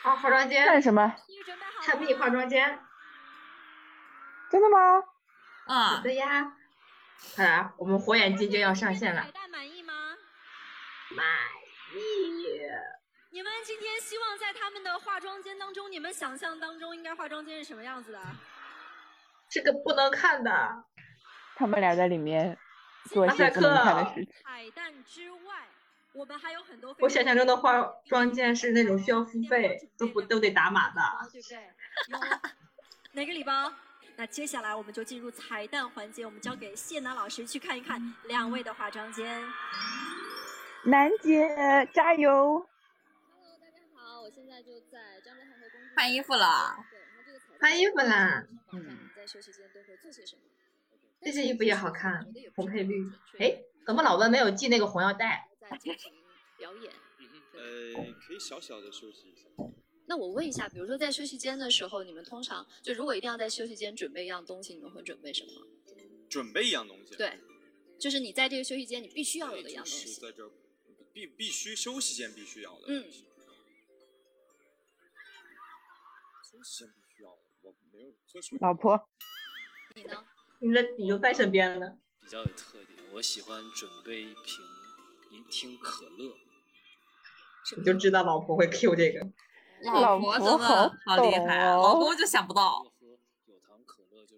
Speaker 1: 啊，化妆间
Speaker 54: 干什么？
Speaker 1: 探秘化妆间。
Speaker 54: 真的吗？
Speaker 2: 啊，
Speaker 1: 好的呀。看来我们火眼金睛要上线了。
Speaker 6: 彩蛋满意吗？
Speaker 1: 满意。
Speaker 6: 你们今天希望在他们的化妆间当中，你们想象当中应该化妆间是什么样子的？
Speaker 1: 这个不能看的。
Speaker 54: 他们俩在里面做一
Speaker 1: 马赛
Speaker 54: 些不能
Speaker 1: 克
Speaker 54: 看的事情。
Speaker 6: 彩蛋之外，我们还有很多非常
Speaker 1: 我想象中的化妆间是那种需要付费，都不都得打码的。
Speaker 6: 包，对不对？有哪个礼包？那接下来我们就进入彩蛋环节，我们交给谢楠老师去看一看两位的化妆间。
Speaker 53: 楠姐加油！
Speaker 9: 好，我现在就在张哲瀚和龚俊
Speaker 2: 换衣服了。
Speaker 1: 换衣服啦。
Speaker 9: 嗯，在休息间都会做些什么？
Speaker 1: 这件衣服也好看，红配绿。哎，怎么老温没有系那个红腰带？
Speaker 9: 在进行表演。
Speaker 8: 呃，可以小小的休息一下。
Speaker 9: 那我问一下，比如说在休息间的时候，你们通常就如果一定要在休息间准备一样东西，你们会准备什么？
Speaker 8: 准备一样东西。
Speaker 9: 对，就是你在这个休息间你必须要有的一样
Speaker 8: 就
Speaker 9: 东西。
Speaker 8: 是在这儿必必须休息间必须要的。
Speaker 9: 嗯，
Speaker 8: 休息间必须要的，我没有说什么。
Speaker 53: 老婆，
Speaker 9: 你呢？
Speaker 1: 你的你就在身边了。
Speaker 5: 比较有特点，我喜欢准备一瓶一听可乐。
Speaker 1: 你就知道老婆会 Q 这个。
Speaker 2: 老婆真的好厉害啊，老公就想不到。
Speaker 54: 哦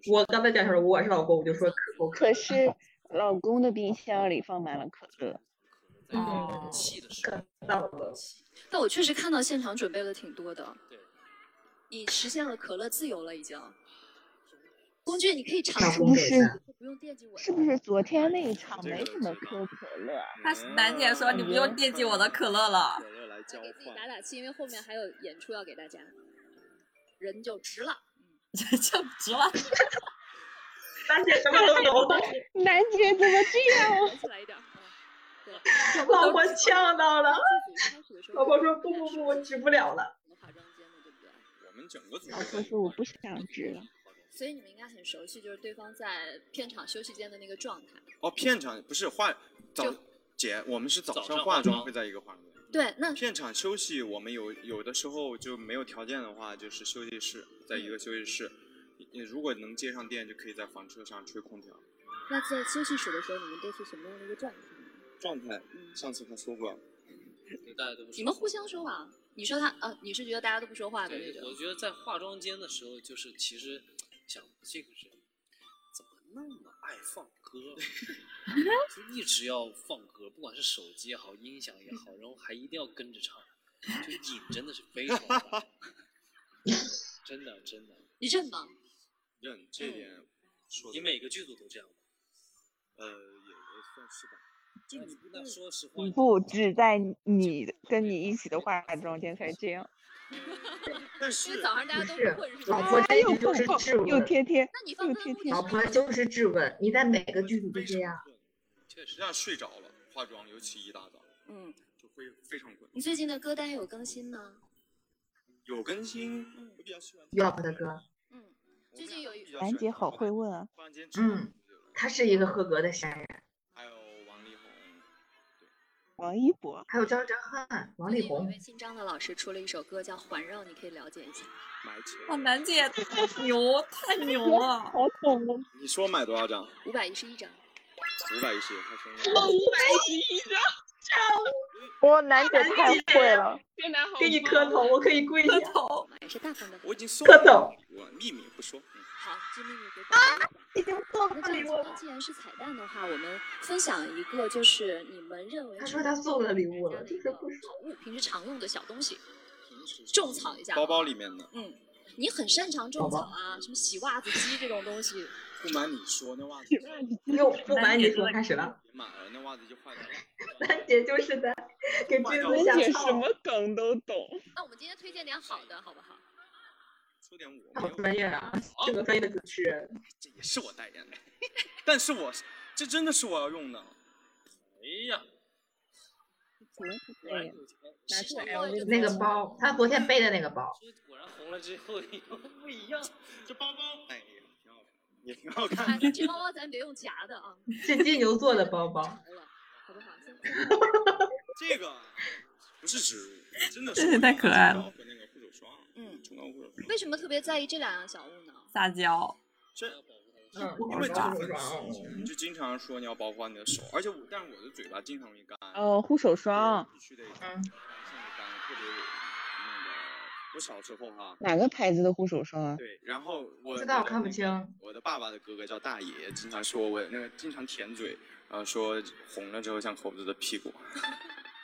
Speaker 1: 我刚才讲说我是老公，我就说可口可
Speaker 53: 可是老公的冰箱里放满了可乐。
Speaker 9: 哦，
Speaker 1: 看到了。
Speaker 9: 但我确实看到现场准备了挺多的。
Speaker 5: 对，
Speaker 9: 你实现了可乐自由了已经。龚俊，你可以尝
Speaker 53: 是
Speaker 9: 试
Speaker 53: 不
Speaker 9: 一下
Speaker 53: 是？
Speaker 9: 不用惦记我。
Speaker 53: 是不是昨天那一场没什么可口可乐啊？
Speaker 2: 他楠姐说：“你不用惦记我的可乐了。
Speaker 8: 可乐来交
Speaker 9: 给自己打打气，因为后面还有演出要给大家，人就直了。
Speaker 2: 就直了。
Speaker 1: 楠姐什么都 *laughs* 懂。
Speaker 53: 楠姐怎么这样？
Speaker 9: 起来一点。
Speaker 1: 哎
Speaker 9: 啊
Speaker 1: *laughs* 老婆呛到了。老婆说不不不，我止不了了。
Speaker 8: 我们整个组
Speaker 53: 老婆说我不想吃了。
Speaker 9: 所以你们应该很熟悉，就是对方在片场休息间的那个状态。
Speaker 8: 哦，片场不是化早姐，我们是早上化妆会在一个化妆间。
Speaker 9: 对，那
Speaker 8: 片场休息，我们有有的时候就没有条件的话，就是休息室，在一个休息室，你如果能接上电，就可以在房车上吹空调。
Speaker 9: 那在休息室的时候，你们都是什么样的一个状态？嗯
Speaker 8: 状态，上次他说过，
Speaker 5: 大家都不说
Speaker 9: 你们互相说话，你说他呃，你是觉得大家都不说话的那
Speaker 5: 对，
Speaker 9: 种
Speaker 5: 我？觉得在化妆间的时候，就是其实想这个人怎么那么爱放歌，啊 *laughs* 就一直要放歌，不管是手机也好，音响也好，然后还一定要跟着唱，就瘾真的是非常大，真的真的。
Speaker 9: 你认吗？
Speaker 8: 认
Speaker 9: 嗯
Speaker 8: 这点说
Speaker 5: 你
Speaker 8: 得
Speaker 5: 每个剧组都这样吗？
Speaker 8: 呃，也算是吧。
Speaker 5: 就你不能说实话，
Speaker 53: 不，只在你跟你一起的化妆间才这样。
Speaker 8: 但
Speaker 9: 是因为早上大家都
Speaker 1: 不是
Speaker 9: 困是
Speaker 1: 老
Speaker 9: 吧？
Speaker 1: 婆这
Speaker 53: 又
Speaker 1: 一直就是
Speaker 53: 碰
Speaker 1: 质
Speaker 53: 碰，
Speaker 1: 问，
Speaker 53: 又贴贴，
Speaker 9: 那你放
Speaker 53: 又
Speaker 9: 歌
Speaker 53: 贴贴。
Speaker 1: 老婆就是质问，你在每个剧组都这样。
Speaker 8: 确实让睡着了，化妆尤其一大早。
Speaker 9: 嗯，
Speaker 8: 就会非常滚。
Speaker 6: 你最近的歌单有更新吗？
Speaker 8: 有更新，我比较喜欢
Speaker 1: 有的歌。
Speaker 6: 嗯，最近有
Speaker 55: 兰姐好会问啊。
Speaker 1: 嗯，他是一个合格的山人。
Speaker 8: 还有王力宏，对，
Speaker 55: 王一博，
Speaker 1: 还有张哲瀚、王力宏。
Speaker 6: 有一位姓张的老师出了一首歌叫《环绕》，你可以了解一下。
Speaker 8: 买起来。
Speaker 2: 哇，哦
Speaker 6: 哦
Speaker 2: 楠姐太牛，太牛了！
Speaker 55: 好恐怖。
Speaker 8: 你说买多少张？
Speaker 6: 五百一十一张。
Speaker 8: 五百一十，太便
Speaker 1: *laughs*
Speaker 8: 宜
Speaker 55: 了。五百一十一张。
Speaker 9: 哇，楠姐太会了！
Speaker 56: 给你磕头，我可以跪
Speaker 1: *laughs*
Speaker 56: 下。
Speaker 2: 头，
Speaker 6: 也是大方的。
Speaker 8: 我已经送
Speaker 56: 磕头。
Speaker 8: 我秘密不说。嗯、
Speaker 6: 好，这秘密给
Speaker 9: 啊，已经送
Speaker 6: 那这
Speaker 9: 礼物了。
Speaker 6: 既然是彩蛋的话，我们分享一个，就是你们认为
Speaker 1: 他说他送了礼物了，
Speaker 6: 这
Speaker 1: 个不说。
Speaker 6: 平时常用的小东西，种草一下。
Speaker 8: 包包里面的。
Speaker 6: 嗯，你很擅长种草啊，什么洗袜子机这种东西。
Speaker 8: 不瞒你说，那袜子
Speaker 1: 又不瞒你说开始了。
Speaker 8: 别买了，那袜子就坏了。
Speaker 1: *laughs* 楠姐就是在给君子
Speaker 55: 楠
Speaker 1: 下
Speaker 55: 姐
Speaker 1: 套。
Speaker 55: 什么梗都懂。
Speaker 6: *laughs* 那我们今天推荐点好的，好不好？
Speaker 8: 说点我
Speaker 1: 好
Speaker 8: 没有
Speaker 1: 专业啊！这个专业的主持人，
Speaker 55: 哦
Speaker 8: 这也是我代言的，但是我这真的是我要用的。哎呀，
Speaker 55: 怎么不对呀？
Speaker 6: 拿出来
Speaker 1: 那个包，他昨天背的那个包，
Speaker 5: 果然红了之后又不一样。
Speaker 8: 这包包，哎呀，挺好看，也挺好
Speaker 6: 啊
Speaker 8: 看。
Speaker 6: 这包包咱别用夹的啊，
Speaker 1: 是金牛座的包包。
Speaker 6: 好了，好不好？先
Speaker 8: 这个不是植物，真的是
Speaker 2: 真是太可爱了
Speaker 8: 中药和那个护手霜，
Speaker 6: 嗯
Speaker 8: 中药护手霜。
Speaker 6: *laughs* 为什么特别在意这两样小物呢？
Speaker 2: 撒娇，
Speaker 8: 这
Speaker 1: 嗯，
Speaker 8: 因为这
Speaker 1: 包
Speaker 8: 个很神
Speaker 5: 啊
Speaker 8: 奇，你就经常说你要保护好你的手，而且我，但是我的嘴巴经常会干，
Speaker 55: 哦，护手霜，
Speaker 8: 必须得干，
Speaker 1: 嗯
Speaker 8: 现在干特别那个。我小时候哈，
Speaker 55: 哪个牌子的护手霜啊？
Speaker 8: 对，然后我
Speaker 1: 知道
Speaker 8: 我的
Speaker 1: 看不
Speaker 8: 那个
Speaker 1: 清。
Speaker 8: 我的爸爸的哥哥叫大爷，经常说我那个经常舔嘴，然后说红了之后像猴子的屁股。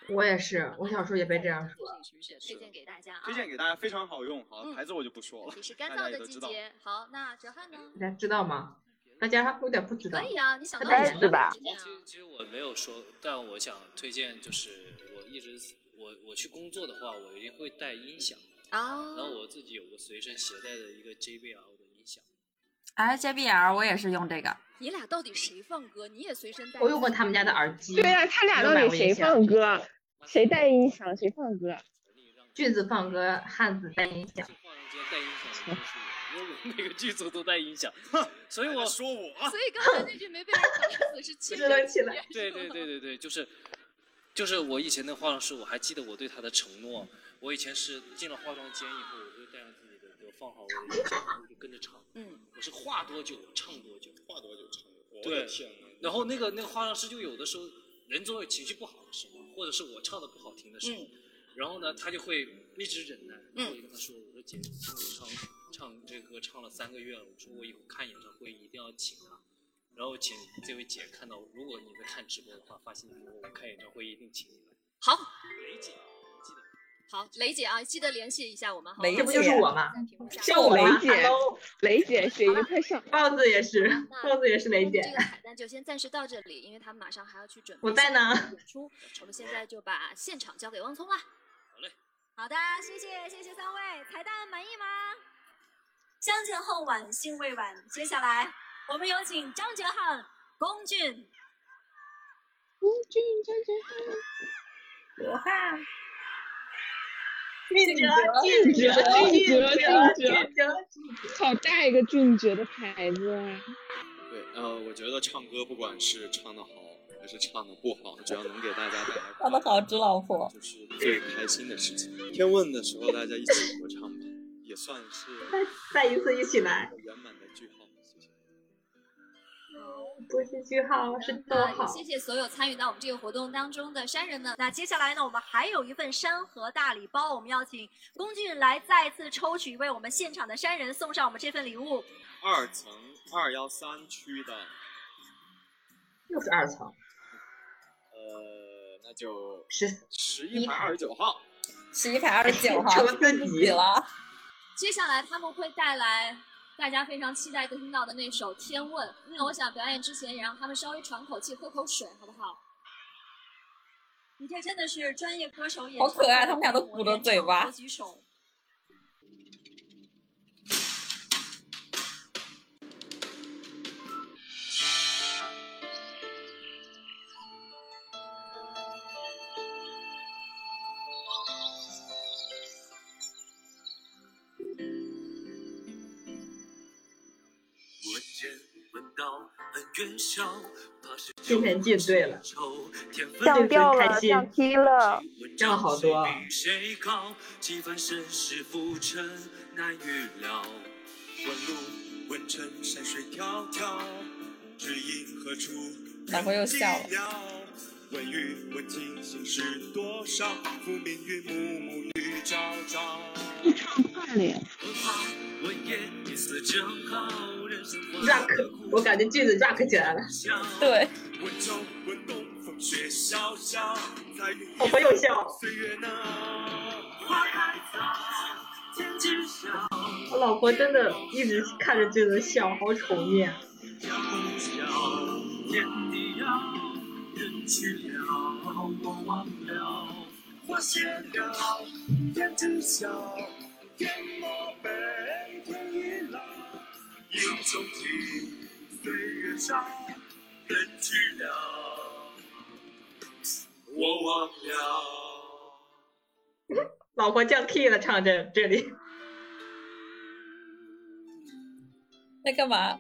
Speaker 1: 我也是，我小时候也被这样说。
Speaker 6: 说，是不是？推荐给大家啊，
Speaker 8: 推荐给大家，非常好用。好，
Speaker 6: 嗯
Speaker 8: 牌子我就不
Speaker 1: *laughs*
Speaker 8: 说了
Speaker 6: 也，是干
Speaker 8: 大
Speaker 6: 燥
Speaker 8: 家
Speaker 6: 的
Speaker 8: 也都
Speaker 6: 季
Speaker 8: 知道。
Speaker 6: 节。好，那哲瀚呢？
Speaker 1: 大家知道吗？大家还有点不知道
Speaker 6: 可。以啊，你想到
Speaker 9: 大家
Speaker 6: 什么
Speaker 9: 知吧
Speaker 6: 推荐啊
Speaker 5: 其实我没有说，但我想推荐就是我一直我我去工作的话，我一定会带音响，然后
Speaker 6: 啊，
Speaker 5: 我自己有个随身携带的一个 JBL 的音响，
Speaker 57: 哎，JBL 我也是用这个，
Speaker 6: 你俩到底谁放歌？你也随身带？
Speaker 1: 我用过他们家的耳机。
Speaker 55: 对呀、他俩到底谁放歌？谁带音响？谁放歌？
Speaker 1: 句子放歌，汉子带音 *laughs* 响。
Speaker 5: 这放一间带音响的就是我，因为我们每个剧组都带音响，所以我
Speaker 8: 还在说我啊
Speaker 6: 所以刚才那句没被人打死是亲
Speaker 1: 支棱起来
Speaker 55: *laughs*
Speaker 9: *laughs*
Speaker 5: 对
Speaker 6: 姐 *laughs*
Speaker 5: 对对对对，就是就是我以前的化妆师，我还记得我对他的承诺。我以前是进了化妆间以后，我就带上自己的歌，放好我的音响，然后就跟着唱。
Speaker 6: 嗯，
Speaker 5: 我是画多久唱多久。
Speaker 8: 话多久唱多久？
Speaker 5: 对
Speaker 8: 我的天哪！
Speaker 5: 然后那个那个化妆师就有的时候，人总有情绪不好的时候，或者是我唱的不好听的时候，然后呢，他就会一直忍耐。然后我就跟他说：“我说姐，唱唱唱这个歌唱了三个月了，我说我以后看演唱会一定要请啊。”然后请这位姐看到，如果你在看直播的话，发信息给我，我看演唱会一定请你来。
Speaker 6: 好
Speaker 5: 雷姐，记得。
Speaker 6: 好，雷姐啊，记得联系一下我们，好吗？
Speaker 2: 雷
Speaker 1: 这不就是我吗？
Speaker 6: 在屏幕下
Speaker 1: 是
Speaker 6: 方
Speaker 1: 我
Speaker 55: 雷
Speaker 1: 吗
Speaker 55: 姐
Speaker 1: Hello，
Speaker 55: 雷姐谁快上？
Speaker 1: *laughs* 豹子
Speaker 55: *laughs*
Speaker 1: 也是，豹子也是雷
Speaker 6: 这
Speaker 1: 姐
Speaker 6: 个。彩蛋就先暂时到这里，因为他们马上还要去准备
Speaker 1: 我在呢
Speaker 6: 下一场演出。我们现在就把现场交给汪聪了。
Speaker 5: 好嘞。
Speaker 58: 好的，谢谢谢谢三位，彩蛋满意吗？
Speaker 59: 相见恨晚，心未晚。接下来，我们有请张哲瀚、龚俊。
Speaker 56: 我汉，
Speaker 1: 俊哲，俊
Speaker 55: 哲
Speaker 1: 俊
Speaker 55: 俊哲
Speaker 1: 哲，
Speaker 55: 俊哲
Speaker 1: 俊哲。
Speaker 55: 好大一个俊爵的牌子啊！
Speaker 8: 对，呃，我觉得唱歌不管是唱的好还是唱的不好，只要能给大家带来
Speaker 2: 唱
Speaker 8: 快乐
Speaker 2: 的好，知老婆。
Speaker 8: 就是最开心的事情。天问的时候大家一起合唱吧，也算是
Speaker 1: *laughs* 再一次一起来，
Speaker 8: 圆满的句号。谢谢。
Speaker 1: 不是句号，是逗
Speaker 6: 那啊
Speaker 55: 哎
Speaker 6: 也
Speaker 1: 号。
Speaker 6: 谢谢所有参与到我们这个活动当中的山人们。
Speaker 58: 那接下来呢，我们还有一份山河大礼包，我们要请龚俊来再次抽取，为我们现场的山人送上我们这份礼物。
Speaker 8: 二层二幺三区的，
Speaker 1: 又是二层，
Speaker 8: 呃，那就
Speaker 1: 十
Speaker 8: 十一排二十九号。
Speaker 2: 十一排二十 *laughs* 九号
Speaker 1: 成，了自
Speaker 2: 自己
Speaker 1: 己。
Speaker 60: *laughs*
Speaker 2: 了。
Speaker 6: 接下来他们会带来大家非常期待听到的那首《天问》。那我想表演之前也让他们稍微喘口气，喝口水，好不好？
Speaker 59: 你这真的是专业歌手演
Speaker 2: 好可爱他们俩都鼓着嘴巴
Speaker 59: 举手。
Speaker 1: 今天进对了，
Speaker 61: 降掉了，降低了，
Speaker 1: 降好多。
Speaker 2: 然后又笑了。
Speaker 62: 你唱快了呀！
Speaker 1: rock，我感觉句子 rock 起来了。
Speaker 2: 对。
Speaker 1: 我朋友笑。我老婆真的一直看着句子笑，好啊丑面。
Speaker 8: 我忘了。
Speaker 1: 老婆降 key 了，唱这这里。
Speaker 2: 在干嘛？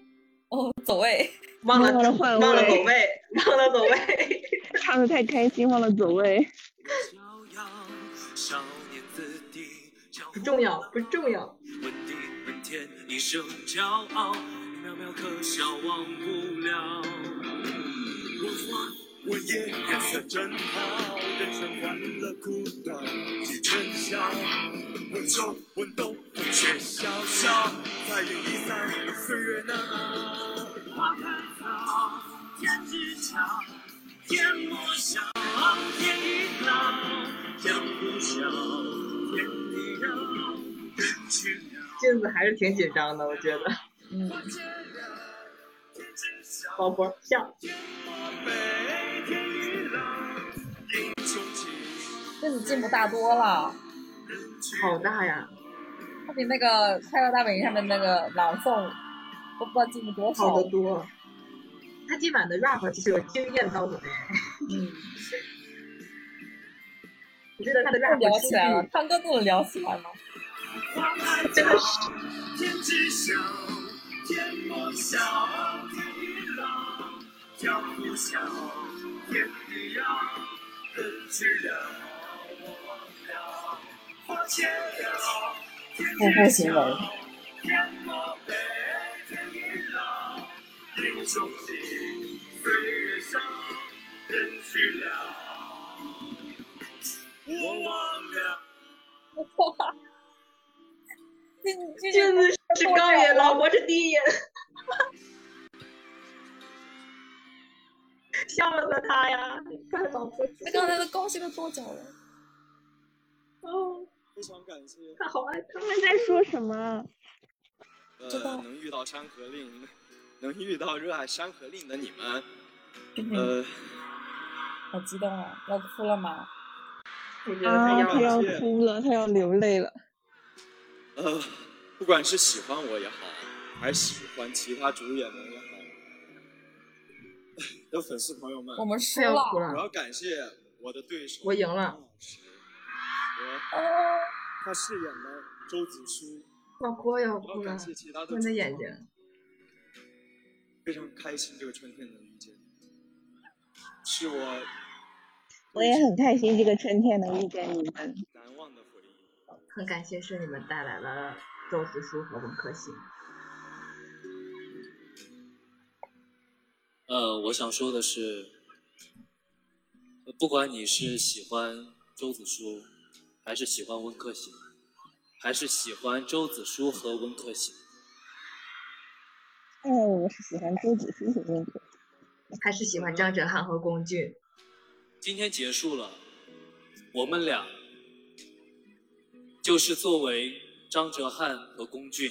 Speaker 2: 哦，走位，
Speaker 1: 忘了
Speaker 60: 忘了换位
Speaker 1: 忘了走位，忘了走位。
Speaker 60: *laughs*
Speaker 1: *laughs*
Speaker 60: 唱的太开心，忘了走位。
Speaker 1: 不重要，不重要。
Speaker 8: 一生骄傲，渺渺可笑，忘不了。我花我夜颜色真好，人生欢乐苦短，几春宵。问秋问冬，风雪萧萧，彩云易散，岁月难熬。花开早，天知晓，天莫笑，天已老，江湖笑，天地遥，人情了。
Speaker 1: 镜子还是挺紧张的，我觉得。
Speaker 2: 嗯。
Speaker 1: 老婆笑。
Speaker 2: 这次进步大多了，
Speaker 1: 好大呀！
Speaker 2: 他比那个《快乐大本营》上面那个朗诵都不知道进步多少。
Speaker 1: 好得多。他今晚的 rap 就是有惊艳到我哎。
Speaker 2: 嗯。
Speaker 1: 我记得他的 rap
Speaker 2: 聊起来了，唱歌都能聊起来了。
Speaker 1: 真的是。
Speaker 8: 天知晓，天莫笑，天已老，江湖笑，天地遥，人知了，我忘了，花千了，天
Speaker 2: 步步行为。
Speaker 8: 天莫悲，天已老，英雄情，岁月少，人去了，我忘了。
Speaker 2: 哇，这这
Speaker 1: 镜子是高音，老婆是低音。 *laughs* 笑死他呀！干老婆，
Speaker 2: 他刚才都高兴了多久了？
Speaker 1: 哦，
Speaker 63: 非常感谢，
Speaker 1: 他好爱他。
Speaker 60: 他们在说什么？
Speaker 2: 知道
Speaker 63: 呃，能遇到山河令，能遇到热爱山河令的你们，
Speaker 2: 嗯
Speaker 63: 呃，
Speaker 2: 好激动啊！要哭了吗？
Speaker 1: 我觉得
Speaker 60: 啊，他
Speaker 1: 他要
Speaker 60: 要哭了，他要流泪了。
Speaker 63: 呃，不管是喜欢我也好，还是喜欢其他主演们也好， *laughs* 的粉丝朋友们，
Speaker 2: 我们输
Speaker 60: 哎
Speaker 1: 他要哭
Speaker 2: 了。
Speaker 1: 了
Speaker 63: 我。要感谢我的对手，
Speaker 1: 我赢了。
Speaker 63: 和他饰演的周子舒，
Speaker 1: 老婆要
Speaker 63: 我
Speaker 1: 哭
Speaker 63: 要
Speaker 1: 了
Speaker 63: 感，谢其他的
Speaker 1: 我的眼睛。
Speaker 63: 非常开心这个春天能遇见你，是我
Speaker 60: 我也很开心，这个春天能遇见你们。
Speaker 63: 难忘的回忆。
Speaker 1: 很感谢是你们带来了周子舒和文科星。
Speaker 5: 呃，我想说的是，呃不管你是喜欢周子舒，还是喜欢温客行，还是喜欢周子舒和温客行，
Speaker 60: 看哎来我们是喜欢周子舒的那个。
Speaker 1: 还是喜欢张哲瀚和
Speaker 60: *laughs*
Speaker 1: 龚俊。
Speaker 5: 今天结束了，我们俩就是作为张哲瀚和龚俊，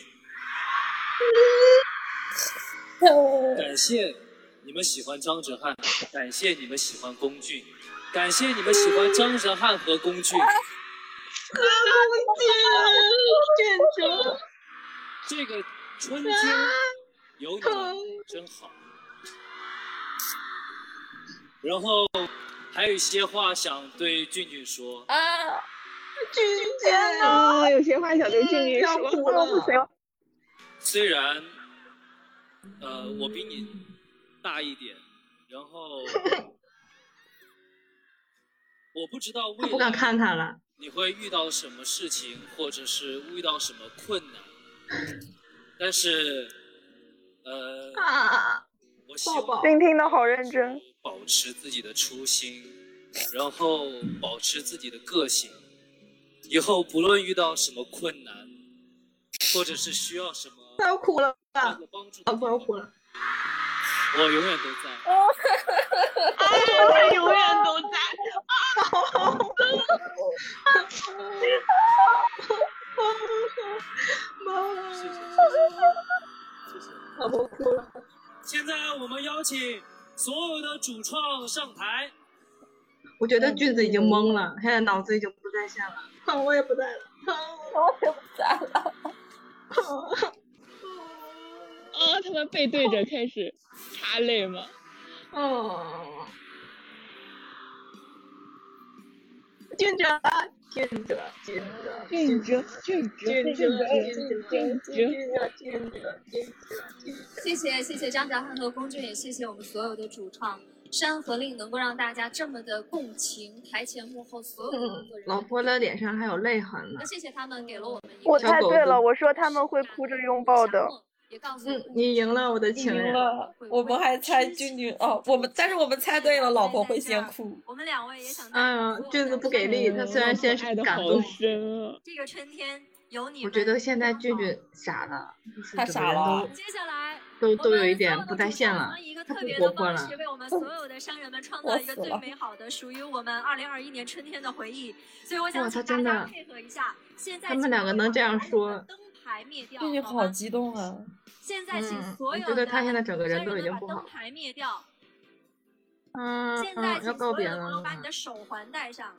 Speaker 5: 感谢你们喜欢张哲瀚，感谢你们喜欢龚俊，感谢你们喜欢张哲瀚和龚俊。
Speaker 1: 卷轴，
Speaker 5: 这个春天有你们真好。然后还有一些话想对俊俊说，
Speaker 2: 啊！
Speaker 1: 俊 *laughs* 俊
Speaker 60: *laughs* 啊，有些话想对俊俊
Speaker 1: 要
Speaker 60: 说。
Speaker 1: 哭了。
Speaker 5: 虽然呃，我比你大一点，然后我不知道未
Speaker 1: 他
Speaker 5: 来
Speaker 1: 不敢看他了。
Speaker 5: 你会遇到什么事情，或者是遇到什么困难，但是呃，
Speaker 2: 啊！
Speaker 5: 我希望
Speaker 2: 今听的好认真，
Speaker 5: 保持自己的初心，然后保持自己的个性。以后不论遇到什么困难，或者是需要什么，
Speaker 1: 他要哭了，老婆要哭啊了。
Speaker 5: 我永远都在。
Speaker 64: 我永远都在。
Speaker 1: 老婆哭了。
Speaker 5: 现在我们邀请所有的主创上台。
Speaker 1: 我觉得俊子已经懵了，现在脑子已经不在线了。哼，嗯我也不在了。哼，我也不在了。
Speaker 64: 啊，他们背对着开始擦泪吗？
Speaker 6: 嗯
Speaker 1: 哦，俊哲，俊哲，俊哲，
Speaker 64: 俊哲，俊哲，
Speaker 1: 俊哲，俊哲，俊哲，俊哲，俊哲，
Speaker 6: 谢谢谢谢张哲瀚和龚俊，也谢谢我们所有的主创。《山河令》能够让大家这么的共情，台前幕后所有的工作人员，
Speaker 1: 老婆的脸上还有泪痕呢
Speaker 6: 那。谢谢他们给了我们一个
Speaker 2: 我猜
Speaker 1: 小
Speaker 2: 对
Speaker 1: 狗
Speaker 2: 了，
Speaker 1: 狗
Speaker 2: 我说他们会哭着拥抱的。
Speaker 6: 也告诉
Speaker 1: 嗯，你赢了，我的情人。
Speaker 6: 了，
Speaker 65: 我们还猜俊俊哦，我们但是我们猜对了，老婆会先哭。
Speaker 6: 我们两位也想
Speaker 1: 哎呀，俊子不给力，他虽然先
Speaker 65: 嗯
Speaker 1: 是感动，
Speaker 65: 啊
Speaker 6: 这个春天有你
Speaker 1: 我
Speaker 6: 们。
Speaker 1: 觉得现在俊俊傻了，就是
Speaker 65: 他
Speaker 1: 整个
Speaker 65: 傻
Speaker 1: 人
Speaker 65: 了
Speaker 1: 都
Speaker 6: 接下来
Speaker 1: 都都有一点不在线了
Speaker 6: 以一
Speaker 1: *laughs*
Speaker 6: 个，
Speaker 1: 他
Speaker 6: 特
Speaker 1: 不
Speaker 6: 别
Speaker 1: 活
Speaker 6: 的
Speaker 1: 泼
Speaker 6: 方
Speaker 1: 了
Speaker 6: 式，。为
Speaker 1: *laughs*
Speaker 6: 我们所有的商人们创造一个最美好的属于我们二零二一年春天的回忆。所以我想
Speaker 1: 哇
Speaker 6: 请
Speaker 1: 他真
Speaker 6: 大家
Speaker 1: 的
Speaker 6: 配合一下，现在
Speaker 1: 他们两个能这样说，
Speaker 6: 请把灯牌灭掉，
Speaker 65: 俊俊
Speaker 6: 好吗
Speaker 65: 好激动啊！
Speaker 6: 现在请
Speaker 1: 嗯，
Speaker 6: 所
Speaker 1: 我
Speaker 6: 有
Speaker 1: 觉得
Speaker 6: 的
Speaker 1: 他现在整个人
Speaker 6: 商
Speaker 1: 都已
Speaker 6: 们
Speaker 1: 经
Speaker 6: 把
Speaker 1: 不
Speaker 6: 灯
Speaker 1: 好。
Speaker 6: 牌灭掉。
Speaker 1: 嗯
Speaker 6: 现在
Speaker 1: 嗯，要
Speaker 6: 请
Speaker 1: 告
Speaker 6: 所
Speaker 1: 别
Speaker 6: 有的朋友
Speaker 1: 了。
Speaker 6: 把你的手环戴上。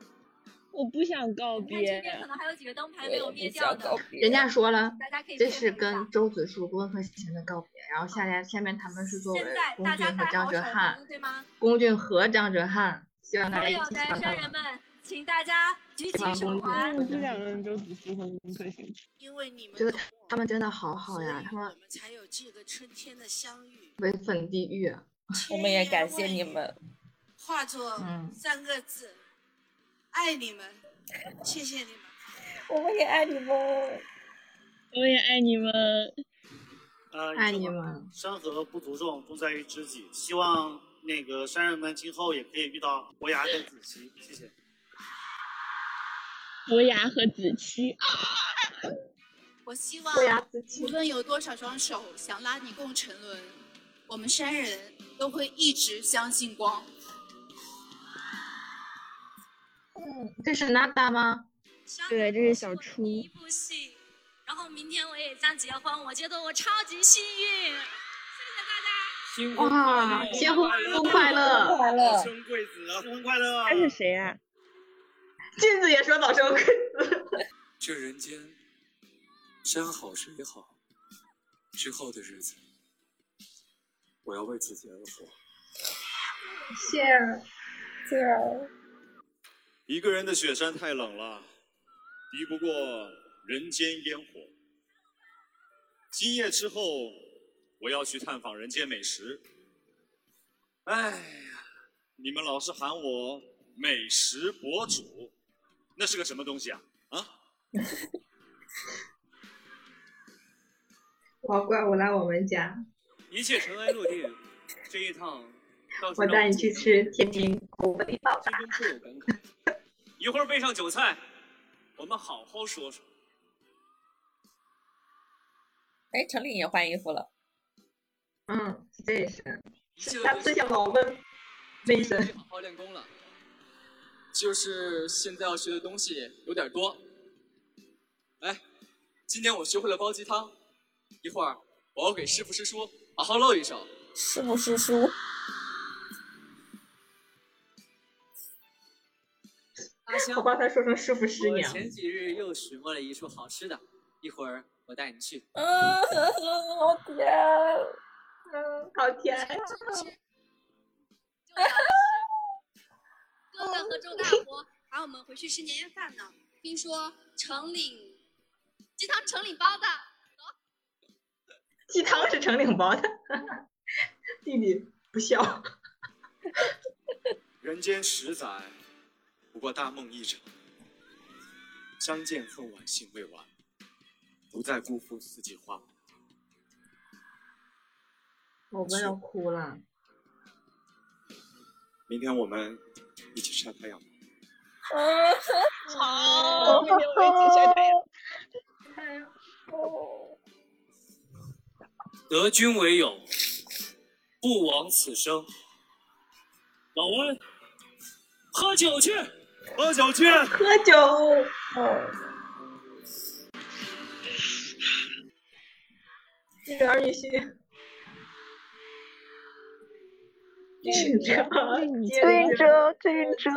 Speaker 64: 我不想告
Speaker 6: 你看这
Speaker 64: 别。
Speaker 6: 边可能还有几个灯牌没有灭掉的。
Speaker 1: 人家说了
Speaker 6: 大家可以，
Speaker 1: 这
Speaker 6: 配合
Speaker 1: 是
Speaker 6: 一
Speaker 1: 跟周子舒、郭鹤贤的告别，然后下来下面他们是作为
Speaker 6: 现在
Speaker 1: 龚
Speaker 6: 大
Speaker 1: 俊
Speaker 6: 家
Speaker 1: 和
Speaker 6: 戴
Speaker 1: 张
Speaker 6: 好
Speaker 1: 哲
Speaker 6: 手环
Speaker 1: 瀚
Speaker 6: 了，对吗？
Speaker 1: 龚俊和张哲瀚，希望大
Speaker 6: 所
Speaker 1: 家一
Speaker 6: 有
Speaker 1: 起
Speaker 6: 的
Speaker 1: 喜欢他
Speaker 6: 商人
Speaker 1: 们。
Speaker 6: 们，请大家举起手环。
Speaker 64: 这两个人都只适合工作型。
Speaker 9: 因为你们
Speaker 1: 觉得
Speaker 9: 懂
Speaker 1: 他他们真的好好呀，他们
Speaker 9: 我们才有这个春天的相
Speaker 1: *laughs*
Speaker 9: 遇。
Speaker 1: 为粉地狱啊。
Speaker 65: 我们也感谢你们，
Speaker 9: 化作
Speaker 1: 嗯
Speaker 9: 三个字，爱你们，谢谢你们。
Speaker 65: 我们也爱你们。
Speaker 64: 我也爱你们。
Speaker 66: 呃，
Speaker 1: 爱
Speaker 66: 一
Speaker 1: 你
Speaker 66: 句话
Speaker 1: 们。
Speaker 66: 山河不足重，重在于知己。希望那个山人们今后也可以遇到伯牙跟子期。谢谢。
Speaker 64: 伯牙和子期，
Speaker 9: 我希望
Speaker 64: 对呀自己
Speaker 9: 无论有多少双手想拉你共沉沦，我们山人都会一直相信光。
Speaker 1: 嗯，这是娜达吗？
Speaker 64: 对，这是小初。
Speaker 6: 部戏，然后明天我也将结婚，我觉得我超级幸运。
Speaker 5: 新婚
Speaker 1: 哇，结婚快乐！
Speaker 66: 早生贵子，新婚快乐！
Speaker 64: 他是谁啊？
Speaker 1: 俊子也说早生贵子。
Speaker 67: 这人间，山好水好，之后的日子，我要为自己而活。
Speaker 1: share share。
Speaker 8: 一个人的雪山太冷了，敌不过人间烟火。今夜之后，我要去探访人间美食。哎呀，你们老是喊我美食博主，那是个什么东西啊？啊，
Speaker 1: 王怪我来我们家，
Speaker 5: 一切尘埃落定，这一趟到处
Speaker 1: 我
Speaker 5: 让
Speaker 1: 带你去
Speaker 5: 自己
Speaker 1: 吃天津古味道大。
Speaker 5: 心中颇有感慨。一会儿备上酒菜，我们好好说说。
Speaker 65: 哎，陈琳也换衣服了。
Speaker 1: 嗯，这也是。
Speaker 68: 就
Speaker 1: 他吃下老温，卫生。
Speaker 68: 好好练功了。就是现在要学的东西有点多。哎，今天我学会了煲鸡汤，一会儿我要给师傅师叔好好露一手。
Speaker 65: 师傅师叔，
Speaker 68: 阿香，
Speaker 1: 我把他说成师傅师
Speaker 68: 我
Speaker 1: 娘。
Speaker 68: 前几日又寻摸了一处好吃的，一会儿我带你去。
Speaker 1: 好甜，嗯，好甜。
Speaker 69: 哥哥和周大伯喊我们回去吃年夜饭呢，听说城里鸡汤城里包的。
Speaker 70: 鸡汤是程领包的，弟弟不孝。
Speaker 8: 人间十载，不过大梦一场。相见恨晚，心未晚，不再辜负四季花。
Speaker 1: 我们要哭了。
Speaker 8: 明天我们一起晒太阳吧。
Speaker 2: 哦
Speaker 12: 好，明天我们一起晒太阳。
Speaker 1: 太阳哦，
Speaker 5: 得君为友，不枉此生。老温，喝酒去，
Speaker 71: 喝酒去，
Speaker 70: 喝酒。
Speaker 65: 哦
Speaker 1: 女儿女婿。
Speaker 70: 俊哲，
Speaker 72: 俊哲，俊哲。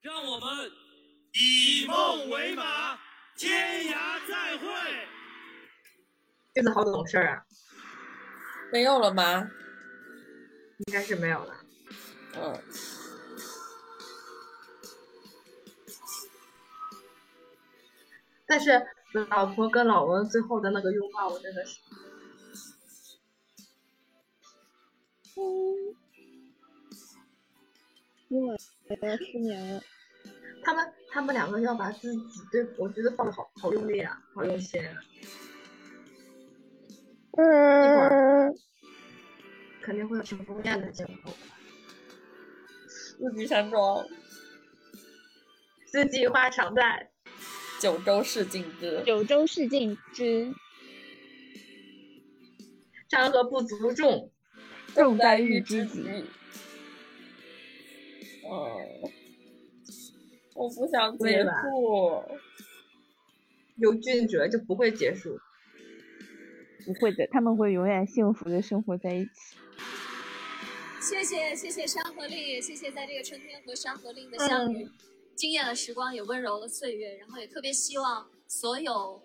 Speaker 5: 让我们
Speaker 73: 以梦为马，天涯再会。
Speaker 70: 这次好懂事啊！
Speaker 2: 没有了吗？
Speaker 70: 应该是没有了。
Speaker 2: 嗯。
Speaker 1: 但是老婆跟老温最后的那个拥抱，我真的是，
Speaker 12: 嗯，今晚我要失眠了。
Speaker 1: 他们他们两个要把自己对我觉得放的好好用力啊，好用心啊，
Speaker 72: 嗯，
Speaker 1: 肯定会有挺不一样的结果。
Speaker 2: 日居山庄，
Speaker 1: 四季花常在，
Speaker 2: 九州市静之。
Speaker 12: 九州市静之，
Speaker 1: 山河不足重，
Speaker 12: 重在遇知己。
Speaker 2: 哦，我不想结束，
Speaker 1: 有俊哲就不会结束。
Speaker 12: 不会的，他们会永远幸福的生活在一起。
Speaker 6: 谢谢谢谢山河令，也谢谢在这个春天和山河令的相
Speaker 1: 嗯
Speaker 6: 遇，惊艳了时光，也温柔了岁月。然后也特别希望所有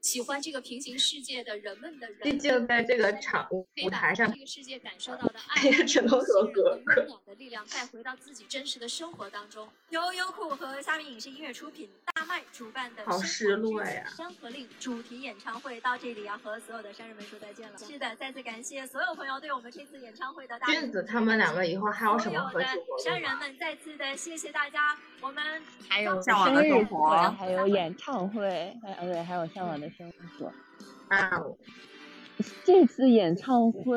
Speaker 6: 喜欢这个平行世界的人们的人，
Speaker 1: 毕竟在这个场
Speaker 6: 可以
Speaker 1: 舞
Speaker 6: 把
Speaker 1: 台上
Speaker 6: 这，个世界感受到的
Speaker 74: 哎
Speaker 6: 爱，
Speaker 1: 也 *laughs* 只能说哥哥。
Speaker 74: *laughs*
Speaker 6: 温暖的力量带回到自己真实的生活当中。
Speaker 74: 由优酷和虾米影视音乐出品，大麦主办的
Speaker 1: 好失落呀
Speaker 74: 《山河令》主题演唱会到这里要和所有的山人们说再见了。是的，再次感谢所有朋友对我们这次演唱会的大力支持
Speaker 1: 俊子他们两个以后还有什么合体活
Speaker 74: 山
Speaker 1: 动
Speaker 74: 人
Speaker 1: 吗？
Speaker 74: 们再次的谢谢大家，我们
Speaker 2: 还有向往
Speaker 12: 生
Speaker 2: 的
Speaker 12: 日
Speaker 2: 生活，
Speaker 12: 会，还有演唱会，还有对，还有向往的生活。
Speaker 1: 啊，我
Speaker 12: 这次演唱会，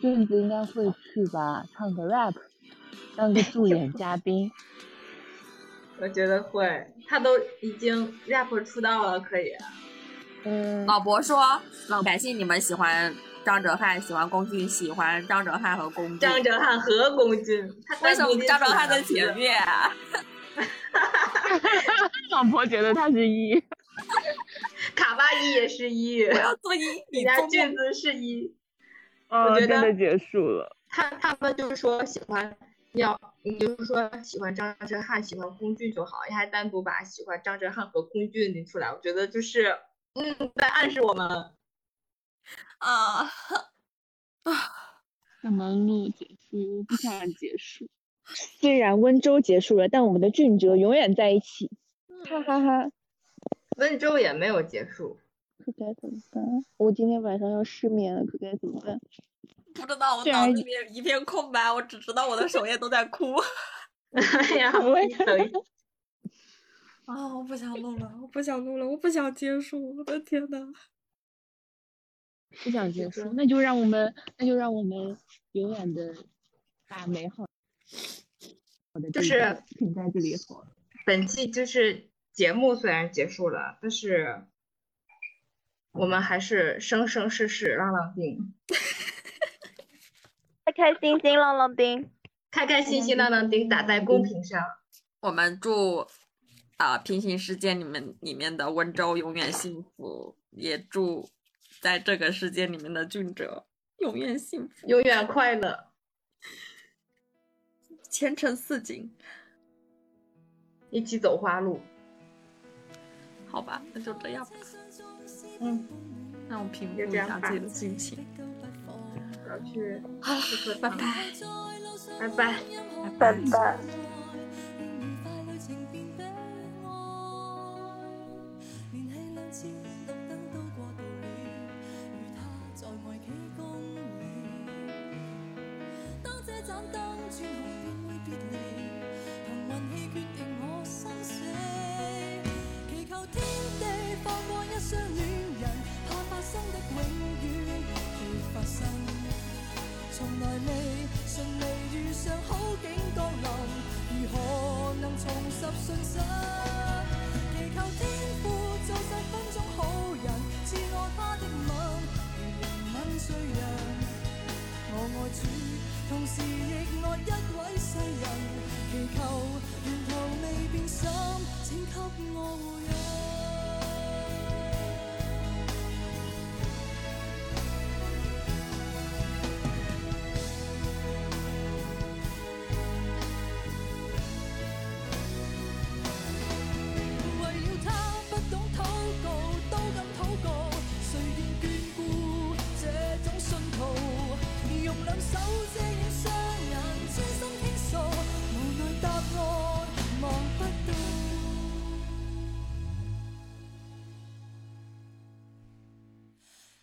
Speaker 12: 俊子应该会去吧，唱个 rap，当个助演嘉宾。
Speaker 1: *laughs* 我觉得会，他都已经 rap 出道了，可以。
Speaker 12: 嗯，
Speaker 2: 老伯说，感谢你们喜欢张哲瀚，喜欢龚俊，喜欢张哲瀚和龚俊。
Speaker 1: 张哲瀚和龚俊，他
Speaker 2: 为什么张哲瀚在前
Speaker 1: 面？
Speaker 2: 面？
Speaker 12: 老婆觉得他是一，
Speaker 1: 卡哇伊也是一，
Speaker 2: 我要
Speaker 1: 人
Speaker 2: 做一米
Speaker 1: 家
Speaker 2: 中
Speaker 1: 俊子是一。
Speaker 12: 哦
Speaker 1: 我觉
Speaker 12: 真的
Speaker 1: 得
Speaker 12: 结束了。
Speaker 1: 他他们就是说喜欢要，你就是说喜欢张哲瀚，喜欢龚俊就好，你还单独把喜欢张哲瀚和龚俊拎出来，我觉得就是嗯在暗示我们。
Speaker 2: 啊，
Speaker 12: 啊怎么录结束？不想结束。虽然温州结束了，但我们的俊哲永远在一起，哈哈哈。
Speaker 1: 温州也没有结
Speaker 12: *laughs*
Speaker 1: 束，
Speaker 12: 可该怎么办？我今天晚上要失眠了，可该怎么办？
Speaker 2: 不知道，我
Speaker 12: 这
Speaker 2: 脑
Speaker 12: 样
Speaker 2: 子里面一片空白，我只知道我的首页都在哭。
Speaker 1: 哎呀，等
Speaker 2: 啊，我不想录了，我不想录了，我不想结束，我的天呐。
Speaker 12: 不想结束，那就让我们，那就让我们永远的把美好好的
Speaker 1: 就是
Speaker 12: 停在这里好了。
Speaker 1: 本期就是节目虽然结束了，但是我们还是生生世世浪浪丁，
Speaker 72: 开开心心，浪浪丁。
Speaker 1: 开开心心浪浪丁打在公屏上。
Speaker 2: 我们祝啊、平行世界里面里面的温州永远幸福，也祝在这个世界里面的俊哲永远幸福，
Speaker 1: 永远快乐。
Speaker 2: 前程似锦。
Speaker 1: 一起走花路。
Speaker 2: 好吧，那就这样吧，
Speaker 1: 嗯，
Speaker 2: 让嗯我平复
Speaker 1: 就
Speaker 2: 一
Speaker 1: 这样
Speaker 2: 下
Speaker 1: 吧
Speaker 2: 自己的心情。
Speaker 1: 我要去
Speaker 2: 好了
Speaker 1: 去喝，
Speaker 2: 拜
Speaker 1: 汤
Speaker 2: 拜。
Speaker 1: 拜拜。
Speaker 72: 拜拜。
Speaker 75: 快乐情变悲哀。
Speaker 2: 盞燈轉紅便會別離，憑運氣決定我生死。祈求天地放過一雙戀人，怕發生的永遠如發生。從來未順利遇上好景降臨，如何能重拾信心？祈求天父做十分鐘好人，賜我他的吻，如人吻碎人。我愛主，同時亦愛一位世人，祈求源頭未變心，請給我護佑。為了他不懂禱告，都敢禱告，誰願眷顧這種信徒？用兩手遮掩雙眼，專心傾訴，無奈答案望不到。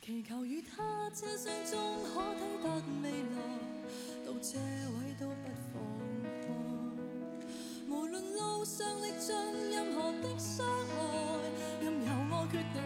Speaker 2: 祈求與他車廂中可抵達未來，到車位都不放過。無論路上歷盡任何的傷害，任由我決定